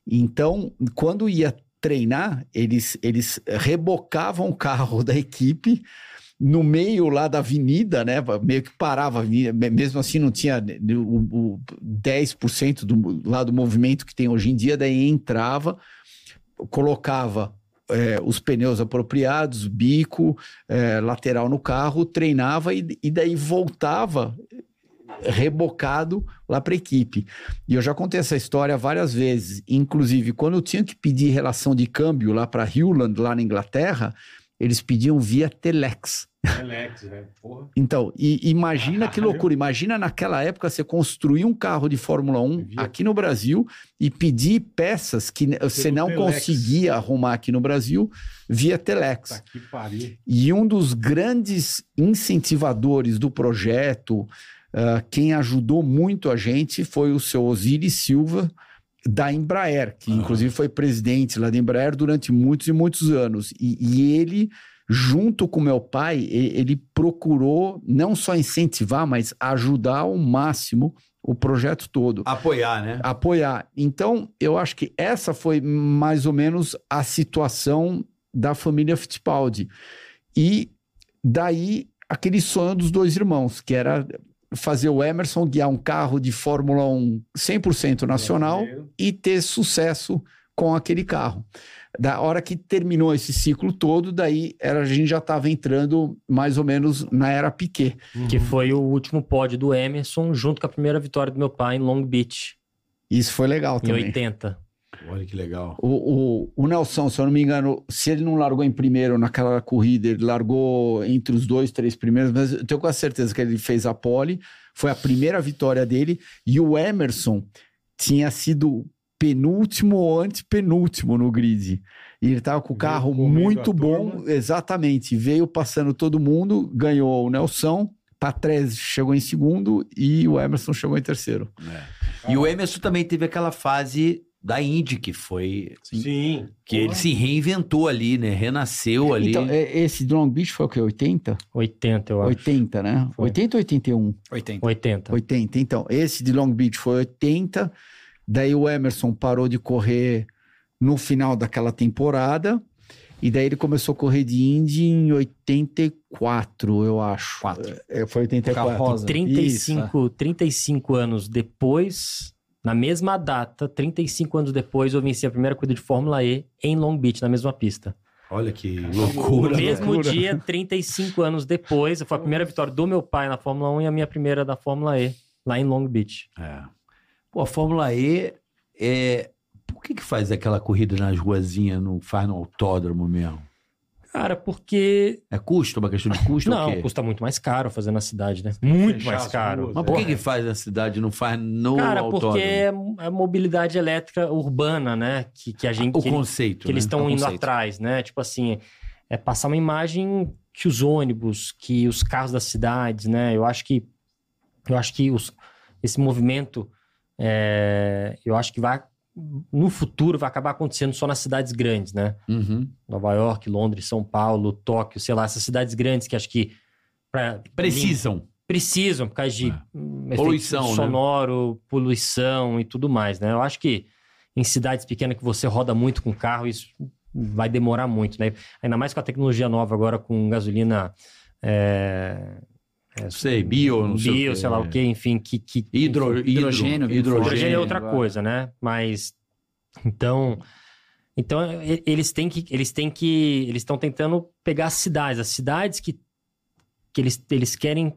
Então, quando ia treinar, eles, eles rebocavam o carro da equipe no meio lá da avenida, né? Meio que parava a avenida, me- mesmo assim não tinha o, o 10% do, lá do movimento que tem hoje em dia, daí entrava, colocava é, os pneus apropriados, bico, é, lateral no carro, treinava e, e daí voltava é, rebocado lá para a equipe. E eu já contei essa história várias vezes. Inclusive, quando eu tinha que pedir relação de câmbio lá para Hewland, lá na Inglaterra, eles pediam via telex.
Alex, né? Porra.
Então, e- imagina que
Caralho.
loucura. Imagina naquela época você construir um carro de Fórmula 1
Via-
aqui no Brasil e pedir peças que ne- você não
telex.
conseguia arrumar aqui no Brasil via telex.
Tá que pariu.
E um dos grandes incentivadores do projeto, ah, quem ajudou muito a gente, foi o seu Osiris Silva, da Embraer, que inclusive foi presidente lá da Embraer durante muitos e muitos anos. E, e ele, junto com meu pai, e- ele procurou não só incentivar, mas ajudar ao máximo o projeto todo
Apoiar, né?
apoiar. Então, eu acho que essa foi mais ou menos a situação da família Fittipaldi. E daí aquele sonho dos dois irmãos, que era fazer o Emerson guiar um carro de Fórmula 1 100% nacional
Brasileiro.
e ter sucesso com aquele carro. Da hora que terminou esse ciclo todo, daí era, a gente já estava entrando mais ou menos na era Piquet.
Que foi o último pódio do Emerson, junto com a primeira vitória do meu pai em Long Beach,
Isso foi legal
em
também.
80.
Olha que legal.
O, o, o Nelson, se eu não me engano, se ele não largou em primeiro naquela corrida, ele largou entre os dois, três primeiros, mas eu tenho quase certeza que ele fez a pole, foi a primeira vitória dele, e o Emerson tinha sido penúltimo ou antepenúltimo no grid. E ele estava com o
Veio
carro
correndo né?
muito
a
bom,
turma.
exatamente, veio passando todo mundo, ganhou o Nelson, Patrese chegou em segundo e o Emerson chegou em terceiro.
E o Emerson também teve aquela fase da Indy, que foi.
Sim.
Que ele se reinventou ali, né? Renasceu ali.
Então, é- esse de Long Beach foi o quê? 80?
80, eu acho.
80, né?
Foi.
80 ou 81?
Tá.
80.
80.
80. Então, esse de Long Beach foi 80. Daí o Emerson parou de correr no final daquela temporada. E daí ele começou a correr de Indy em 84, eu acho.
Quatro.
É, foi 84.
Carrosa.
35, 35 anos depois, Na mesma data, 35 anos depois, eu venci a primeira corrida de Fórmula E em Long Beach, na mesma pista.
Olha que
No
loucura.
mesmo dia, 35 anos depois, foi a primeira vitória do meu pai na Fórmula 1 e a minha primeira da Fórmula E, lá em Long Beach.
É. Pô, a Fórmula E é. Por que, que faz aquela corrida nas ruazinhas, no, faz no autódromo mesmo?
Cara, porque.
É custo? Uma questão de custo ou o
Não,
quê?
custa muito mais caro fazer na cidade, né? Muito
Fechar
mais
as
caro.
ruas, é.
Mas por que, que faz na cidade não faz no
Cara,
autódromo?
porque é a mobilidade elétrica urbana, né? Que, que a gente.
O
que-
conceito.
que eles
né?
estão
O
indo
conceito.
atrás, né? Tipo assim, é passar uma imagem que os ônibus, que os carros das cidades, né? Eu acho que eu acho que os- esse movimento, é, eu acho que vai no futuro vai acabar acontecendo só nas cidades grandes, né?
Uhum.
Nova York, Londres, São Paulo, Tóquio, sei lá, essas cidades grandes que acho que pra-
Precisam.
precisam por causa de
É.
hum, efeito
Poluição, né?
sonoro, poluição e tudo mais, né? Eu acho que em cidades pequenas que você roda muito com carro, isso vai demorar muito, né? Ainda mais com a tecnologia nova agora com gasolina é,
Não sei, bio, não sei.
bio,
o quê. né?
sei lá o que, enfim, que, que
Hidro,
Hidrogênio,
hidro- hidrogênio.
bem forte.
hidrogênio é outra
agora.
coisa, né? Mas então, então e- eles têm que eles têm que eles estão tentando pegar as cidades, as cidades que que eles eles querem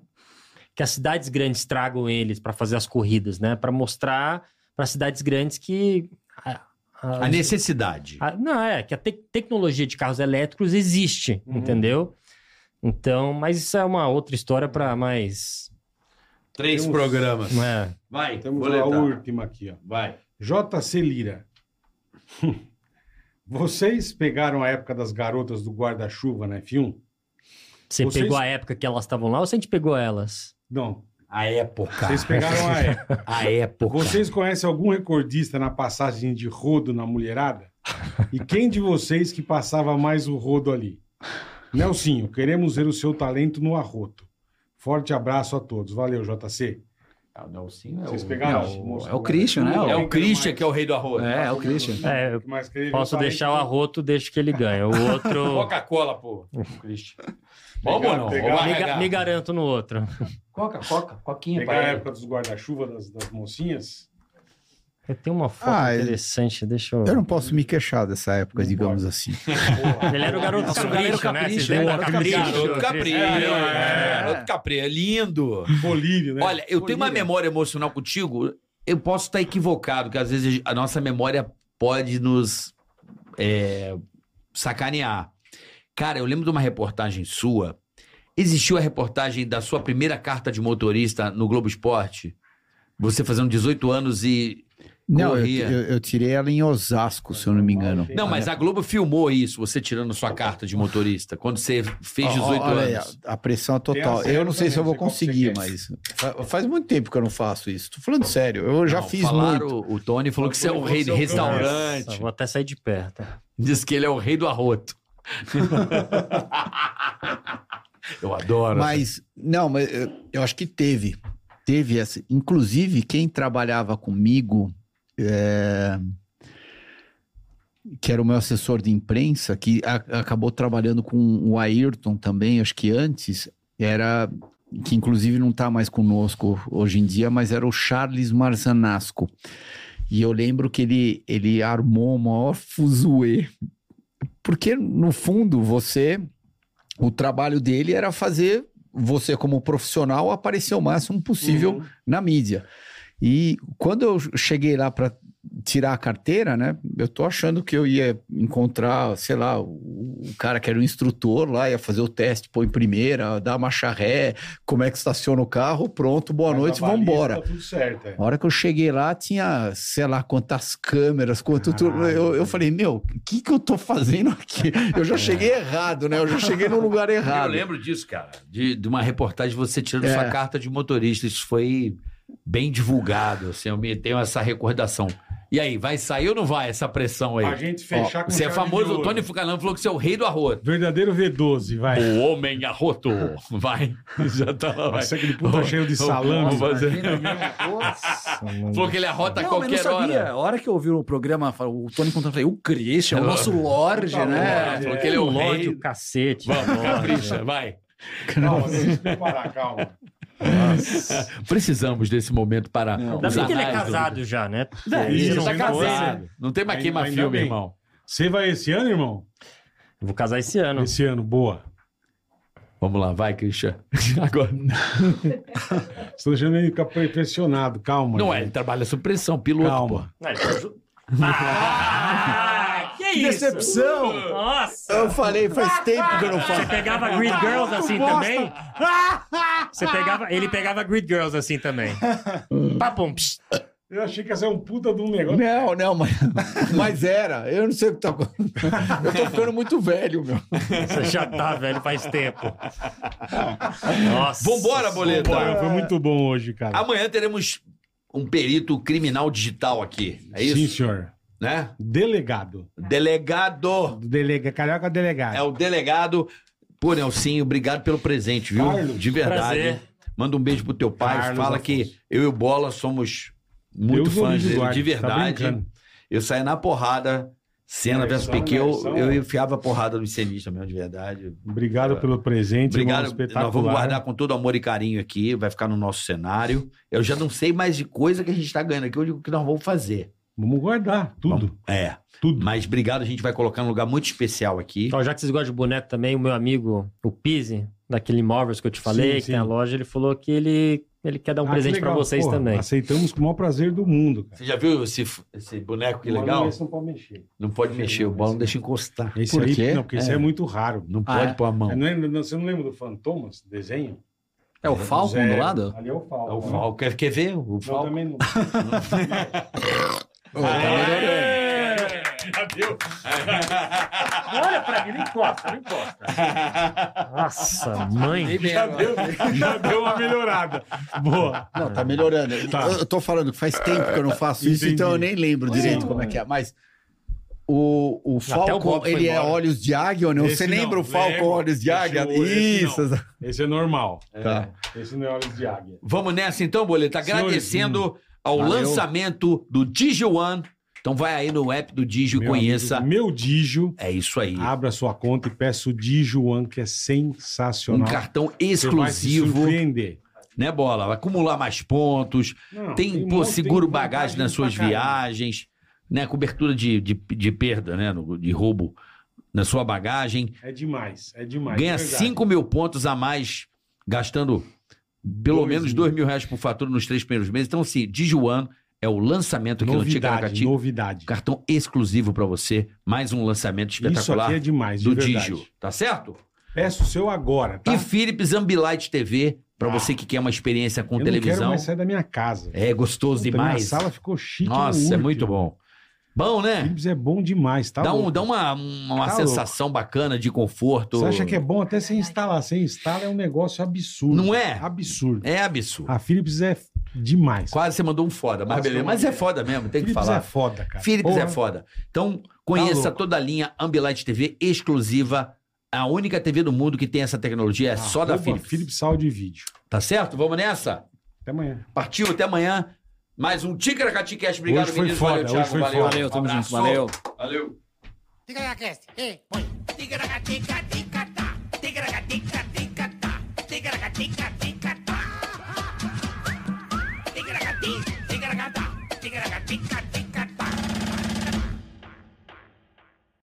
que as cidades grandes tragam eles para fazer as corridas, né? Para mostrar para cidades grandes que a, a-
A necessidade.
a- não, é que a te- tecnologia de carros elétricos existe, entendeu? Então, mas isso é uma outra história para mais.
Três
Temos-
programas.
Não é?
Vai,
Temos a
boletar.
última aqui, ó.
Vai.
JC Lira. Vocês pegaram a época das garotas do guarda-chuva na F1?
Você
Vocês-
pegou a época que elas estavam lá ou você a gente pegou elas?
Não.
A época.
Vocês pegaram a época.
A época.
Vocês conhecem algum recordista na passagem de rodo na mulherada? E quem de vocês que passava mais o rodo ali? Nelsinho, queremos ver o seu talento no arroto. Forte abraço a todos. Valeu, JC.
Ah, não, sim, é
Vocês
o-
pegaram?
é o-
moço?
é o Christian, né?
É
Quem quer
o Christian
mais?
que é o rei do arroz.
É, é o Christian.
É, eu
O que mais quer ver
Posso
o
deixar o
talento?
arroto, deixo que ele ganha. O outro.
Coca-Cola, pô. Christian. Vamos ou não?
Pegaram,
Vamos
me, ga-
arregar.
me garanto no outro.
Coca, coca, coquinha
Pegar
pra
a
ele.
época dos guarda-chuva das, das mocinhas?
Eu tenho uma foto
Ah, ele-
interessante, deixa eu.
Eu não posso me queixar dessa época,
Não
digamos assim.
Ele era o garoto
Nossa, o garoto
capricho, né? Vocês
capricho,
lembram?
garoto
Garoto Capri.
É,
é, Garoto Capri, é lindo.
Bolívia, né?
Olha, eu tenho uma
Bolívia.
memória emocional contigo. Eu posso estar equivocado, que às vezes a nossa memória pode nos é, sacanear. Cara, eu lembro de uma reportagem sua. Existiu a reportagem da sua primeira carta de motorista no Globo Esporte? Você fazendo 18 anos e.
Não, eu,
Corria.
eu- eu tirei ela em Osasco, se eu não me engano.
Não, mas a Globo filmou isso, você tirando sua carta de motorista, quando você fez 18
Olha aí,
anos.
A, a pressão é total.
Tem a
Eu não sei
série
se eu vou
também, não sei qual
conseguir,
que você
mas fa- faz muito tempo que eu não faço isso. Tô falando sério, eu já
Não,
fiz
falaram,
muito.
O Tony falou que você é o rei de restaurante.
Nossa, vou até sair de perto.
Diz que ele é o rei do arroto. Eu adoro.
Mas não, mas eu, eu acho que teve, teve essa. Inclusive quem trabalhava comigo, é, que era o meu assessor de imprensa, que a- acabou trabalhando com o Ayrton também, acho que antes era que inclusive não está mais conosco hoje em dia, mas era o Charles Marzanasco. E eu lembro que ele, ele armou o maior fuzuê. Porque, no fundo, você. O trabalho dele era fazer você, como profissional, aparecer o máximo possível na mídia. E quando eu cheguei lá para tirar a carteira, né? Eu tô achando que eu ia encontrar, sei lá, o, o cara que era o instrutor lá, ia fazer o teste, pôr em primeira, dar marcha ré, como é que estaciona o carro, pronto, boa
Mas
noite,
a baliza
vamos embora.
é Tá tudo certo, é.
A hora que eu cheguei lá, tinha, sei lá, quantas câmeras, quanto tudo.
Ah,
Caralho.
Eu, eu falei, meu, o que, que eu tô fazendo aqui? Eu já cheguei errado, né? Eu já cheguei no lugar
É. eu
errado.
lembro disso, cara. De, de uma reportagem de você tirando
É.
sua carta de motorista. Isso foi bem divulgado. Assim, eu me- tenho essa recordação. E aí, vai sair ou não vai essa pressão
A
aí?
gente fechar com
Você é
chave de
famoso, o
ouro.
Tony Fucanão falou que você é o rei do arroto.
Verdadeiro V12, vai.
O homem arroto. Vai. Já tá lá, vai.
Nossa, aquele puta cheio de salame.
É,
né?
Vamos fazer.
Nossa, mano.
Falou que ele é arrota a
Não, mas
Tá qualquer
eu não sabia.
hora.
A hora que eu ouvi o programa, o Tony contando, eu falei, o Christian, o nosso Lorde,
Puta
né?
Lorde.
Falou que ele é o
Lorde,
rei.
o cacete.
Vamos,
Lorde.
capricha, vai.
Calma, deixa eu preparar, calma.
Precisamos desse momento para.
Ainda
os
bem que ele é
anais do-
casado né? já, né?
É,
Ele
Ele
não
tá
tem
casado.
coisa.
Não tem mais
Ainda-
queima
ainda
filme,
bem.
irmão.
Você vai esse ano, irmão?
Eu Vou casar esse ano.
Esse ano, boa.
Vamos lá, vai, Christian. Agora.
Estou tá deixando ele ficar impressionado, calma.
Não é,
gente.
ele trabalha sob pressão, piloto. pô.
Calma.
Não, ele tá ju- Ah, que, isso?
decepção!
Nossa!
Então Eu falei, faz tempo que eu não
Você
falo.
pegava Grid Girls assim também? Você pegava, ele pegava Grid Girls assim também. Papum. psh.
Eu achei que ia ser um puta de um negócio.
Não, não, mas, mas era. Eu não sei o que tá acontecendo. Eu tô ficando muito velho, meu.
Você já tá, velho, faz tempo. Nossa.
Vambora, boleta.
Pô, foi muito bom hoje, cara.
Amanhã teremos um perito criminal digital aqui. É
Sim,
isso?
senhor.
né?
Delegado.
Delegado.
Delega, carioca delegado.
É o delegado. Pô, Nelsinho, obrigado pelo presente, viu?
Carlos,
De verdade.
prazer.
Manda um beijo pro teu pai.
Carlos
Fala
Afonso.
que eu e o Bola somos muito
Deus o
fãs
livre
dele,
guarde,
de
tá
verdade.
brincando.
eu saía na porrada, cena
Olha
versus
só, né?
Piquet,
olha
eu,
só.
eu enfiava a porrada no cenista mesmo, de verdade.
Obrigado pelo presente.
Tá.
um
Obrigado,
irmão, espetacular. né?
nós vamos guardar com todo amor e carinho aqui, vai ficar no nosso cenário. Eu já não sei mais de coisa que a gente tá ganhando aqui, eu digo que nós vamos fazer.
Vamos guardar tudo,
É,
tudo.
mas obrigado, a gente vai colocar num lugar muito especial aqui.
Ó, Então, já que vocês gostam de boneco também, o meu amigo, o Pise, daquele Imóveis que eu te falei,
Sim,
que tem a
sim.
loja, ele falou que ele, ele quer dar um
Ah, que
presente pra
legal.
vocês
Porra,
também.
Aceitamos com o maior prazer do mundo, cara.
Você já viu esse, esse boneco que legal?
Esse não pode mexer.
Não pode mexer, o bola não deixa encostar.
Esse
Por
aí,
quê?
não, porque esse é muito raro.
Não
Ah,
pode
é?
pôr a mão.
Não lembra- não- você não lembra do Fantomas, desenho?
É o Falcon do
Zero.
lado?
Ali é o Falcon.
É o
né?
Falco. Quer, quer ver? O
Não,
Falco.
também não.
Ah, é?
tá
Olha pra mim, não encosta, não encosta. Nossa, mãe.
Já deu uma melhorada. Boa.
Não, tá melhorando.
Tá.
Eu, eu tô falando que faz tempo que eu não faço isso,
Entendi.
então eu nem lembro direito como é que é. Mas o, o
o
Falcon,
Bob foi
ele é
embora.
olhos de águia ou não?
Esse
Você
não,
lembra o Falcon
lembro.
olhos de
Esse
águia?
o- esse
isso.
Esse é normal.
Tá.
Esse não é olhos de águia.
Vamos nessa então, Boleta.
Senhores, hum,
Agradecendo ao
Valeu.
lançamento do Digio One. Então vai aí no app do Digio e
Meu
conheça.
amigo, Ah, meu Dijo,
É isso aí.
abra sua conta e peça o Dijo One, que é
Um
sensacional.
cartão
Você vai se
exclusivo,
surpreender.
né, Bola? Vai acumular mais pontos.
Não,
tem,
um
pô,
monte-
seguro
tem
bagagem nas
pra
suas
caramba.
viagens, né? Cobertura de, de, de perda, né? no- De roubo na sua bagagem.
É demais, é demais.
ganha
de verdade.
5 mil pontos a mais, gastando pelo
Dois
menos
mil.
2 mil reais por fatura nos três primeiros meses. Então, assim, Dijuan é o lançamento aqui no
Novidade,
Ticaracati.
novidade.
Cartão exclusivo pra você. Mais um lançamento
Isso aqui
espetacular
é demais, de
do
verdade.
Digio. Tá certo?
Peço o seu agora, tá?
E Philips Ambilight TV, pra
Ah.
você que quer uma experiência com
eu não quero
televisão.
mais sair da minha casa.
É gostoso
Puta,
demais.
Minha sala ficou chique.
Nossa, é
no
muito
último.
bom. Bom, né?
Philips é bom demais, tá?
dá, um-
louco?
dá uma, uma
Tá
sensação bacana de conforto.
Você acha que é bom até sem instalar? Sem instalar é um negócio absurdo.
Não é?
Absurdo.
É absurdo.
A Philips é demais.
Quase você mandou um foda, mas
Quase
beleza.
eu
Mas é foda mesmo, tem que
Philips é
falar.
foda, cara.
Philips
Porra. Tá
é foda. Então, conheça
louco.
toda a linha Ambilight TV exclusiva. A única TV do mundo que tem essa tecnologia é só da
Arroba
Philips.
Ah, Philips áudio e vídeo.
Tá certo? Vamos nessa?
Até amanhã.
Partiu, até amanhã. Mais um Ticaracati Cast. Obrigado,
Hoje foi
meninos.
foda,
Valeu, Thiago.
hoje foi
valeu.
foda.
Valeu, tamo
Um
junto.
abraço.
Valeu.
Valeu.
Tica na cast, ei, põe. Tica na tica, tica.